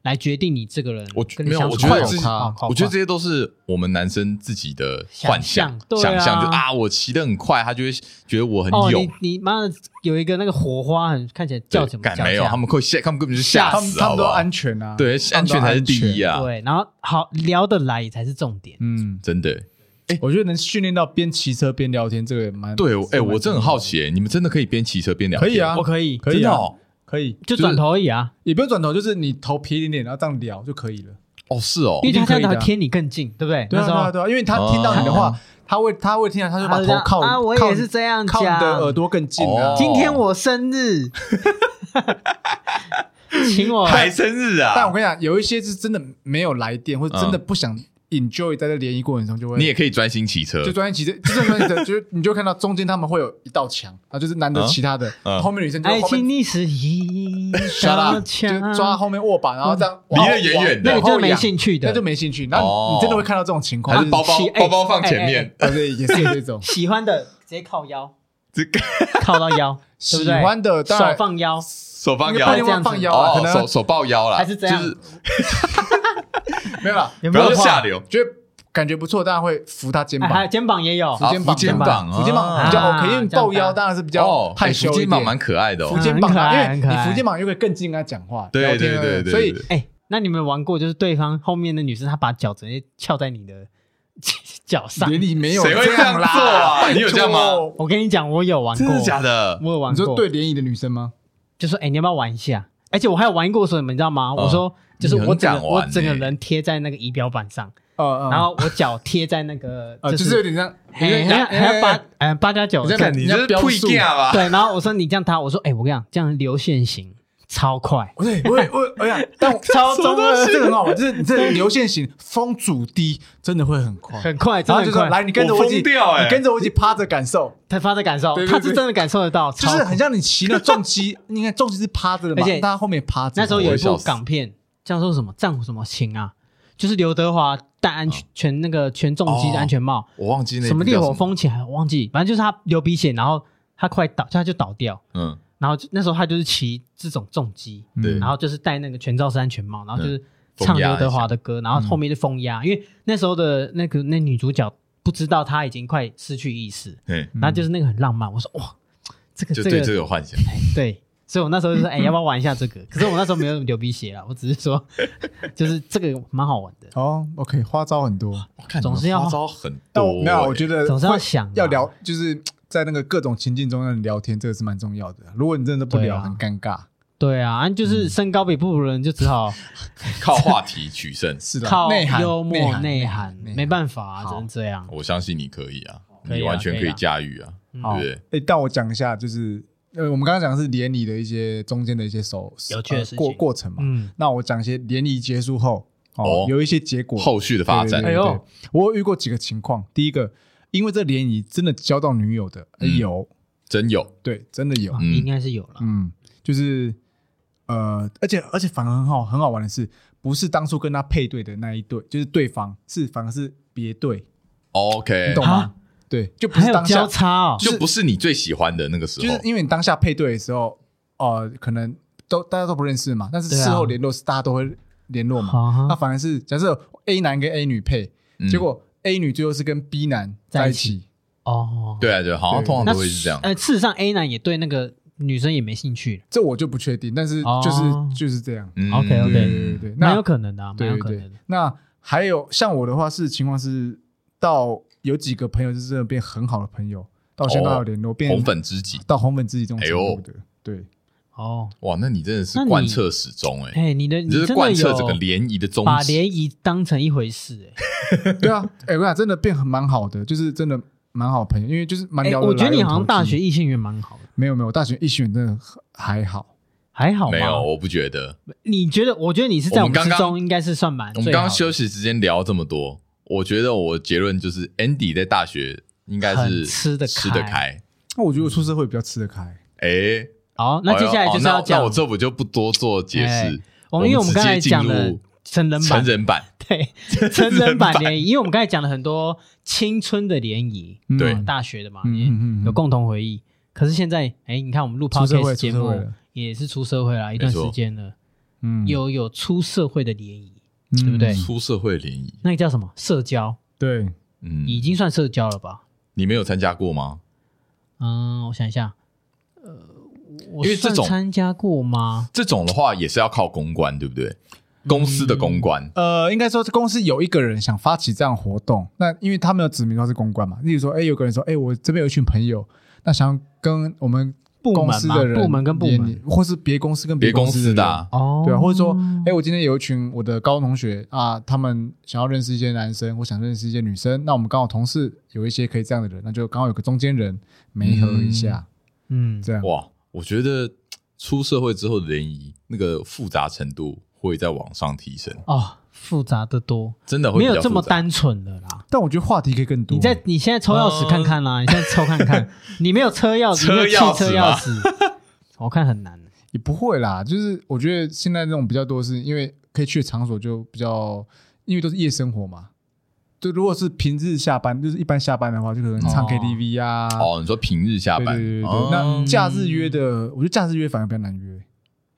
[SPEAKER 3] 来决定你这个人
[SPEAKER 2] 我
[SPEAKER 3] 跟你
[SPEAKER 2] 没有
[SPEAKER 3] 相
[SPEAKER 2] 我
[SPEAKER 3] 处
[SPEAKER 2] 觉得
[SPEAKER 3] 好
[SPEAKER 2] 自己
[SPEAKER 3] 不好好
[SPEAKER 2] 我觉得
[SPEAKER 3] 不好
[SPEAKER 2] 这些都是我们男生自己的幻想
[SPEAKER 3] 想象、对啊
[SPEAKER 2] 想象，就啊，我骑得很快，他就会觉得我很
[SPEAKER 3] 哦，
[SPEAKER 2] 勇
[SPEAKER 3] 你。你妈的有一个那个火花很看起来叫什么
[SPEAKER 2] 敢
[SPEAKER 3] 叫
[SPEAKER 2] 没有？
[SPEAKER 3] 价
[SPEAKER 2] 他们会吓，他们根本就吓
[SPEAKER 1] 他们
[SPEAKER 2] 死，
[SPEAKER 1] 他
[SPEAKER 2] 好
[SPEAKER 1] 们
[SPEAKER 2] 不
[SPEAKER 1] 都
[SPEAKER 2] 好？
[SPEAKER 1] 安全啊，
[SPEAKER 2] 对，安全才是第一
[SPEAKER 1] 啊。
[SPEAKER 2] 啊！
[SPEAKER 3] 对，然后好聊得来才是重点。
[SPEAKER 1] 嗯，
[SPEAKER 2] 真的。
[SPEAKER 1] 我觉得能训练到边骑车边聊天，这个也蛮
[SPEAKER 2] 对，哎，
[SPEAKER 1] 蛮
[SPEAKER 2] 我真的很好奇，你们真的可以边骑车边聊天？
[SPEAKER 1] 可以啊
[SPEAKER 3] 我可以
[SPEAKER 1] 可
[SPEAKER 2] 真
[SPEAKER 1] 以
[SPEAKER 2] 的
[SPEAKER 1] 啊，
[SPEAKER 2] 哦，
[SPEAKER 1] 可以，
[SPEAKER 2] 就
[SPEAKER 3] 就
[SPEAKER 2] 是
[SPEAKER 3] 转头而已啊，
[SPEAKER 1] 也不用转头，就是你头撇一点点，然后这样聊就可以了。
[SPEAKER 2] 哦是哦
[SPEAKER 3] 因，为他
[SPEAKER 1] 一定可
[SPEAKER 3] 这
[SPEAKER 1] 以的啊
[SPEAKER 3] 样才贴你更近，对不对？
[SPEAKER 1] 对啊，
[SPEAKER 3] 那时
[SPEAKER 1] 对啊，
[SPEAKER 3] 候
[SPEAKER 1] 对啊，因为他听到你的
[SPEAKER 2] 哦
[SPEAKER 1] 话，他会他会听到，他就把
[SPEAKER 3] 他就这
[SPEAKER 1] 头
[SPEAKER 3] 样
[SPEAKER 1] 靠
[SPEAKER 3] 啊，我
[SPEAKER 1] 靠
[SPEAKER 3] 也是这样
[SPEAKER 1] 靠你
[SPEAKER 3] 讲。
[SPEAKER 1] 的耳朵更近啊
[SPEAKER 2] 哦。
[SPEAKER 3] 今天我生日，请 我
[SPEAKER 2] 还生日啊！
[SPEAKER 1] 但我跟你讲，有一些是真的没有来电，或者真的
[SPEAKER 3] 嗯
[SPEAKER 1] 不想 enjoy 在这联谊过程中，就会
[SPEAKER 2] 你也可以专心骑车
[SPEAKER 1] 就，专心骑车，就是专心骑车，就是你就看到中间他们会有一道墙，啊，就是男的骑他的，
[SPEAKER 2] 嗯嗯
[SPEAKER 1] 后面女生就
[SPEAKER 3] 爱
[SPEAKER 1] 后
[SPEAKER 3] 情
[SPEAKER 1] 面
[SPEAKER 3] 哎你是一
[SPEAKER 1] shut
[SPEAKER 3] 道
[SPEAKER 1] up，
[SPEAKER 3] 墙，啊嗯
[SPEAKER 1] 就抓后面握把，然后这样
[SPEAKER 2] 离
[SPEAKER 1] 往
[SPEAKER 2] 得远远的
[SPEAKER 3] 那
[SPEAKER 1] 往
[SPEAKER 3] 个就
[SPEAKER 1] 后
[SPEAKER 3] 没
[SPEAKER 1] 仰
[SPEAKER 3] 兴趣的，
[SPEAKER 1] 那就没兴趣。那
[SPEAKER 2] 哦
[SPEAKER 1] 你真的会看到这种情况，
[SPEAKER 2] 还
[SPEAKER 1] 就是
[SPEAKER 2] 包包
[SPEAKER 3] 骑哎
[SPEAKER 2] 包包放前
[SPEAKER 3] 哎哎
[SPEAKER 2] 面，
[SPEAKER 1] 啊，对，也是有这种
[SPEAKER 3] 喜欢的直接靠 腰，
[SPEAKER 2] 这个
[SPEAKER 3] 靠到腰， 对不
[SPEAKER 1] 喜
[SPEAKER 3] 对？
[SPEAKER 1] 欢的，当
[SPEAKER 3] 手
[SPEAKER 1] 然
[SPEAKER 3] 放腰，
[SPEAKER 2] 手放
[SPEAKER 1] 应该
[SPEAKER 2] 腰
[SPEAKER 1] 不
[SPEAKER 3] 要
[SPEAKER 1] 一定
[SPEAKER 3] 这
[SPEAKER 1] 会
[SPEAKER 3] 样子
[SPEAKER 1] 放腰啊，
[SPEAKER 2] 哦
[SPEAKER 1] 可，
[SPEAKER 2] 手
[SPEAKER 1] 能
[SPEAKER 2] 手抱腰啦，
[SPEAKER 3] 还是这样
[SPEAKER 2] 就是
[SPEAKER 1] 没有啦，
[SPEAKER 3] 有
[SPEAKER 2] 不
[SPEAKER 3] 没有
[SPEAKER 2] 要
[SPEAKER 3] 话？
[SPEAKER 2] 下流
[SPEAKER 1] 觉得感觉不错，当然会扶他肩
[SPEAKER 3] 哎还
[SPEAKER 1] 膀
[SPEAKER 3] 有，肩膀也有
[SPEAKER 1] 扶，肩膀，
[SPEAKER 2] 啊扶肩膀
[SPEAKER 1] 扶肩膀
[SPEAKER 2] 啊
[SPEAKER 1] 比较
[SPEAKER 3] 啊
[SPEAKER 1] OK，因为
[SPEAKER 3] 这样
[SPEAKER 1] 抱腰
[SPEAKER 3] 搭
[SPEAKER 1] 当然是比较
[SPEAKER 2] 哦，
[SPEAKER 1] 害
[SPEAKER 2] 哎
[SPEAKER 1] 羞
[SPEAKER 2] 扶
[SPEAKER 1] 一
[SPEAKER 2] 肩膀蛮
[SPEAKER 1] 点。
[SPEAKER 2] 可爱的
[SPEAKER 1] 扶
[SPEAKER 2] 哦，
[SPEAKER 1] 肩
[SPEAKER 3] 嗯
[SPEAKER 1] 膀
[SPEAKER 3] 很可
[SPEAKER 1] 啊，因
[SPEAKER 3] 爱
[SPEAKER 1] 为
[SPEAKER 3] 很可爱
[SPEAKER 1] 你扶肩膀又可以更近跟他讲话，
[SPEAKER 2] 对
[SPEAKER 1] 聊
[SPEAKER 2] 对
[SPEAKER 1] 天啊
[SPEAKER 2] 对对对，
[SPEAKER 1] 所以
[SPEAKER 2] 对对
[SPEAKER 3] 哎，那你们玩过就是对方后面的女生她把脚直接翘在你的脚上？
[SPEAKER 1] 眼里没有
[SPEAKER 2] 谁会这样
[SPEAKER 1] 啦
[SPEAKER 2] 做啊
[SPEAKER 1] 拜托
[SPEAKER 2] 你有这样吗
[SPEAKER 3] 我跟你讲，我有玩过，
[SPEAKER 2] 真的假的？
[SPEAKER 3] 我有玩
[SPEAKER 1] 你
[SPEAKER 3] 过
[SPEAKER 1] 说，对联谊的女生吗？
[SPEAKER 3] 就说：“哎、你要不要玩一下？”而且我还有玩过什么，你知道
[SPEAKER 1] 哦
[SPEAKER 3] 吗？我说，就是
[SPEAKER 2] 你很
[SPEAKER 3] 我整个、
[SPEAKER 2] 敢
[SPEAKER 3] 我
[SPEAKER 2] 玩
[SPEAKER 3] 整个
[SPEAKER 2] 欸
[SPEAKER 3] 人贴在那个仪表板上，
[SPEAKER 1] 呃呃，
[SPEAKER 3] 然后我脚贴在那 个，
[SPEAKER 1] 呃，就是有
[SPEAKER 3] 是
[SPEAKER 1] 点像，哎
[SPEAKER 3] 还
[SPEAKER 1] 有点
[SPEAKER 3] 要还要八呃八加九
[SPEAKER 1] 你，在
[SPEAKER 2] 看 你
[SPEAKER 1] 人家
[SPEAKER 2] 这是
[SPEAKER 1] 标
[SPEAKER 2] 退
[SPEAKER 1] 速
[SPEAKER 2] 价吧？
[SPEAKER 3] 对。然后我说你这样搭，我说：“哎、我跟你讲，这样流线型超快，
[SPEAKER 1] 对，我也 我也哎呀，但我
[SPEAKER 3] 超
[SPEAKER 1] 中
[SPEAKER 3] 中
[SPEAKER 1] 二
[SPEAKER 3] 二
[SPEAKER 1] 这个很好玩，就是你这流线型风阻低，真的会很快，
[SPEAKER 3] 很快，真
[SPEAKER 1] 然
[SPEAKER 3] 的
[SPEAKER 1] 后就说
[SPEAKER 3] 很快。
[SPEAKER 1] 来，你跟着我一起，
[SPEAKER 2] 我疯掉欸
[SPEAKER 1] 你跟着我一起趴着感受，”
[SPEAKER 3] 他发的感受，
[SPEAKER 1] 对对
[SPEAKER 3] 他是
[SPEAKER 1] 对
[SPEAKER 3] 真的感受得到，
[SPEAKER 1] 就
[SPEAKER 3] 超
[SPEAKER 1] 是
[SPEAKER 3] 快
[SPEAKER 1] 很像你骑那重 机，你看重机是趴着的嘛，
[SPEAKER 3] 而且
[SPEAKER 1] 大家后面趴着。
[SPEAKER 3] 那时候
[SPEAKER 2] 我
[SPEAKER 3] 有
[SPEAKER 2] 会
[SPEAKER 3] 一
[SPEAKER 2] 笑
[SPEAKER 3] 部
[SPEAKER 2] 死
[SPEAKER 3] 港片叫做什么《战什么情》啊，就是刘德华戴安全、全那个全重机的安全帽。
[SPEAKER 2] 我忘哦记那
[SPEAKER 3] 什么
[SPEAKER 2] 部
[SPEAKER 3] 烈
[SPEAKER 2] 叫
[SPEAKER 3] 火风起来，我忘记，反正就是他流鼻血，然后他快倒，他就倒掉，
[SPEAKER 2] 嗯，
[SPEAKER 3] 然后就那时候他就是骑这种重机，
[SPEAKER 1] 嗯
[SPEAKER 2] 对
[SPEAKER 3] 然后就是戴那个全罩式安全帽，然后就是
[SPEAKER 2] 嗯风
[SPEAKER 3] 唱
[SPEAKER 2] 压
[SPEAKER 3] 刘德
[SPEAKER 2] 一下嗯
[SPEAKER 3] 华的歌，然后后面就风压，因为那时候的那个那女主角不知道她已经快失去意识，
[SPEAKER 2] 对，
[SPEAKER 3] 然后就是那个很浪漫，我说哇，这个
[SPEAKER 2] 嗯就
[SPEAKER 3] 哎这
[SPEAKER 2] 对这
[SPEAKER 3] 个
[SPEAKER 2] 个有幻想。
[SPEAKER 3] 对，所以我那时候就说，哎、要不要玩一下这个？可是我那时候没有流鼻血啦，我只是说， 就是这个蛮好玩的，
[SPEAKER 1] 哦，OK，花招很多。
[SPEAKER 2] 我看你
[SPEAKER 3] 总
[SPEAKER 2] 们
[SPEAKER 3] 是要
[SPEAKER 2] 花招很
[SPEAKER 1] 那
[SPEAKER 2] 多
[SPEAKER 1] 我
[SPEAKER 2] 欸，
[SPEAKER 1] 没有，啊我觉得
[SPEAKER 3] 总是要
[SPEAKER 1] 呃会
[SPEAKER 3] 想啊
[SPEAKER 1] 要聊，就是在那个各种情境中让你聊天，这个是蛮重要的。如果你真的不聊，
[SPEAKER 3] 对啊
[SPEAKER 1] 很尴尬。
[SPEAKER 3] 对啊，啊
[SPEAKER 1] 嗯
[SPEAKER 3] 就是身高比不如人，就只好
[SPEAKER 2] 欸靠话题取胜，
[SPEAKER 1] 是的，
[SPEAKER 3] 靠
[SPEAKER 1] 啊内涵、
[SPEAKER 3] 幽
[SPEAKER 1] 内
[SPEAKER 3] 默
[SPEAKER 1] 涵、
[SPEAKER 3] 内
[SPEAKER 1] 内
[SPEAKER 3] 涵，
[SPEAKER 1] 内
[SPEAKER 3] 没办法、啊，
[SPEAKER 1] 好
[SPEAKER 3] 只能这样。
[SPEAKER 2] 我相信你可以啊，
[SPEAKER 3] 可以啊
[SPEAKER 2] 你完全可
[SPEAKER 3] 可以
[SPEAKER 2] 以
[SPEAKER 3] 啊
[SPEAKER 2] 驾驭啊，对
[SPEAKER 1] 好
[SPEAKER 2] 不对？
[SPEAKER 1] 诶，但我讲一下，就是呃，我们刚刚讲的是联谊的一些中间的一些手
[SPEAKER 3] 有趣的
[SPEAKER 1] 呃
[SPEAKER 3] 事情
[SPEAKER 1] 过过程嘛。
[SPEAKER 3] 嗯，
[SPEAKER 1] 那我讲一些联谊结束后哦
[SPEAKER 2] 哦，
[SPEAKER 1] 有一些结果
[SPEAKER 2] 后续的发展
[SPEAKER 1] 对对
[SPEAKER 3] 哎
[SPEAKER 1] 对
[SPEAKER 3] 呦
[SPEAKER 1] 我有遇过几个情况。第一个，因为这联谊真的交到女友的呃
[SPEAKER 2] 嗯
[SPEAKER 1] 有，
[SPEAKER 2] 真有，
[SPEAKER 1] 对，真的有
[SPEAKER 3] 啊，
[SPEAKER 2] 嗯
[SPEAKER 3] 应该是有了。
[SPEAKER 1] 嗯，就是呃，而且而且反而很好很好玩的是，不是当初跟他配对的那一对，就是对方是反而是别对，你
[SPEAKER 2] OK，
[SPEAKER 1] 懂
[SPEAKER 3] 啊
[SPEAKER 1] 吗？对，就不
[SPEAKER 3] 还
[SPEAKER 1] 是
[SPEAKER 3] 有
[SPEAKER 1] 当下，
[SPEAKER 3] 交叉哦，
[SPEAKER 2] 就不是你最喜欢的那个时
[SPEAKER 1] 就是
[SPEAKER 2] 候，
[SPEAKER 1] 因为你当下配对的时候，呃，可能都大家都不认识嘛，但是
[SPEAKER 3] 对啊
[SPEAKER 1] 事后联络是大家都会联络嘛。
[SPEAKER 3] 啊
[SPEAKER 1] 那
[SPEAKER 3] 哈
[SPEAKER 1] 反而是假设 A 男跟 A 女配，
[SPEAKER 2] 嗯
[SPEAKER 1] 结果 A 女最后是跟 B 男在一起，
[SPEAKER 3] 哦，
[SPEAKER 2] 对啊对啊，好像
[SPEAKER 1] 对
[SPEAKER 2] 通常
[SPEAKER 3] 那
[SPEAKER 2] 都会是这样，
[SPEAKER 3] 呃，事实上 A 男也对那个女生也没兴趣了，
[SPEAKER 1] 这我就不确定，但是
[SPEAKER 3] 哦
[SPEAKER 1] 就是就是这样。
[SPEAKER 2] 嗯
[SPEAKER 3] 呃 OK，OK
[SPEAKER 1] 对对对，那
[SPEAKER 3] 蛮有可能的啊，蛮
[SPEAKER 1] 对
[SPEAKER 3] 有
[SPEAKER 1] 对
[SPEAKER 3] 可
[SPEAKER 1] 对
[SPEAKER 3] 能的。，
[SPEAKER 1] 那还有像我的话是情况是到有几个朋友是真的变很好的朋友，到现在还有联络，变
[SPEAKER 2] 嗯红粉哎知己，
[SPEAKER 1] 到红粉知己这种程度的，对，
[SPEAKER 3] 哦，
[SPEAKER 2] 哇，那你真的是
[SPEAKER 3] 那你
[SPEAKER 2] 贯彻始终哎，
[SPEAKER 3] 哎，你的你
[SPEAKER 2] 你这
[SPEAKER 3] 真
[SPEAKER 2] 是
[SPEAKER 3] 的
[SPEAKER 2] 贯彻整个
[SPEAKER 3] 有
[SPEAKER 2] 联谊的宗
[SPEAKER 3] 把
[SPEAKER 2] 旨，
[SPEAKER 3] 联谊当成一回事，哎，
[SPEAKER 1] 对啊，哎，我俩真的变很蛮好的，就是真的蛮好的朋友，因为就是蛮
[SPEAKER 3] 哎
[SPEAKER 1] 聊得来
[SPEAKER 3] 我觉得你好像大学
[SPEAKER 1] 有投机
[SPEAKER 3] 异性缘蛮好的，
[SPEAKER 1] 没有没有，我大学一选真的还好，
[SPEAKER 3] 还好吗
[SPEAKER 2] 没有，我不觉得。
[SPEAKER 3] 你觉得？我觉得你是在
[SPEAKER 2] 我
[SPEAKER 3] 我
[SPEAKER 2] 们
[SPEAKER 3] 们之
[SPEAKER 2] 刚刚
[SPEAKER 3] 中应该是算蛮
[SPEAKER 2] 我
[SPEAKER 3] 最好
[SPEAKER 2] 们
[SPEAKER 3] 的。
[SPEAKER 2] 刚刚休息时间聊这么多，我觉得我结论就是 Andy 在大学应该
[SPEAKER 3] 很
[SPEAKER 2] 是
[SPEAKER 3] 吃得开
[SPEAKER 2] 吃得开。
[SPEAKER 1] 那我觉得我出社会比较吃得开，
[SPEAKER 2] 哎，
[SPEAKER 3] 好，那接下来就是
[SPEAKER 2] 哎呦
[SPEAKER 3] 要
[SPEAKER 2] 哦那
[SPEAKER 3] 讲
[SPEAKER 2] 那我这我就不多做解
[SPEAKER 3] 哎
[SPEAKER 2] 释，
[SPEAKER 3] 我们因为我们刚才讲
[SPEAKER 2] 我们直接
[SPEAKER 3] 的
[SPEAKER 2] 进入
[SPEAKER 3] 成人版
[SPEAKER 2] 成，人版。
[SPEAKER 3] 对成人版联谊，因为我们刚才讲了很多青春的联谊，
[SPEAKER 1] 嗯
[SPEAKER 2] 对
[SPEAKER 3] 啊大学的嘛，
[SPEAKER 1] 嗯
[SPEAKER 3] 也
[SPEAKER 1] 嗯嗯
[SPEAKER 3] 有共同回忆。可是现在，哎，你看我们录
[SPEAKER 1] 出社会
[SPEAKER 3] podcast 节
[SPEAKER 1] 出社会
[SPEAKER 3] 目
[SPEAKER 1] 了
[SPEAKER 3] 也是出社会啦，一段
[SPEAKER 2] 没错
[SPEAKER 3] 时间了，
[SPEAKER 1] 嗯，
[SPEAKER 3] 有有出社会的联谊，
[SPEAKER 1] 嗯
[SPEAKER 3] 对不对
[SPEAKER 2] 出社会联谊，
[SPEAKER 3] 那个叫什么社交，
[SPEAKER 1] 对，
[SPEAKER 2] 嗯，
[SPEAKER 3] 已经算社交了吧？
[SPEAKER 2] 你没有参加过吗？
[SPEAKER 3] 嗯，我想一下，呃，我
[SPEAKER 2] 因为这
[SPEAKER 3] 算
[SPEAKER 2] 种
[SPEAKER 3] 参加过吗？
[SPEAKER 2] 这种的话也是要靠公关，对不对？公司的公关，
[SPEAKER 1] 呃，应该说公司有一个人想发起这样活动，那因为他没有指明他是公关嘛，例如说，哎，有个人说，哎，我这边有一群朋友，那想要跟我们
[SPEAKER 3] 部门
[SPEAKER 1] 公
[SPEAKER 3] 嘛
[SPEAKER 1] 司的人，
[SPEAKER 3] 部门跟部门
[SPEAKER 1] 联谊，或是别公司跟
[SPEAKER 2] 别
[SPEAKER 1] 公
[SPEAKER 2] 公
[SPEAKER 1] 司
[SPEAKER 2] 司
[SPEAKER 1] 的
[SPEAKER 2] 的
[SPEAKER 1] 人
[SPEAKER 2] 啊，
[SPEAKER 3] 哦
[SPEAKER 1] 对啊，或者说，哎，我今天有一群我的高中同学啊，他们想要认识一些男生，我想认识一些女生，那我们刚好同事有一些可以这样的人，那就刚好有个中间人媒合一下，
[SPEAKER 3] 嗯，
[SPEAKER 1] 这样
[SPEAKER 2] 哇，我觉得嘖出社会之后的联谊那个复杂程度会在往上提升，
[SPEAKER 3] 哦，复杂的多，
[SPEAKER 2] 真的会
[SPEAKER 3] 没
[SPEAKER 2] 比较
[SPEAKER 3] 有这么
[SPEAKER 2] 复杂。
[SPEAKER 3] 单纯的啦。
[SPEAKER 1] 但我觉得话题可以更多。
[SPEAKER 3] 你在你现在抽钥匙看看啦，你现在抽看看，你没有车钥匙，
[SPEAKER 2] 车
[SPEAKER 3] 你没有汽
[SPEAKER 2] 钥
[SPEAKER 3] 车
[SPEAKER 2] 匙
[SPEAKER 3] 钥
[SPEAKER 2] 吗
[SPEAKER 3] 匙，我看很难。
[SPEAKER 1] 也不会啦，就是我觉得现在这种比较多，是因为可以去的场所就比较，因为都是夜生活嘛。就如果是平日下班，就是一般下班的话，就可能唱
[SPEAKER 3] 哦
[SPEAKER 1] KTV 啊，
[SPEAKER 2] 哦，你说平日下
[SPEAKER 1] 对
[SPEAKER 2] 班
[SPEAKER 1] 对对对对。
[SPEAKER 2] 哦
[SPEAKER 1] 那假日约的，我觉得假日约反而比较难约。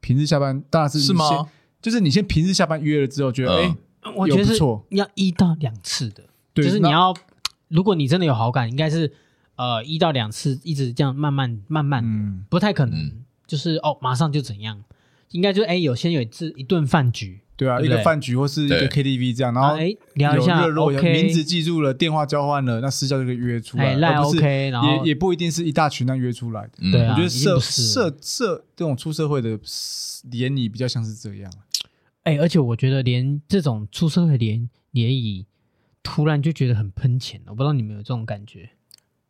[SPEAKER 1] 平日下班当然是
[SPEAKER 2] 是
[SPEAKER 1] 你
[SPEAKER 2] 吗
[SPEAKER 1] 先？就是你先平日下班约了之后，觉得哎
[SPEAKER 2] 嗯，
[SPEAKER 3] 我觉得
[SPEAKER 1] 有不
[SPEAKER 3] 是
[SPEAKER 1] 错
[SPEAKER 3] 要一到两次的，就
[SPEAKER 1] 对
[SPEAKER 3] 是你
[SPEAKER 1] 那
[SPEAKER 3] 要，如果你真的有好感，应该是呃一到两次一直这样慢慢慢慢的，
[SPEAKER 1] 嗯，
[SPEAKER 3] 不太可能
[SPEAKER 2] 嗯
[SPEAKER 3] 就是哦马上就怎样，应该就是哎有先有一次一顿饭局，
[SPEAKER 1] 对啊，
[SPEAKER 3] 对
[SPEAKER 1] 一
[SPEAKER 3] 不对
[SPEAKER 1] 个饭局或是一个
[SPEAKER 2] 对
[SPEAKER 1] KTV 这样，然
[SPEAKER 3] 然后
[SPEAKER 1] 后
[SPEAKER 3] 哎聊一下
[SPEAKER 1] 有热络，有名字
[SPEAKER 3] OK，
[SPEAKER 1] 记住了，电话交换了，那私交就可以约出
[SPEAKER 3] 哎
[SPEAKER 1] 来，
[SPEAKER 3] 赖
[SPEAKER 1] 而不是
[SPEAKER 3] OK，然后
[SPEAKER 1] 也也不一定是一大群那样约出来的。
[SPEAKER 2] 嗯
[SPEAKER 3] 对啊
[SPEAKER 1] 我觉得
[SPEAKER 3] 一定
[SPEAKER 1] 社
[SPEAKER 3] 不是
[SPEAKER 1] 社社这种出社会的联谊比较像是这样，
[SPEAKER 3] 哎，而且我觉得连这种出社会联联谊，突然就觉得很喷钱，我不知道你们有这种感觉。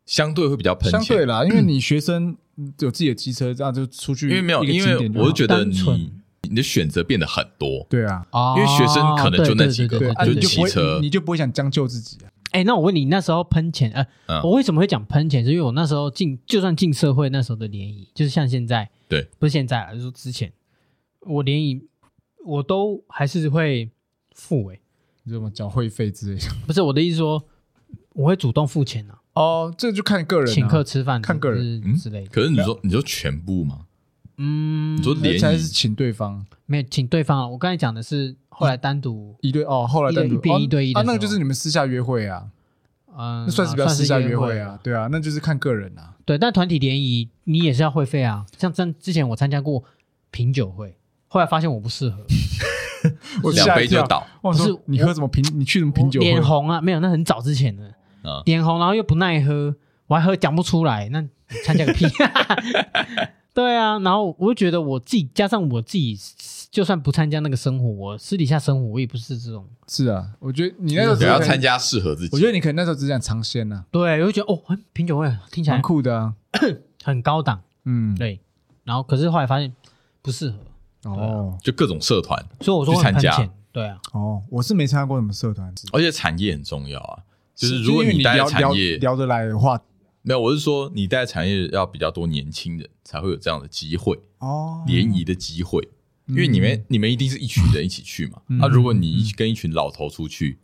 [SPEAKER 2] 相对会比较喷
[SPEAKER 1] 相对
[SPEAKER 2] 钱，
[SPEAKER 1] 啦，因为你学生有自己的机车，这样就出去，
[SPEAKER 2] 因为没有，
[SPEAKER 1] 一个
[SPEAKER 2] 因
[SPEAKER 1] 景
[SPEAKER 2] 为
[SPEAKER 1] 点就
[SPEAKER 2] 我
[SPEAKER 1] 好
[SPEAKER 2] 就觉得
[SPEAKER 3] 单纯
[SPEAKER 2] 你你的选择变得很多，
[SPEAKER 1] 对啊，
[SPEAKER 3] 哦
[SPEAKER 2] 因为学生可能就那几个
[SPEAKER 3] 对
[SPEAKER 1] 对
[SPEAKER 3] 对
[SPEAKER 1] 啊，
[SPEAKER 3] 对
[SPEAKER 2] 就
[SPEAKER 1] 你就
[SPEAKER 3] 对对对
[SPEAKER 1] 不
[SPEAKER 2] 骑车
[SPEAKER 1] 会，你就不会想将就自己啊，
[SPEAKER 3] 哎、那我问你，那时候喷钱，呃，
[SPEAKER 2] 嗯
[SPEAKER 3] 我为什么会讲喷钱？是因为我那时候进，就算进社会，那时候的联谊，就是像现在，
[SPEAKER 2] 对，
[SPEAKER 3] 不是现在了，就是说之前，我联谊，我都还是会付、欸，
[SPEAKER 1] 你知道吗？缴会费之类的。
[SPEAKER 3] 不是我的意思说，我会主动付钱啊，
[SPEAKER 1] 哦，这就看个人啊
[SPEAKER 3] 请客吃饭，
[SPEAKER 1] 看个人
[SPEAKER 3] 就是之类的，
[SPEAKER 2] 嗯可是你
[SPEAKER 1] 啊
[SPEAKER 2] 说你说全部吗？
[SPEAKER 3] 嗯
[SPEAKER 2] 你，说联
[SPEAKER 1] 而且还
[SPEAKER 2] 谊
[SPEAKER 1] 是请对方
[SPEAKER 3] 没有，请对方啊，我刚才讲的是后来单独，
[SPEAKER 1] 一对哦，后来单独
[SPEAKER 3] 一对一变
[SPEAKER 1] 哦
[SPEAKER 3] 一对一的
[SPEAKER 1] 啊，那
[SPEAKER 3] 时
[SPEAKER 1] 个
[SPEAKER 3] 候
[SPEAKER 1] 就是你们私下约会啊，
[SPEAKER 3] 嗯，
[SPEAKER 1] 那算是比较
[SPEAKER 3] 啊
[SPEAKER 1] 私下约
[SPEAKER 3] 约
[SPEAKER 1] 会啊，对啊，那就是看个人啊。
[SPEAKER 3] 对，但团体联谊你也是要会费啊。像之之前我参加过品酒会，后来发现我不适合，
[SPEAKER 1] 我
[SPEAKER 2] 两
[SPEAKER 1] 吓一
[SPEAKER 2] 杯就
[SPEAKER 1] 跳
[SPEAKER 2] 倒
[SPEAKER 1] 我想
[SPEAKER 3] 不
[SPEAKER 1] 说
[SPEAKER 3] 是
[SPEAKER 1] 你喝什么品？你去什么 品酒
[SPEAKER 3] 我
[SPEAKER 1] 会
[SPEAKER 3] 脸？红啊，没有，那很早之前的
[SPEAKER 2] 啊！
[SPEAKER 3] 脸红，然后又不耐喝，我还喝讲不出来，那你参 加个屁！对啊，然后我就觉得我自己加上我自己，就算不参加那个生活，我私底下生活我也不是这种，
[SPEAKER 1] 是啊，我觉得你那时候
[SPEAKER 2] 不
[SPEAKER 1] 只
[SPEAKER 2] 要
[SPEAKER 1] 可能
[SPEAKER 2] 参，加适合自己。
[SPEAKER 1] 我觉得你可能那时候只想尝鲜呐，
[SPEAKER 3] 对，我就觉得哦，很品酒会听起
[SPEAKER 1] 啊蛮
[SPEAKER 3] 来
[SPEAKER 1] 酷的啊。
[SPEAKER 3] 很高档，
[SPEAKER 1] 嗯，
[SPEAKER 3] 嗯对，啊然后可是后来发现不适合，
[SPEAKER 1] 哦
[SPEAKER 2] 就各种社团，
[SPEAKER 3] 所以我说
[SPEAKER 2] 去
[SPEAKER 3] 我
[SPEAKER 2] 参
[SPEAKER 3] 很喷
[SPEAKER 2] 加
[SPEAKER 3] 钱，对啊，
[SPEAKER 1] 哦，我是没参加过什么社团，
[SPEAKER 2] 而且产业很重要啊。就是
[SPEAKER 1] 就
[SPEAKER 2] 如果
[SPEAKER 1] 因为
[SPEAKER 2] 你
[SPEAKER 1] 你
[SPEAKER 2] 待在
[SPEAKER 1] 聊
[SPEAKER 2] 产
[SPEAKER 1] 聊
[SPEAKER 2] 业，
[SPEAKER 1] 聊得来的话，
[SPEAKER 2] 没有，我是说你待在产业要比较多年轻人才会有这样的机会，
[SPEAKER 1] 哦，
[SPEAKER 2] 联谊的机会。
[SPEAKER 1] 嗯
[SPEAKER 2] 因为你们你们一定是一群人一起去嘛，那、如果你一跟一群老头出去，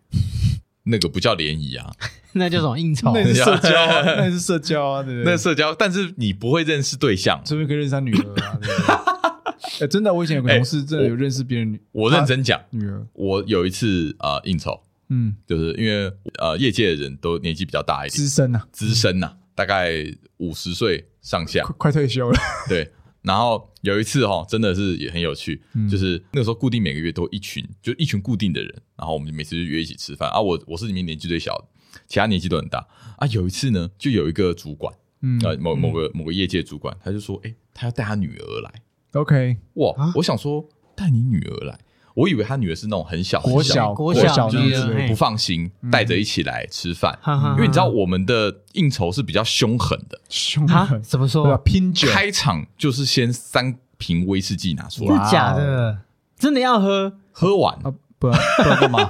[SPEAKER 2] 那个不叫联谊啊，
[SPEAKER 3] 那叫什么应酬
[SPEAKER 1] 那？也是社交 啊，那也是社交啊， 对不对？
[SPEAKER 2] 那社交，但是你不会认识对象。
[SPEAKER 1] 顺便可以认识他女儿 啊，对不对？哎，真的，我以前有个同事真的有认识别人女
[SPEAKER 2] 我认真讲，
[SPEAKER 1] 女儿，
[SPEAKER 2] 我有一次呃应酬，
[SPEAKER 1] 嗯，
[SPEAKER 2] 就是因为呃业界的人都年纪比较大一点，
[SPEAKER 1] 资深啊，
[SPEAKER 2] 资深呐、大概五十岁上下，
[SPEAKER 1] 快快退休了，
[SPEAKER 2] 对。然后有一次哦，真的是也很有趣，
[SPEAKER 1] 嗯
[SPEAKER 2] 就是那个时候固定每个月都一群，就一群固定的人，然后我们就每次就约一起吃饭啊。我我是里面年纪最小的，其他年纪都很大啊。有一次呢，就有一个主管，
[SPEAKER 1] 嗯
[SPEAKER 2] 呃，某某个某个业界主管，他就说，哎，他要带他女儿来。
[SPEAKER 1] ，OK，
[SPEAKER 2] 哇，
[SPEAKER 3] 啊
[SPEAKER 2] 我想说带你女儿来，我以为他女儿是那种很小
[SPEAKER 1] 国
[SPEAKER 2] 很小
[SPEAKER 1] 小
[SPEAKER 3] 国
[SPEAKER 1] 小
[SPEAKER 3] 小
[SPEAKER 2] 就
[SPEAKER 1] 那嗯
[SPEAKER 3] 女
[SPEAKER 1] 样
[SPEAKER 3] 儿
[SPEAKER 1] 子
[SPEAKER 3] 嘿
[SPEAKER 2] 是不放心，带着一起来吃饭。
[SPEAKER 3] 哈
[SPEAKER 1] 嗯
[SPEAKER 3] 哈哈
[SPEAKER 2] 因为你知
[SPEAKER 1] 啊
[SPEAKER 2] 道我们的应酬是比较凶狠的，
[SPEAKER 1] 凶
[SPEAKER 3] 啊
[SPEAKER 1] 狠，，
[SPEAKER 3] 怎么
[SPEAKER 1] 对吧？
[SPEAKER 3] 说？
[SPEAKER 1] 拼酒，
[SPEAKER 2] 开场就是先三瓶威士忌拿出来
[SPEAKER 3] 真
[SPEAKER 1] 哇哦
[SPEAKER 3] 的假的？真的要喝？
[SPEAKER 2] 喝完，
[SPEAKER 1] 啊，不然不然干 嘛？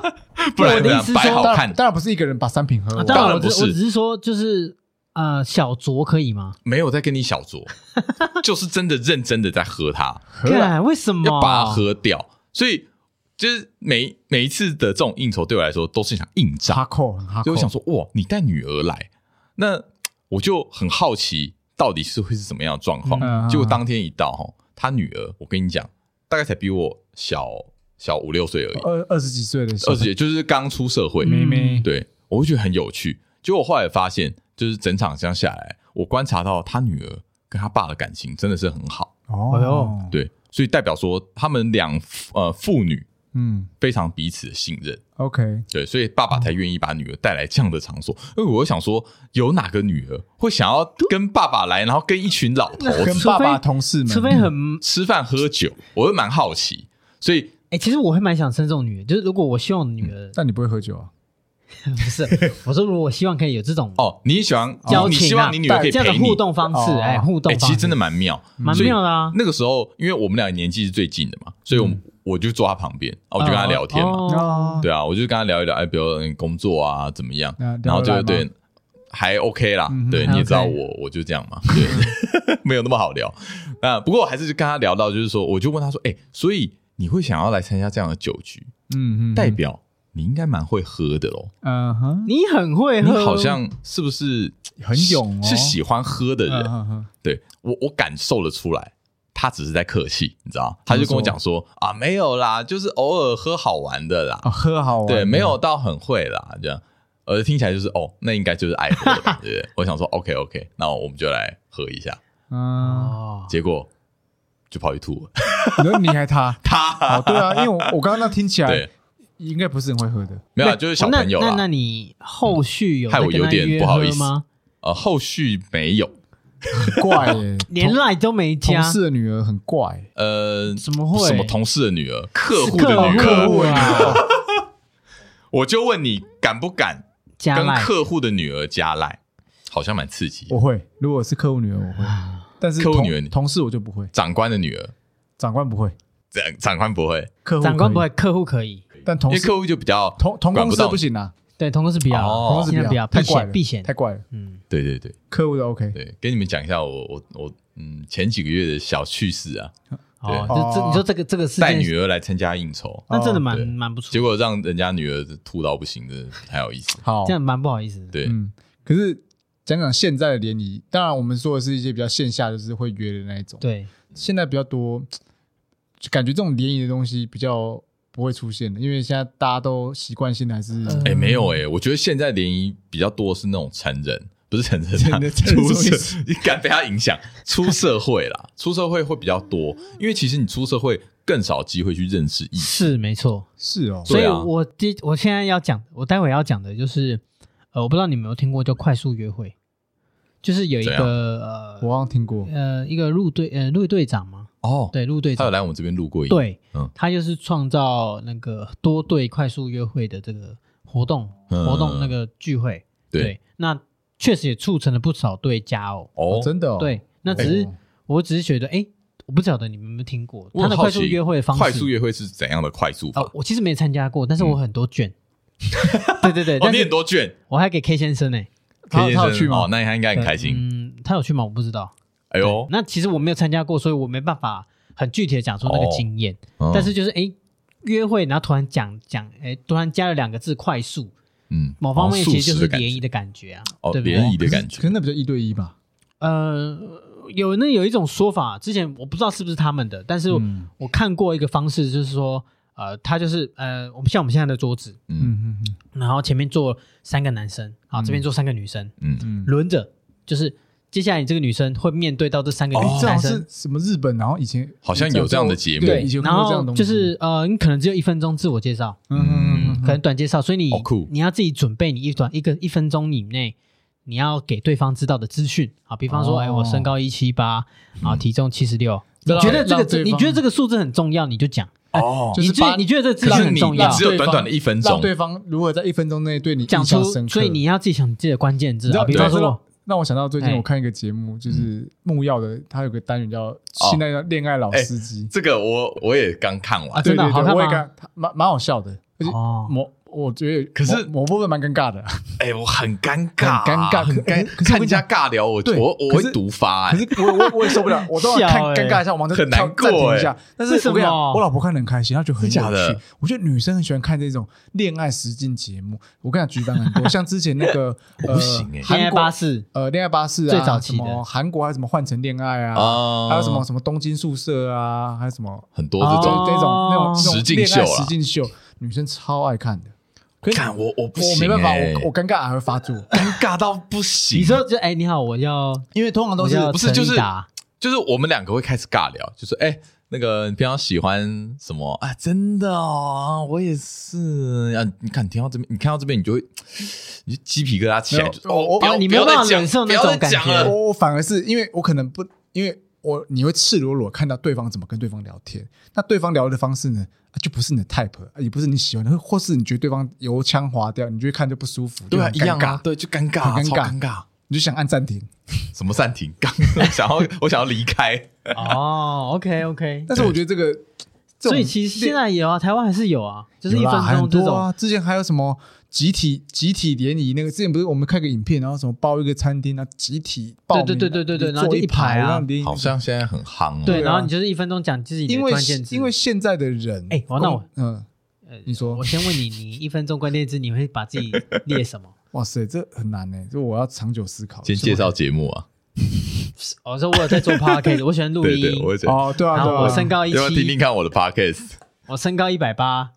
[SPEAKER 2] 不然
[SPEAKER 3] 我的
[SPEAKER 2] 怎
[SPEAKER 3] 意
[SPEAKER 2] 样
[SPEAKER 3] 思是
[SPEAKER 2] 摆
[SPEAKER 3] 说
[SPEAKER 2] 好
[SPEAKER 1] 当
[SPEAKER 2] 看
[SPEAKER 1] 然，？当然不是一个人把三瓶喝
[SPEAKER 3] 啊
[SPEAKER 1] 完，
[SPEAKER 3] 当然
[SPEAKER 2] 然
[SPEAKER 3] 我只
[SPEAKER 2] 不是
[SPEAKER 3] 我只是说，就是呃，小酌可以吗？
[SPEAKER 2] 没有在跟你小酌，就是真的认真的在喝它，
[SPEAKER 1] 喝啊啦
[SPEAKER 3] 干为什么
[SPEAKER 2] 要把它？喝掉。所以就是每每一次的这种应酬对我来说都是一场硬仗
[SPEAKER 1] 哈。扣很
[SPEAKER 2] 所
[SPEAKER 1] 哈
[SPEAKER 2] 以
[SPEAKER 1] 扣，
[SPEAKER 2] 我想说，哇，你带女儿来，那我就很好奇，到底是会是怎么样的状况？
[SPEAKER 1] 嗯
[SPEAKER 2] 结果当天一到，哈，他女儿，我跟你讲，大概才比我小小五六岁而已，
[SPEAKER 1] 二哦二十几岁的时候
[SPEAKER 2] 二十几，就是刚出社会。
[SPEAKER 1] 妹妹，
[SPEAKER 2] 对，我会觉得很有趣。结果我后来发现，就是整场这样下来，我观察到他女儿跟他爸的感情真的是很好，
[SPEAKER 3] 哎
[SPEAKER 1] 哦
[SPEAKER 3] 呦，
[SPEAKER 2] 对，所以代表说他们两呃父女
[SPEAKER 1] 嗯
[SPEAKER 2] 非常彼此的信任。
[SPEAKER 1] ，OK，
[SPEAKER 2] 对，所以爸爸才愿意把女儿带来这样的场所。因为我想说，有哪个女儿会想要跟爸爸来，然后跟一群老头
[SPEAKER 1] 跟
[SPEAKER 3] 除
[SPEAKER 1] 爸爸
[SPEAKER 3] 非
[SPEAKER 1] 同事们，
[SPEAKER 3] 嗯除非很
[SPEAKER 2] 吃饭喝酒？我会蛮好奇。所以
[SPEAKER 3] 哎、其实我会蛮想生这种女儿，就是如果我希望女 儿、
[SPEAKER 1] 但你不会喝酒啊？
[SPEAKER 3] 不是，我说如果我希望可以有这种
[SPEAKER 2] 哦，你喜欢，
[SPEAKER 3] 交
[SPEAKER 2] 你
[SPEAKER 3] 情啊，
[SPEAKER 2] 希望你女儿可以
[SPEAKER 3] 这样
[SPEAKER 2] 陪
[SPEAKER 3] 的
[SPEAKER 2] 你
[SPEAKER 3] 互。动方式，
[SPEAKER 1] 哦
[SPEAKER 3] 哎、互动
[SPEAKER 2] 哎，
[SPEAKER 3] 方式、
[SPEAKER 2] 其实真的蛮妙，
[SPEAKER 3] 蛮
[SPEAKER 2] 所以
[SPEAKER 3] 妙的啊
[SPEAKER 2] 那个时候，因为我们俩年纪是最近的嘛，所以我我就坐他旁边，啊我就跟他聊天嘛。
[SPEAKER 3] 哦
[SPEAKER 1] 嗯哦
[SPEAKER 2] 对啊，我就跟他聊一聊，哎，比如嗯工作啊怎么样
[SPEAKER 1] 那，
[SPEAKER 2] 然后就
[SPEAKER 1] 聊得来
[SPEAKER 2] 对
[SPEAKER 1] 吗
[SPEAKER 2] 还 OK 啦
[SPEAKER 1] 嗯，哼
[SPEAKER 2] 对，
[SPEAKER 3] 还
[SPEAKER 2] 你也知道
[SPEAKER 3] OK
[SPEAKER 2] 我我就这样嘛，对， 没有那么好聊。那不过我还是跟他聊到，就是说，我就问他说，哎，所以你会想要来参加这样的酒局，
[SPEAKER 1] 嗯嗯，
[SPEAKER 2] 代表你应该蛮会喝的咯。
[SPEAKER 1] 嗯哼，
[SPEAKER 3] 你很会
[SPEAKER 2] 你
[SPEAKER 3] 喝，
[SPEAKER 2] 好像是不是
[SPEAKER 1] 很勇哦
[SPEAKER 2] 是喜欢喝的人？
[SPEAKER 1] 嗯哼
[SPEAKER 2] 对我我感受得出来，他只是在客气，你知道？他就跟我讲说啊，没有啦，就是偶尔喝好玩的啦，
[SPEAKER 1] 哦，喝好玩，
[SPEAKER 2] 对，没有到很会啦，这样。呃，听起来就是哦，那应该就是爱喝的吧，对不对？我想说，OK OK，那我们就来喝一下。
[SPEAKER 1] 嗯，
[SPEAKER 3] 哦，
[SPEAKER 2] 结果就跑去吐了。，
[SPEAKER 1] 你说你还他
[SPEAKER 2] 他
[SPEAKER 1] 哦，对啊，因为我我刚刚那听起来
[SPEAKER 2] 对，
[SPEAKER 1] 应该不是很会喝的，
[SPEAKER 2] 没有啊，就是小朋友
[SPEAKER 3] 那那那
[SPEAKER 2] 啦。
[SPEAKER 3] 你后续有
[SPEAKER 2] 害我
[SPEAKER 3] 再跟
[SPEAKER 2] 有
[SPEAKER 3] 他
[SPEAKER 2] 点
[SPEAKER 3] 约
[SPEAKER 2] 不好
[SPEAKER 3] 喝
[SPEAKER 2] 意思
[SPEAKER 3] 吗？
[SPEAKER 2] 呃，后续没有。
[SPEAKER 1] 很怪 耶，
[SPEAKER 3] 连
[SPEAKER 1] 同
[SPEAKER 3] 赖都没
[SPEAKER 1] 同
[SPEAKER 3] 加，
[SPEAKER 1] 事的女儿很怪，
[SPEAKER 2] 呃，
[SPEAKER 3] 怎么会
[SPEAKER 2] 什么同事的女儿，哦客户
[SPEAKER 3] 客
[SPEAKER 2] 的
[SPEAKER 1] 哦
[SPEAKER 2] 女
[SPEAKER 3] 客
[SPEAKER 2] 儿，
[SPEAKER 3] 户啊，
[SPEAKER 2] 我就问你敢不敢
[SPEAKER 3] 加
[SPEAKER 2] 跟
[SPEAKER 3] 赖
[SPEAKER 2] 客户的女儿加赖？好像蛮刺激的。
[SPEAKER 1] 我会，如果是客户女儿我会，但是
[SPEAKER 2] 啊客户
[SPEAKER 1] 同
[SPEAKER 2] 女儿你
[SPEAKER 1] 同事我就不会，
[SPEAKER 2] 长官的女儿，
[SPEAKER 1] 长官不会，
[SPEAKER 2] 长长官不会，
[SPEAKER 1] 客户
[SPEAKER 3] 长官
[SPEAKER 1] 可以
[SPEAKER 3] 不会，，客户可以。
[SPEAKER 1] 但
[SPEAKER 2] 因
[SPEAKER 1] 同
[SPEAKER 2] 为
[SPEAKER 1] 事
[SPEAKER 2] 客户就比较
[SPEAKER 1] 同同
[SPEAKER 2] 管
[SPEAKER 1] 公
[SPEAKER 2] 不
[SPEAKER 1] 司
[SPEAKER 2] 到
[SPEAKER 1] 不。行啊，
[SPEAKER 3] 对，同事比较，
[SPEAKER 2] 哦
[SPEAKER 3] 同
[SPEAKER 1] 公司
[SPEAKER 3] 事比
[SPEAKER 1] 比较
[SPEAKER 3] 较避
[SPEAKER 1] 太怪
[SPEAKER 3] 嫌，
[SPEAKER 1] 了，
[SPEAKER 3] 避嫌。
[SPEAKER 1] 太怪了，
[SPEAKER 3] 嗯，
[SPEAKER 2] 对对对
[SPEAKER 1] 客户的 OK，
[SPEAKER 2] 对，跟你们讲一下我我我嗯前几个月的小趣事啊，对
[SPEAKER 3] 哦，就这
[SPEAKER 1] 哦
[SPEAKER 3] 你说这个这个事
[SPEAKER 2] 带
[SPEAKER 3] 件，
[SPEAKER 2] 女儿来参加应酬，
[SPEAKER 3] 那真的
[SPEAKER 2] 哦
[SPEAKER 3] 蛮
[SPEAKER 2] 对
[SPEAKER 3] 蛮不错
[SPEAKER 2] 结，果让人家女儿吐到不行，真的不太有意思。
[SPEAKER 1] 好
[SPEAKER 3] 这，样蛮不好意思。
[SPEAKER 2] 哦对，
[SPEAKER 1] 嗯，可是讲讲现在的联谊，当然我们说的是一些比较线下，就是会约的那一种。，
[SPEAKER 3] 对，
[SPEAKER 1] 现在比较多，就感觉这种联谊的东西比较不会出现的，因为现在大家都习惯性的还是
[SPEAKER 2] 哎、没有哎、我觉得现在联谊比较多的是那种成人，不是成人啊，
[SPEAKER 1] 成人成人
[SPEAKER 2] 出
[SPEAKER 1] 什么意
[SPEAKER 2] 社
[SPEAKER 1] 思，
[SPEAKER 2] 你敢被他影响？出社会啦，出社会会比较多，因为其实你出社会更少机会去认识异性。
[SPEAKER 3] 是没错。
[SPEAKER 1] 是哦，
[SPEAKER 3] 所以
[SPEAKER 2] 对啊
[SPEAKER 3] 我第我现在要讲，我待会要讲的就是，呃，我不知道你有没有听过叫快速约会，就是有一
[SPEAKER 2] 怎样
[SPEAKER 3] 个
[SPEAKER 1] 我
[SPEAKER 3] 呃
[SPEAKER 1] 好像听过，
[SPEAKER 3] 呃一个陆队呃陆队长嘛，
[SPEAKER 2] 哦，
[SPEAKER 3] 对陆队
[SPEAKER 2] 他有
[SPEAKER 3] 长，
[SPEAKER 2] 来我们这边录过音，，
[SPEAKER 3] 对，
[SPEAKER 2] 嗯
[SPEAKER 3] 他就是创造那个多队快速约会的这个活动
[SPEAKER 2] 嗯
[SPEAKER 3] 活动那个聚会，
[SPEAKER 2] 对
[SPEAKER 3] 那确实也促成了不少对加哦，
[SPEAKER 2] 哦，
[SPEAKER 1] 真的哦，
[SPEAKER 3] 对，那只是、我只是觉得，哎，我不晓得你们有没有听过
[SPEAKER 2] 我
[SPEAKER 3] 他
[SPEAKER 2] 很
[SPEAKER 3] 的
[SPEAKER 2] 好
[SPEAKER 3] 快速
[SPEAKER 2] 奇
[SPEAKER 3] 约会的方式，
[SPEAKER 2] 快速约会是怎样的快速法？
[SPEAKER 3] 哦，我其实没参加过，但是我很多 卷。对对对，
[SPEAKER 2] 哦，
[SPEAKER 3] 但
[SPEAKER 2] 你
[SPEAKER 3] 是
[SPEAKER 2] 很多卷，
[SPEAKER 3] 我还给 K 先生呢、
[SPEAKER 1] 他
[SPEAKER 2] K
[SPEAKER 1] 他有
[SPEAKER 2] 先
[SPEAKER 1] 去
[SPEAKER 2] 生
[SPEAKER 1] 吗
[SPEAKER 2] 哦，那他应该很开心。
[SPEAKER 3] 嗯，他有去吗？我不知道。
[SPEAKER 2] 哎呦，
[SPEAKER 3] 那其实我没有参加过，所以我没办法很具体的讲出那个经验。
[SPEAKER 2] 嗯
[SPEAKER 3] 但是就是诶，约会，然后突然讲讲，诶，突然加了两个字“快速
[SPEAKER 2] 嗯”，，
[SPEAKER 3] 某方面
[SPEAKER 2] 哦
[SPEAKER 3] 其
[SPEAKER 2] 素
[SPEAKER 3] 实就
[SPEAKER 2] 食
[SPEAKER 3] 是
[SPEAKER 2] 的感
[SPEAKER 3] 联
[SPEAKER 2] 觉
[SPEAKER 3] 谊的感觉啊，
[SPEAKER 2] 哦，
[SPEAKER 3] 对不
[SPEAKER 2] 联
[SPEAKER 3] 对？
[SPEAKER 2] 谊的感
[SPEAKER 1] 可
[SPEAKER 2] 觉
[SPEAKER 1] 是那比较一对一吧，
[SPEAKER 3] 呃，有那有一种说法，之前我不知道是不是他们的，但是我,、
[SPEAKER 1] 嗯
[SPEAKER 3] 看过一个方式，就是说，呃，他就是呃，我们像我们现在的桌子，
[SPEAKER 1] 嗯嗯嗯
[SPEAKER 3] 然后前面坐三个男生，好，这边坐三个女生，
[SPEAKER 2] 哦
[SPEAKER 1] 嗯，
[SPEAKER 3] 轮着，就是接下来你这个女生会面对到这三个女
[SPEAKER 1] 哎，这好
[SPEAKER 3] 男
[SPEAKER 1] 像
[SPEAKER 3] 生，
[SPEAKER 1] 是什么日本？然后以前
[SPEAKER 2] 好像有这样的节目
[SPEAKER 1] 对，以前有看
[SPEAKER 3] 然
[SPEAKER 1] 过这样的东
[SPEAKER 3] 后
[SPEAKER 1] 西，
[SPEAKER 3] 就是呃，你可能只有一分钟自我介绍，
[SPEAKER 1] 嗯嗯嗯
[SPEAKER 3] 可能短介绍，所以你、
[SPEAKER 2] 好酷
[SPEAKER 3] 你要自己准备你一短一个一分钟以内你要给对方知道的资讯啊，比方说，
[SPEAKER 1] 哦嗯
[SPEAKER 3] 哎，我身高一七八，啊，体重七十六，你
[SPEAKER 1] 让
[SPEAKER 3] 觉得这
[SPEAKER 1] 让
[SPEAKER 3] 个
[SPEAKER 1] 对
[SPEAKER 3] 你
[SPEAKER 1] 方
[SPEAKER 3] 觉得这个数字很重要，你就讲，
[SPEAKER 2] 哦
[SPEAKER 1] 哎就
[SPEAKER 3] 你
[SPEAKER 1] 是
[SPEAKER 3] 觉
[SPEAKER 1] 把
[SPEAKER 3] 得你觉得这个资
[SPEAKER 2] 可
[SPEAKER 3] 讯
[SPEAKER 2] 是
[SPEAKER 3] 很
[SPEAKER 2] 你
[SPEAKER 3] 重
[SPEAKER 2] 你
[SPEAKER 3] 要，
[SPEAKER 2] 只有短短的一分
[SPEAKER 1] 嗯让
[SPEAKER 2] 钟，
[SPEAKER 1] 对方如何在一分钟内对你
[SPEAKER 3] 讲
[SPEAKER 1] 印象
[SPEAKER 3] 出，
[SPEAKER 1] 深刻
[SPEAKER 3] 所以你要自己想你自己的关键
[SPEAKER 1] 你
[SPEAKER 3] 字
[SPEAKER 1] 知
[SPEAKER 3] 啊，
[SPEAKER 1] 道，
[SPEAKER 3] 比方说
[SPEAKER 1] 这让
[SPEAKER 3] 我。
[SPEAKER 1] 让我想到最近
[SPEAKER 3] 哎嗯
[SPEAKER 1] 我看一个节目，就是木曜的，他有个单元
[SPEAKER 3] 哦
[SPEAKER 1] 叫“现在的恋爱老司机
[SPEAKER 2] 这个我我也刚看
[SPEAKER 3] 啊
[SPEAKER 2] 完”，，
[SPEAKER 1] 对
[SPEAKER 3] 真的
[SPEAKER 1] 对
[SPEAKER 3] 好看
[SPEAKER 1] 对，我也
[SPEAKER 3] 吗
[SPEAKER 1] 看，他蛮蛮好笑的，而且
[SPEAKER 3] 哦
[SPEAKER 1] 某我觉得某，
[SPEAKER 2] 可是
[SPEAKER 1] 某部分蛮尴尬的。
[SPEAKER 2] 哎，我很尴尬，啊
[SPEAKER 1] 很尴尬
[SPEAKER 2] 很尴
[SPEAKER 1] 可哎可是我
[SPEAKER 2] 看人
[SPEAKER 1] 跟你
[SPEAKER 2] 家尬聊，我
[SPEAKER 1] 对
[SPEAKER 2] 我我
[SPEAKER 1] 可
[SPEAKER 2] 会
[SPEAKER 1] 是
[SPEAKER 2] 毒发，
[SPEAKER 1] 可
[SPEAKER 2] 哎，
[SPEAKER 1] 是我我我也受不了，我都要看
[SPEAKER 3] 笑欸
[SPEAKER 1] 尴尬一下，我忙着
[SPEAKER 2] 很难
[SPEAKER 1] 跳
[SPEAKER 2] 过
[SPEAKER 1] 暂停一下
[SPEAKER 2] 欸。
[SPEAKER 1] 但
[SPEAKER 3] 哎为什
[SPEAKER 1] 是我跟你讲
[SPEAKER 3] 么，
[SPEAKER 1] 我老婆看得很开心，她觉得很
[SPEAKER 2] 真假
[SPEAKER 1] 有
[SPEAKER 2] 的
[SPEAKER 1] 趣。我觉得女生很喜欢看这种恋爱实境节目。我跟你讲，举凡 很多，像之前那个
[SPEAKER 2] 不
[SPEAKER 1] 呃
[SPEAKER 2] 行欸，
[SPEAKER 3] 哎恋爱
[SPEAKER 1] 韩国
[SPEAKER 3] 巴士，
[SPEAKER 1] 呃恋爱巴士啊，
[SPEAKER 3] 最早期的哦
[SPEAKER 1] 什么韩国还有什么换成恋爱啊，
[SPEAKER 2] 啊
[SPEAKER 1] 还有什么什么东京宿舍啊，还有什么
[SPEAKER 2] 很多这
[SPEAKER 3] 哦
[SPEAKER 2] 种，
[SPEAKER 1] 这种那种那种
[SPEAKER 2] 实境
[SPEAKER 1] 恋爱
[SPEAKER 2] 秀啦
[SPEAKER 1] 实境秀，女生超爱看的。可是
[SPEAKER 2] 看我我不
[SPEAKER 1] 我
[SPEAKER 2] 行，
[SPEAKER 1] 没办法，
[SPEAKER 2] 哎
[SPEAKER 1] 我我尴尬还会发作，
[SPEAKER 2] 尴尬到不行。
[SPEAKER 3] 你说就哎，你好，我要
[SPEAKER 1] 因为通常都
[SPEAKER 3] 我
[SPEAKER 1] 是
[SPEAKER 3] 要
[SPEAKER 2] 不是
[SPEAKER 3] 陈
[SPEAKER 2] 就
[SPEAKER 3] 立
[SPEAKER 2] 是
[SPEAKER 3] 达
[SPEAKER 2] 就是我们两个会开始尬聊，就是哎、那个你平常喜欢什么啊？真的哦，我也是啊。你看，你听到这边，你看到这边，你就会，你就鸡皮疙瘩起来。
[SPEAKER 1] 没有
[SPEAKER 2] 就哦，
[SPEAKER 1] 我
[SPEAKER 2] 不要
[SPEAKER 3] 哦你
[SPEAKER 2] 不
[SPEAKER 3] 没有
[SPEAKER 2] 要再
[SPEAKER 3] 办法
[SPEAKER 2] 讲
[SPEAKER 3] 忍受
[SPEAKER 2] 不
[SPEAKER 3] 那
[SPEAKER 2] 要
[SPEAKER 3] 种
[SPEAKER 2] 再
[SPEAKER 3] 感
[SPEAKER 2] 讲
[SPEAKER 3] 觉
[SPEAKER 2] 了。
[SPEAKER 1] 我我反而是因为我可能不，因为我你会赤裸裸看到对方怎么跟对方聊天，那对方聊的方式呢，啊就不是你的 type，啊也不是你喜欢的，或是你觉得对方油腔滑调，你就会看着不舒服，
[SPEAKER 2] 对啊，一
[SPEAKER 1] 就很
[SPEAKER 2] 样
[SPEAKER 1] 尴
[SPEAKER 2] 啊
[SPEAKER 1] 尬，，
[SPEAKER 2] 对，就尴尬啊，
[SPEAKER 1] 很尴
[SPEAKER 2] 超
[SPEAKER 1] 尬
[SPEAKER 2] 尴尬。
[SPEAKER 1] 你就想按暂停。
[SPEAKER 2] 什么暂停？刚想要我想要离 开，
[SPEAKER 3] 哦，OK OK，
[SPEAKER 1] 但是我觉得这个，这种
[SPEAKER 3] 所以其实现在有啊，台湾还是有啊，就是一
[SPEAKER 1] 有啦
[SPEAKER 3] 分
[SPEAKER 1] 很
[SPEAKER 3] 钟这
[SPEAKER 1] 多
[SPEAKER 3] 种。
[SPEAKER 1] 啊，之前还有什么集体集体联谊那个，之前不是我们看个影片，然后什么包一个餐厅啊，集体报名啊
[SPEAKER 3] 对对对对对对
[SPEAKER 1] 你
[SPEAKER 3] 然后
[SPEAKER 1] 坐
[SPEAKER 3] 就一
[SPEAKER 1] 一排
[SPEAKER 3] 排啊
[SPEAKER 1] 然后联谊
[SPEAKER 2] 好像现在很夯、哦。
[SPEAKER 3] 对，
[SPEAKER 1] 对啊
[SPEAKER 3] 然后你就是一分钟讲自己的
[SPEAKER 1] 因为
[SPEAKER 3] 关键字。
[SPEAKER 1] 因为现在的人，
[SPEAKER 3] 哎哇那我呃
[SPEAKER 1] 嗯。你说
[SPEAKER 3] 我先问你，你一分钟关键字你会把自己列什 么？
[SPEAKER 1] 哇塞，这很难呢、这我要长久思考。
[SPEAKER 2] 先介绍节目啊，
[SPEAKER 3] 哦我说我有在做 podcast，我喜欢录
[SPEAKER 2] 对
[SPEAKER 3] 音
[SPEAKER 2] 对，，我会这样。
[SPEAKER 1] 哦，对啊，
[SPEAKER 3] 然
[SPEAKER 1] 对
[SPEAKER 3] 后
[SPEAKER 1] 啊，
[SPEAKER 3] 我身高一
[SPEAKER 2] 要不要听听
[SPEAKER 3] 七，
[SPEAKER 2] 看我的 podcast？
[SPEAKER 3] 我身高一百八，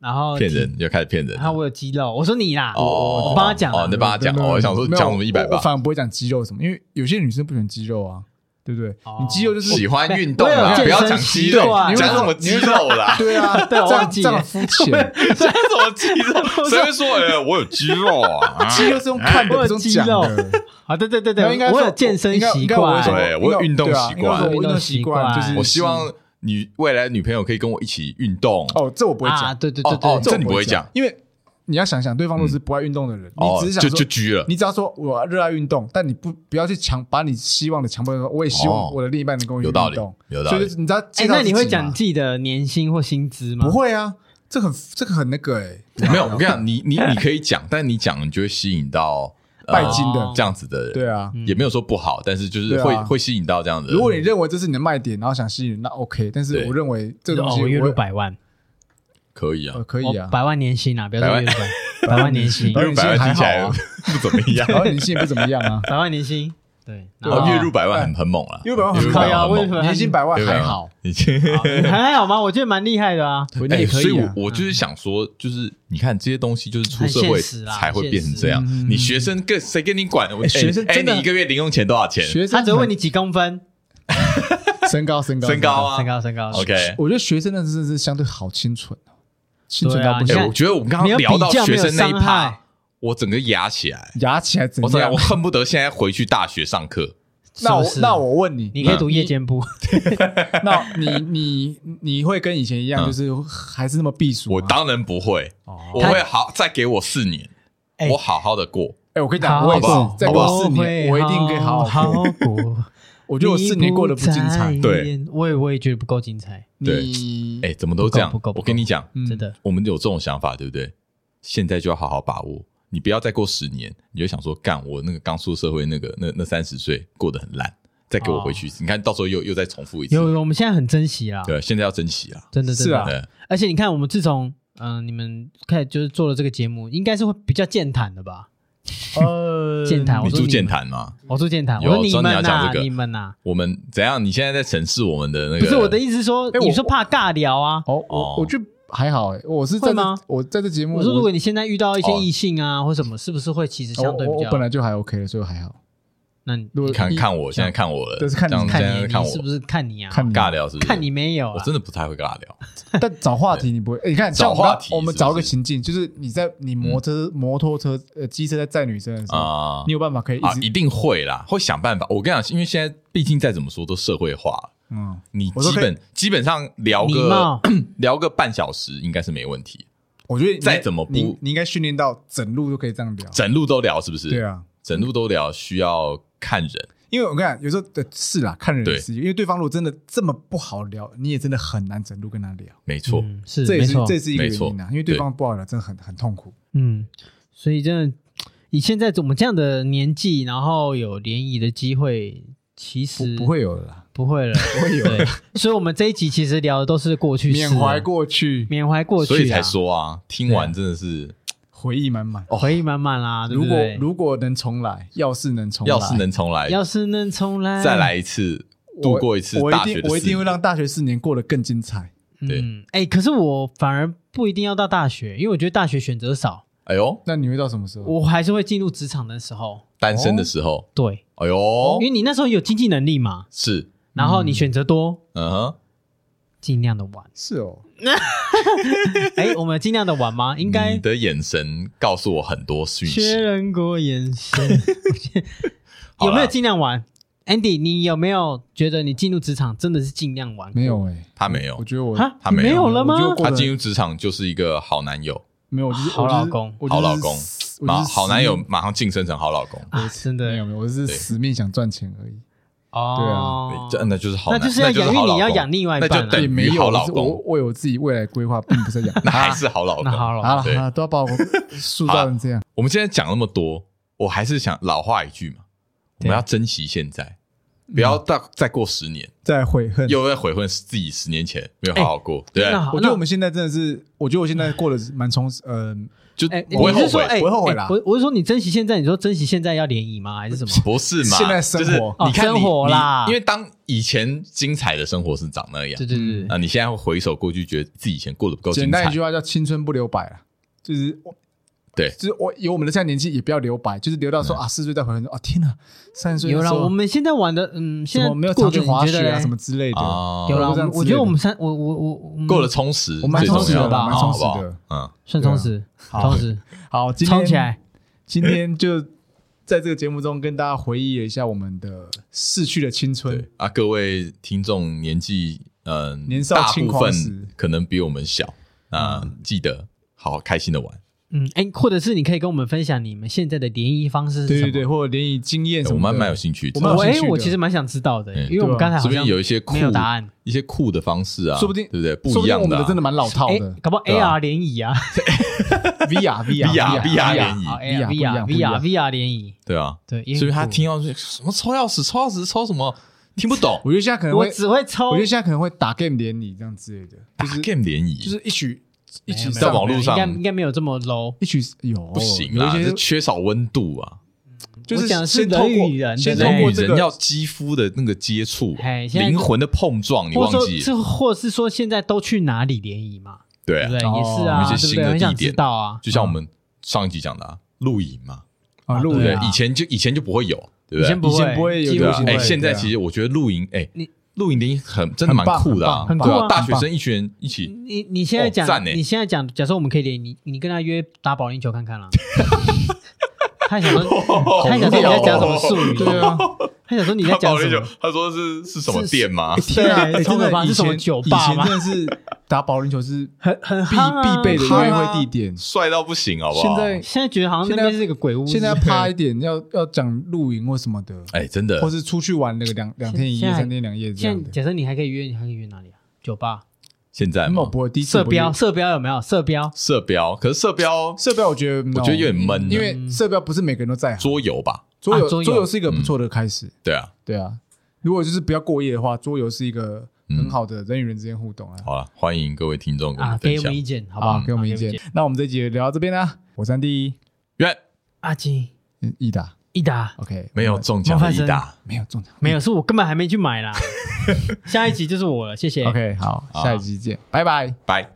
[SPEAKER 3] 然后
[SPEAKER 2] 骗，人，要开始骗人
[SPEAKER 3] 然。后啊我有肌肉。我说你啦，
[SPEAKER 2] 哦，
[SPEAKER 3] 我帮他讲啦啊
[SPEAKER 2] 哦，你帮他讲。
[SPEAKER 1] 没有
[SPEAKER 2] 哦，我想说
[SPEAKER 1] 没有
[SPEAKER 2] 讲什么一百
[SPEAKER 1] 我
[SPEAKER 2] 八
[SPEAKER 1] 我，反而不会讲肌肉什么，因为有些女生不喜欢肌肉啊，对不对
[SPEAKER 3] 哦？
[SPEAKER 1] 你肌肉就是
[SPEAKER 2] 喜欢运动啦，
[SPEAKER 3] 我有
[SPEAKER 2] 不要
[SPEAKER 3] 健身
[SPEAKER 2] 讲肌
[SPEAKER 3] 习
[SPEAKER 2] 肉
[SPEAKER 3] 惯，
[SPEAKER 2] 讲什么肌肉啦？
[SPEAKER 1] 对啊，
[SPEAKER 3] 对我
[SPEAKER 1] 这
[SPEAKER 3] 忘
[SPEAKER 1] 样
[SPEAKER 3] 记
[SPEAKER 1] 这
[SPEAKER 3] 了
[SPEAKER 1] 样肤浅，
[SPEAKER 2] 讲什么肌 肉？谁会说哎，我有肌肉啊？
[SPEAKER 1] 肌肉是用看的，
[SPEAKER 3] 我
[SPEAKER 1] 不
[SPEAKER 3] 有
[SPEAKER 1] 是用讲
[SPEAKER 3] 肌
[SPEAKER 1] 的。
[SPEAKER 3] 啊，对对对
[SPEAKER 1] 然后
[SPEAKER 3] 对
[SPEAKER 1] 应该，
[SPEAKER 3] 我
[SPEAKER 1] 说
[SPEAKER 3] 有健身习
[SPEAKER 1] 应该我
[SPEAKER 3] 惯
[SPEAKER 1] 会，说
[SPEAKER 2] 对我有运动
[SPEAKER 1] 对啊
[SPEAKER 2] 习
[SPEAKER 1] 应该
[SPEAKER 2] 惯
[SPEAKER 1] 说我运动习惯就是，
[SPEAKER 2] 我希望你未来的女朋友可以跟我一起运动。
[SPEAKER 1] 哦，这我不会
[SPEAKER 3] 啊，
[SPEAKER 1] 讲，
[SPEAKER 3] 对对
[SPEAKER 2] 哦
[SPEAKER 3] 对对
[SPEAKER 2] 哦，
[SPEAKER 3] 对，
[SPEAKER 2] 这你不会讲，
[SPEAKER 1] 因为你要想想，对方如果是不爱运动的人，你
[SPEAKER 2] 哦
[SPEAKER 1] 只是，想
[SPEAKER 2] 就
[SPEAKER 1] 说
[SPEAKER 2] 就狙了。
[SPEAKER 1] 你只要说我热爱运动，但你不不要去强把你希望的强迫，我也希
[SPEAKER 2] 哦
[SPEAKER 1] 望我的另一半能跟我一起
[SPEAKER 2] 有道理
[SPEAKER 1] 运动
[SPEAKER 2] 有道
[SPEAKER 1] 所以
[SPEAKER 2] 理
[SPEAKER 1] 就是你知道
[SPEAKER 3] 哎
[SPEAKER 1] 介，绍
[SPEAKER 3] 那
[SPEAKER 1] 自己嘛，
[SPEAKER 3] 你会讲自己的年薪或薪资吗？
[SPEAKER 1] 不会啊，这很这个很那个哎，
[SPEAKER 2] 没有，我跟你讲，你你你可以讲，但你讲你就会吸引到呃
[SPEAKER 1] 拜金的
[SPEAKER 2] 这样子的人。
[SPEAKER 1] 对啊。
[SPEAKER 3] 嗯
[SPEAKER 2] 也没有说不好，但是就是
[SPEAKER 1] 对
[SPEAKER 2] 会
[SPEAKER 1] 啊
[SPEAKER 2] 会吸引到这样的人。
[SPEAKER 1] 如果你认为这是你的卖点，然后想吸引人，那 OK。但是
[SPEAKER 2] 对
[SPEAKER 1] 我认为这个
[SPEAKER 3] 哦
[SPEAKER 1] 东西
[SPEAKER 3] 我月
[SPEAKER 1] 我
[SPEAKER 3] 入百万，
[SPEAKER 2] 可以啊
[SPEAKER 1] 呃，可
[SPEAKER 3] 我
[SPEAKER 1] 以啊，
[SPEAKER 3] 百万年薪啊，不要
[SPEAKER 2] 百
[SPEAKER 3] 说
[SPEAKER 2] 万
[SPEAKER 3] 月 入百万，百万年薪
[SPEAKER 1] 百，
[SPEAKER 2] 因为百万听起来
[SPEAKER 1] 还好啊
[SPEAKER 2] 不怎么样
[SPEAKER 3] ，
[SPEAKER 1] 然。后你性不怎么样啊
[SPEAKER 3] 百万年薪，对，
[SPEAKER 2] 然
[SPEAKER 3] 然
[SPEAKER 2] 后
[SPEAKER 3] 后
[SPEAKER 2] 哦月入啊百万很很猛啊，
[SPEAKER 1] 啊月入百万很
[SPEAKER 2] 月入
[SPEAKER 1] 高
[SPEAKER 2] 百
[SPEAKER 1] 呀
[SPEAKER 2] 万
[SPEAKER 3] 为
[SPEAKER 2] 很
[SPEAKER 3] 什
[SPEAKER 2] 猛
[SPEAKER 3] 么
[SPEAKER 1] 年薪百万
[SPEAKER 2] 对吧
[SPEAKER 1] 还好，
[SPEAKER 2] 已经。
[SPEAKER 3] 还好吗？我觉得蛮厉害的啊。
[SPEAKER 1] 我觉
[SPEAKER 2] 哎、
[SPEAKER 1] 得也可
[SPEAKER 2] 所以
[SPEAKER 1] 啊。
[SPEAKER 2] 我我就是想说，就是你看这些东西，就是出社会
[SPEAKER 3] 很现实啦嗯
[SPEAKER 2] 才会变成这样
[SPEAKER 1] 现实。
[SPEAKER 2] 你学生跟谁跟你管？我、
[SPEAKER 1] 哎学生
[SPEAKER 2] 哎
[SPEAKER 1] 真的
[SPEAKER 2] 你一个月零用钱多少钱？
[SPEAKER 1] 学生
[SPEAKER 3] 他只会问
[SPEAKER 1] 你
[SPEAKER 3] 你几公分，
[SPEAKER 1] 身高，身高，
[SPEAKER 2] 身高啊
[SPEAKER 3] 身高身高。
[SPEAKER 2] ，OK。
[SPEAKER 1] 我觉得学生那真的是相对好清纯哦，清纯
[SPEAKER 3] 对啊
[SPEAKER 1] 到不
[SPEAKER 3] 你
[SPEAKER 2] 哎、
[SPEAKER 1] 行
[SPEAKER 3] 看，
[SPEAKER 2] 我觉得我们刚刚
[SPEAKER 3] 你要
[SPEAKER 2] 聊
[SPEAKER 3] 比
[SPEAKER 2] 到
[SPEAKER 3] 较
[SPEAKER 2] 学
[SPEAKER 3] 没有
[SPEAKER 2] 生那一
[SPEAKER 3] 伤害
[SPEAKER 2] 趴，我整个压起来，
[SPEAKER 1] 牙起来怎
[SPEAKER 2] 我整个
[SPEAKER 1] 样
[SPEAKER 2] 我？恨不得现在回去大学上课。
[SPEAKER 1] 那我
[SPEAKER 3] 是不是
[SPEAKER 1] 那我问你，
[SPEAKER 3] 你可以读夜间部，
[SPEAKER 1] 那你你你会跟以前一
[SPEAKER 2] 嗯
[SPEAKER 1] 样，就是还是那么避暑吗？
[SPEAKER 2] 我
[SPEAKER 3] 啊
[SPEAKER 2] 当然不会，
[SPEAKER 1] 哦，
[SPEAKER 2] 我
[SPEAKER 3] 他
[SPEAKER 2] 会好再给我四年，
[SPEAKER 3] 哎
[SPEAKER 2] 我好好的过。
[SPEAKER 1] 哎，我跟你讲，
[SPEAKER 3] 好
[SPEAKER 1] 我也是
[SPEAKER 2] 好
[SPEAKER 1] 再过四年，我一定可以好好
[SPEAKER 3] 好
[SPEAKER 1] 过。
[SPEAKER 3] 过。
[SPEAKER 1] 我觉得我四年过得不精彩
[SPEAKER 3] 你，不在意，我也我也觉得不够精彩，
[SPEAKER 2] 对
[SPEAKER 1] 你
[SPEAKER 2] 哎、怎么都这样
[SPEAKER 3] 不够不够？不够
[SPEAKER 2] 我跟你讲，
[SPEAKER 1] 嗯
[SPEAKER 3] 真的。
[SPEAKER 2] 我们有这种想法，对不对？现在就要好好把握，你不要再过十年，你就想说，干我那个刚出社会那个那那三十岁过得很烂，再给我回去，
[SPEAKER 3] 哦
[SPEAKER 2] 你看到时候又又再重复一次。
[SPEAKER 3] 有，有我们现在很珍惜啦，
[SPEAKER 2] 对，现在要珍惜啊！
[SPEAKER 3] 真的真
[SPEAKER 1] 是啊
[SPEAKER 3] 的。
[SPEAKER 2] 对，
[SPEAKER 3] 而且你看，我们自从嗯、呃你们开始就是做了这个节目，应该是会比较健谈的吧？
[SPEAKER 1] 呃
[SPEAKER 3] 健谈，我
[SPEAKER 2] 你
[SPEAKER 3] 说
[SPEAKER 2] 住
[SPEAKER 3] 你
[SPEAKER 2] 健
[SPEAKER 3] 们，
[SPEAKER 2] 谈吗？
[SPEAKER 3] 我住健谈，
[SPEAKER 2] 有
[SPEAKER 3] 我说你
[SPEAKER 2] 知道你要
[SPEAKER 3] 们
[SPEAKER 2] 讲
[SPEAKER 3] 呐
[SPEAKER 2] 这，个
[SPEAKER 3] 你们啊呐，
[SPEAKER 2] 我们怎样？你现在在审视我们的那个？
[SPEAKER 3] 不是我的意思是说，
[SPEAKER 1] 哎我
[SPEAKER 3] 你说怕尬聊啊？
[SPEAKER 1] 哦，
[SPEAKER 2] 哦
[SPEAKER 1] 我我觉得还好哎，我是在
[SPEAKER 3] 会
[SPEAKER 1] 这
[SPEAKER 3] 吗
[SPEAKER 1] 我在这节目，
[SPEAKER 3] 我
[SPEAKER 1] 我
[SPEAKER 3] 说，如果你现在遇到一些
[SPEAKER 2] 哦
[SPEAKER 3] 异性啊，或什么，是不是会其实
[SPEAKER 1] 我
[SPEAKER 3] 相对比
[SPEAKER 1] 哦我
[SPEAKER 3] 较
[SPEAKER 1] 我？本来就还 OK 的，所以还好。
[SPEAKER 3] 那你
[SPEAKER 1] 如果
[SPEAKER 2] 看
[SPEAKER 1] 一
[SPEAKER 2] 看我，现在看我了，
[SPEAKER 1] 就是看你
[SPEAKER 2] 这样
[SPEAKER 1] 我
[SPEAKER 2] 现
[SPEAKER 3] 看
[SPEAKER 2] 在
[SPEAKER 3] 你，
[SPEAKER 2] 看
[SPEAKER 3] 你
[SPEAKER 2] 我
[SPEAKER 3] 是不是看你啊？
[SPEAKER 1] 看你
[SPEAKER 2] 尬，聊是不是？
[SPEAKER 3] 看你没有
[SPEAKER 2] 我
[SPEAKER 3] 啊？
[SPEAKER 2] 真的不太会尬聊。
[SPEAKER 1] 但找话题你不会，哎你看像我们
[SPEAKER 2] 找话题
[SPEAKER 1] 我们
[SPEAKER 2] 是不是嗯
[SPEAKER 1] 找一个情境，就是你在你摩托摩托车呃机车在载女生的时候，
[SPEAKER 2] 啊
[SPEAKER 1] 你有办法可以一
[SPEAKER 2] 啊，
[SPEAKER 1] 直
[SPEAKER 2] 一定会啦，会想办法。我跟你讲，因为现在毕竟再怎么说都社会化了，
[SPEAKER 1] 嗯，
[SPEAKER 2] 你
[SPEAKER 1] 我说
[SPEAKER 2] 基
[SPEAKER 1] 可以
[SPEAKER 2] 本基本上聊
[SPEAKER 3] 礼
[SPEAKER 2] 个
[SPEAKER 3] 貌
[SPEAKER 2] 聊个半小时应该是没问题，
[SPEAKER 1] 我觉得你
[SPEAKER 2] 再怎么不
[SPEAKER 1] 你你应该训练到整路都可以这样聊。
[SPEAKER 2] 整路都聊是不是？
[SPEAKER 1] 对，啊，
[SPEAKER 2] 整路都聊需要看人，
[SPEAKER 1] 因为我跟你讲，有时候的是啦，看人
[SPEAKER 2] 对
[SPEAKER 1] 也是，因为对方如果真的这么不好聊，你也真的很难整路跟他聊。
[SPEAKER 2] 没错。
[SPEAKER 3] 嗯是
[SPEAKER 1] 这也
[SPEAKER 3] 没
[SPEAKER 1] 是
[SPEAKER 3] 错，
[SPEAKER 1] 这也是一个
[SPEAKER 2] 没
[SPEAKER 1] 原
[SPEAKER 2] 错
[SPEAKER 1] 因啊，因为对方不好聊，真的很很痛苦。
[SPEAKER 3] 嗯，所以真的，以现在我们这样的年纪，然后有联谊的机会，其
[SPEAKER 1] 不
[SPEAKER 3] 实
[SPEAKER 1] 不会有的啦，
[SPEAKER 3] 不会了，不会有。对，所以我们这一集其实聊的都是过去式啊，
[SPEAKER 1] 缅怀过去，
[SPEAKER 3] 缅怀过去啊，
[SPEAKER 2] 所以才说啊，听完真的是，
[SPEAKER 1] 回忆满满。
[SPEAKER 3] 回忆满满啦。啊对不
[SPEAKER 1] 哦如果
[SPEAKER 3] 对
[SPEAKER 1] 如果能重来，要是能重来，
[SPEAKER 2] 要是能重来，
[SPEAKER 3] 要是能重来，
[SPEAKER 2] 再来一次，
[SPEAKER 1] 我
[SPEAKER 2] 度过一次
[SPEAKER 1] 我一
[SPEAKER 2] 大学
[SPEAKER 1] 定
[SPEAKER 2] 的
[SPEAKER 1] 我一
[SPEAKER 2] 四
[SPEAKER 1] 定会
[SPEAKER 2] 年，
[SPEAKER 1] 让大学四年过得更精彩。
[SPEAKER 2] 对
[SPEAKER 3] 嗯，哎、可是我反而不一定要到大学，因为我觉得大学选择少，
[SPEAKER 2] 哎呦，
[SPEAKER 1] 那你会到什么时候？
[SPEAKER 3] 我还是会进入职场的时候，
[SPEAKER 2] 单身的时候，
[SPEAKER 3] 对，
[SPEAKER 1] 哦
[SPEAKER 2] 哎呦
[SPEAKER 3] 因，为你那时候有经济能力嘛，
[SPEAKER 2] 是，
[SPEAKER 3] 然后你选择多，
[SPEAKER 2] 嗯哼，
[SPEAKER 3] 尽量的 玩。
[SPEAKER 1] 是哦，
[SPEAKER 3] 哎、我们尽量的玩吗？应
[SPEAKER 2] 你
[SPEAKER 3] 该
[SPEAKER 2] 的眼神告诉我很多讯
[SPEAKER 3] 确
[SPEAKER 2] 息。
[SPEAKER 3] 认过眼 神，
[SPEAKER 2] 好啦
[SPEAKER 3] 有没有尽量玩？Andy，你有没有觉得你进入职场真的是尽量玩？
[SPEAKER 1] 没有哎，
[SPEAKER 2] 他没有
[SPEAKER 1] 我，觉得我
[SPEAKER 3] 哈，
[SPEAKER 2] 他
[SPEAKER 3] 你
[SPEAKER 2] 没有
[SPEAKER 3] 有了吗
[SPEAKER 1] 我？就过
[SPEAKER 2] 他
[SPEAKER 1] 得
[SPEAKER 2] 进入职场就是一个好男友，
[SPEAKER 1] 没有，我就是
[SPEAKER 3] 好老公
[SPEAKER 1] 我就
[SPEAKER 2] 好
[SPEAKER 1] 是
[SPEAKER 2] 老公，
[SPEAKER 1] 我
[SPEAKER 2] 马
[SPEAKER 1] 就是
[SPEAKER 2] 好男友
[SPEAKER 1] 死
[SPEAKER 2] 马上晋升成好老公。
[SPEAKER 3] 啊，真
[SPEAKER 1] 没有
[SPEAKER 3] 的
[SPEAKER 1] 没有，我是
[SPEAKER 2] 对
[SPEAKER 1] 死命想赚钱而已。
[SPEAKER 3] 哦
[SPEAKER 2] 对，啊这那哎就是好
[SPEAKER 3] 那
[SPEAKER 2] 男，
[SPEAKER 3] 就是要
[SPEAKER 2] 那
[SPEAKER 3] 养育
[SPEAKER 2] 好老
[SPEAKER 3] 你，要
[SPEAKER 2] 公
[SPEAKER 3] 养另外一
[SPEAKER 2] 那就
[SPEAKER 3] 半、啊
[SPEAKER 2] 对
[SPEAKER 1] 也。没
[SPEAKER 2] 你好
[SPEAKER 1] 有，
[SPEAKER 2] 老
[SPEAKER 1] 就是
[SPEAKER 2] 公
[SPEAKER 1] 我我有自己未来规划，并不是
[SPEAKER 2] 。
[SPEAKER 1] 养
[SPEAKER 2] 那还是好老公。
[SPEAKER 3] 那好
[SPEAKER 1] 好
[SPEAKER 3] 了，
[SPEAKER 1] 了好
[SPEAKER 2] 对
[SPEAKER 1] 了，都要把我塑造成这样。
[SPEAKER 2] 我们现在讲那么多，我还是想老话一句嘛，我们要珍惜现在，不要
[SPEAKER 1] 嗯
[SPEAKER 2] 再再过十年，
[SPEAKER 1] 再悔恨。
[SPEAKER 2] 又在悔恨自己十年前没有
[SPEAKER 1] 哎
[SPEAKER 2] 好好过，对
[SPEAKER 3] 那
[SPEAKER 2] 不
[SPEAKER 1] 我
[SPEAKER 3] 好，
[SPEAKER 1] 觉
[SPEAKER 3] 那
[SPEAKER 1] 得我们现在真的是，我觉得我现在过得蛮充实，嗯，
[SPEAKER 2] 对？
[SPEAKER 3] 哎，
[SPEAKER 2] 就不会
[SPEAKER 3] 你
[SPEAKER 2] 后
[SPEAKER 3] 是说
[SPEAKER 2] 悔，
[SPEAKER 3] 哎，
[SPEAKER 1] 不会后悔啦
[SPEAKER 3] 哎我我是说你珍惜现在，你说珍惜现在要联谊吗？还是什么？
[SPEAKER 2] 不是啊嘛？
[SPEAKER 1] 现在生活
[SPEAKER 2] 就是
[SPEAKER 1] 哦
[SPEAKER 2] 你看你
[SPEAKER 3] 生活啦
[SPEAKER 2] 你因为当以前精彩的生活是长那样
[SPEAKER 3] 对，对对
[SPEAKER 2] 那你现在会回首过去，觉得自己以前过得不够
[SPEAKER 1] 简
[SPEAKER 2] 精
[SPEAKER 1] 单一
[SPEAKER 2] 彩
[SPEAKER 1] 句，话叫“青春不留白”啊，就是我，
[SPEAKER 2] 对
[SPEAKER 1] 就是我有我们的这样年纪也不要留白，就是留
[SPEAKER 2] 嗯
[SPEAKER 1] 到说啊四十岁再回来说啊天哪，三十
[SPEAKER 3] 对，
[SPEAKER 1] 岁的
[SPEAKER 3] 有
[SPEAKER 1] 时
[SPEAKER 3] 啦。
[SPEAKER 1] 候
[SPEAKER 3] 我们现在玩的，嗯，
[SPEAKER 1] 怎
[SPEAKER 3] 现在
[SPEAKER 1] 么没有
[SPEAKER 3] 过
[SPEAKER 1] 常
[SPEAKER 3] 得
[SPEAKER 1] 去滑雪啊
[SPEAKER 3] 你觉得嘞
[SPEAKER 1] 什么之类的，
[SPEAKER 2] 啊
[SPEAKER 3] 有啦，
[SPEAKER 1] 我这样
[SPEAKER 3] 我们
[SPEAKER 1] 之类的
[SPEAKER 3] 我觉得我们三，我我我嗯我们
[SPEAKER 2] 过得充实，
[SPEAKER 1] 我蛮
[SPEAKER 2] 最重
[SPEAKER 1] 充实
[SPEAKER 2] 要
[SPEAKER 1] 的啦，蛮充实
[SPEAKER 2] 好嗯不
[SPEAKER 1] 的。
[SPEAKER 2] 好
[SPEAKER 3] 算充实，充实，
[SPEAKER 1] 好，今
[SPEAKER 3] 充
[SPEAKER 1] 天
[SPEAKER 3] 起来。
[SPEAKER 1] 今天就在这个节目中跟大家回忆了一下我们的逝去的青
[SPEAKER 2] 嗯，
[SPEAKER 1] 春
[SPEAKER 2] 对。啊，各位听众年纪，嗯，
[SPEAKER 1] 年少
[SPEAKER 2] 大
[SPEAKER 1] 轻
[SPEAKER 2] 部
[SPEAKER 1] 狂时嗯
[SPEAKER 2] 分可能比我们小，啊，记得好好开心的玩。
[SPEAKER 3] 嗯，哎，或者是你可以跟我们分享你们现在的联谊方式是
[SPEAKER 1] 对
[SPEAKER 3] 什么
[SPEAKER 1] 对？对，或者联谊经验什
[SPEAKER 2] 我
[SPEAKER 1] 么的，
[SPEAKER 2] 蛮蛮有兴趣，
[SPEAKER 1] 我
[SPEAKER 2] 这
[SPEAKER 1] 蛮
[SPEAKER 3] 我
[SPEAKER 1] 有
[SPEAKER 3] 哎
[SPEAKER 1] 兴趣，的
[SPEAKER 3] 我其实蛮想知道的，
[SPEAKER 2] 嗯
[SPEAKER 3] 因为我
[SPEAKER 1] 对
[SPEAKER 3] 们
[SPEAKER 1] 啊
[SPEAKER 3] 刚才
[SPEAKER 2] 这
[SPEAKER 3] 好
[SPEAKER 2] 边
[SPEAKER 3] 像
[SPEAKER 2] 有一些酷
[SPEAKER 3] 没有答案。
[SPEAKER 2] 一些酷的方式啊，
[SPEAKER 1] 说不定
[SPEAKER 2] 对不对？不
[SPEAKER 1] 说
[SPEAKER 2] 一
[SPEAKER 1] 定
[SPEAKER 2] 样
[SPEAKER 1] 我们
[SPEAKER 2] 啊
[SPEAKER 1] 的真的蛮老套
[SPEAKER 3] 哎
[SPEAKER 1] 的，。
[SPEAKER 3] 搞不好
[SPEAKER 2] 对啊
[SPEAKER 3] AR 联谊啊
[SPEAKER 1] VR
[SPEAKER 2] VR
[SPEAKER 1] VR
[SPEAKER 2] VR 联谊
[SPEAKER 3] 好
[SPEAKER 1] VR 不一样
[SPEAKER 3] ，AR VR
[SPEAKER 1] 不一样
[SPEAKER 3] VR VR 联谊，
[SPEAKER 2] 对啊，
[SPEAKER 3] 对，也很
[SPEAKER 2] 所以他
[SPEAKER 3] 酷
[SPEAKER 2] 听到是什么抽钥匙，抽钥匙抽什 么听不懂，
[SPEAKER 1] 我觉得现在可能
[SPEAKER 3] 我
[SPEAKER 1] 会，
[SPEAKER 3] 只会抽，
[SPEAKER 1] 我觉得现在可能会打 game 联谊这样之类的，
[SPEAKER 2] 打 game 联谊
[SPEAKER 1] 就是一起一起
[SPEAKER 3] 没有
[SPEAKER 2] 在
[SPEAKER 1] 上
[SPEAKER 2] 网络
[SPEAKER 3] 没有
[SPEAKER 2] 上
[SPEAKER 3] 应该应该没有这么 low。
[SPEAKER 1] 哦一起有
[SPEAKER 2] 不行
[SPEAKER 1] 有一
[SPEAKER 2] 啊，
[SPEAKER 1] 些
[SPEAKER 2] 这缺少温度啊。
[SPEAKER 1] 就是
[SPEAKER 3] 我讲的是
[SPEAKER 1] 先透
[SPEAKER 3] 人
[SPEAKER 1] 过
[SPEAKER 3] 与人
[SPEAKER 1] 先
[SPEAKER 3] 对
[SPEAKER 1] 透
[SPEAKER 3] 不对
[SPEAKER 2] 人
[SPEAKER 1] 过
[SPEAKER 2] 与
[SPEAKER 1] 这
[SPEAKER 2] 人
[SPEAKER 1] 个
[SPEAKER 2] 要肌肤的那个接触，啊
[SPEAKER 3] 嘿现在
[SPEAKER 2] 灵魂的碰撞，你
[SPEAKER 3] 或
[SPEAKER 2] 忘
[SPEAKER 3] 者说
[SPEAKER 2] 记
[SPEAKER 3] 这，或者是说现在都去哪里联谊嘛？
[SPEAKER 2] 对
[SPEAKER 3] 对
[SPEAKER 2] 啊
[SPEAKER 3] 不，对？
[SPEAKER 1] 哦
[SPEAKER 3] 也是
[SPEAKER 1] 有
[SPEAKER 3] 啊，
[SPEAKER 1] 一些
[SPEAKER 3] 对不
[SPEAKER 2] 新
[SPEAKER 3] 对？
[SPEAKER 2] 的
[SPEAKER 3] 很想
[SPEAKER 2] 地点
[SPEAKER 3] 知道啊，
[SPEAKER 2] 就像我们上一集讲的啊露营嘛，
[SPEAKER 1] 啊路
[SPEAKER 3] 对
[SPEAKER 2] 对
[SPEAKER 1] 人
[SPEAKER 3] 啊，
[SPEAKER 2] 以前就以前就不会有，对不
[SPEAKER 3] 以
[SPEAKER 2] 对？
[SPEAKER 3] 前不
[SPEAKER 1] 以前不
[SPEAKER 3] 会
[SPEAKER 1] 会有
[SPEAKER 3] 几
[SPEAKER 2] 对
[SPEAKER 1] 的
[SPEAKER 3] 乎
[SPEAKER 2] 啊
[SPEAKER 3] 不
[SPEAKER 1] 不
[SPEAKER 2] 哎，
[SPEAKER 1] 会
[SPEAKER 2] 现在
[SPEAKER 1] 对啊
[SPEAKER 2] 其实我觉得露营，哎
[SPEAKER 3] 你，
[SPEAKER 2] 露营的营很真的蛮
[SPEAKER 1] 很棒
[SPEAKER 2] 酷的啊，
[SPEAKER 1] 很棒
[SPEAKER 2] 对啊，
[SPEAKER 3] 很棒
[SPEAKER 2] 大学生一群人一起，
[SPEAKER 3] 你你现在讲
[SPEAKER 2] 哦赞，欸
[SPEAKER 3] 你现在讲，假设我们可以联谊，你你跟他约打保龄球看 看啦。他想
[SPEAKER 2] 哦
[SPEAKER 3] 说，他想说你在讲什么术语？
[SPEAKER 1] 啊对啊，
[SPEAKER 3] 他想说你在
[SPEAKER 2] 他
[SPEAKER 3] 讲
[SPEAKER 2] 哦保
[SPEAKER 3] 什
[SPEAKER 2] 龄球
[SPEAKER 3] 么？，
[SPEAKER 2] 他说是是什么
[SPEAKER 3] 是
[SPEAKER 2] 店 吗？
[SPEAKER 1] 天啊，
[SPEAKER 3] 对
[SPEAKER 1] 哎
[SPEAKER 3] 超
[SPEAKER 1] 真
[SPEAKER 3] 可怕
[SPEAKER 1] 的
[SPEAKER 3] 是
[SPEAKER 1] 以
[SPEAKER 3] 什么
[SPEAKER 1] 前
[SPEAKER 3] 酒
[SPEAKER 1] 以
[SPEAKER 3] 吧
[SPEAKER 1] 前
[SPEAKER 3] 吗
[SPEAKER 1] 真的是打保龄球是
[SPEAKER 3] 很很
[SPEAKER 1] 必
[SPEAKER 3] 夯啊
[SPEAKER 1] 必备的
[SPEAKER 2] 夯啊
[SPEAKER 1] 约会地点。
[SPEAKER 2] 帅到不行，好不好？
[SPEAKER 1] 现在
[SPEAKER 3] 现在觉得好像那边是个鬼屋。
[SPEAKER 1] 现在要
[SPEAKER 3] 是不是
[SPEAKER 1] 趴一点，要要讲露营或什么的，
[SPEAKER 2] 哎，真的
[SPEAKER 1] 或，是出去玩那个两两天一
[SPEAKER 3] 现
[SPEAKER 1] 夜、
[SPEAKER 3] 在
[SPEAKER 1] 三天两夜这样
[SPEAKER 3] 现在
[SPEAKER 1] 的。
[SPEAKER 3] 假设你还可以约，你还可以约哪里啊？酒吧、
[SPEAKER 2] 现在
[SPEAKER 1] 那
[SPEAKER 2] 嘛
[SPEAKER 1] 我不会第一次
[SPEAKER 3] 社
[SPEAKER 1] 不会
[SPEAKER 3] 标、社标有没有？社标啊
[SPEAKER 2] 社标，可是社标
[SPEAKER 1] 社标，我觉得我
[SPEAKER 2] 我觉得有点闷啊，
[SPEAKER 1] 因为社标不是每个人都在行。
[SPEAKER 2] 桌游吧，
[SPEAKER 1] 桌
[SPEAKER 3] 嗯啊
[SPEAKER 1] 游
[SPEAKER 3] 桌游
[SPEAKER 1] 桌游是一个不错的开始，
[SPEAKER 2] 对啊，
[SPEAKER 1] 对啊。如果就是不要过夜的话，桌游是一个
[SPEAKER 2] 嗯
[SPEAKER 1] 很好的人与人之间互动啊。
[SPEAKER 2] 好了，欢迎各位听众跟我
[SPEAKER 3] 啊，
[SPEAKER 2] 们分
[SPEAKER 3] 给我
[SPEAKER 2] 享
[SPEAKER 3] 们意，见，好啊不
[SPEAKER 1] 好
[SPEAKER 3] 好
[SPEAKER 1] 吧，？给我们意见。那我们这集聊到这边啦。我三弟，
[SPEAKER 2] 愿
[SPEAKER 3] 阿金、
[SPEAKER 1] 嗯，益达
[SPEAKER 3] 益达
[SPEAKER 1] ，OK，
[SPEAKER 2] 没有
[SPEAKER 1] 我们
[SPEAKER 2] 中奖
[SPEAKER 3] 模
[SPEAKER 2] 的
[SPEAKER 3] 范
[SPEAKER 2] 一
[SPEAKER 3] 生
[SPEAKER 2] 大，
[SPEAKER 1] 没有中奖
[SPEAKER 3] 没有，是我根本还没去买啦。下一集就是我了，谢谢。
[SPEAKER 1] ，OK，好，
[SPEAKER 2] 好
[SPEAKER 1] 下一集见，拜拜。
[SPEAKER 2] 拜。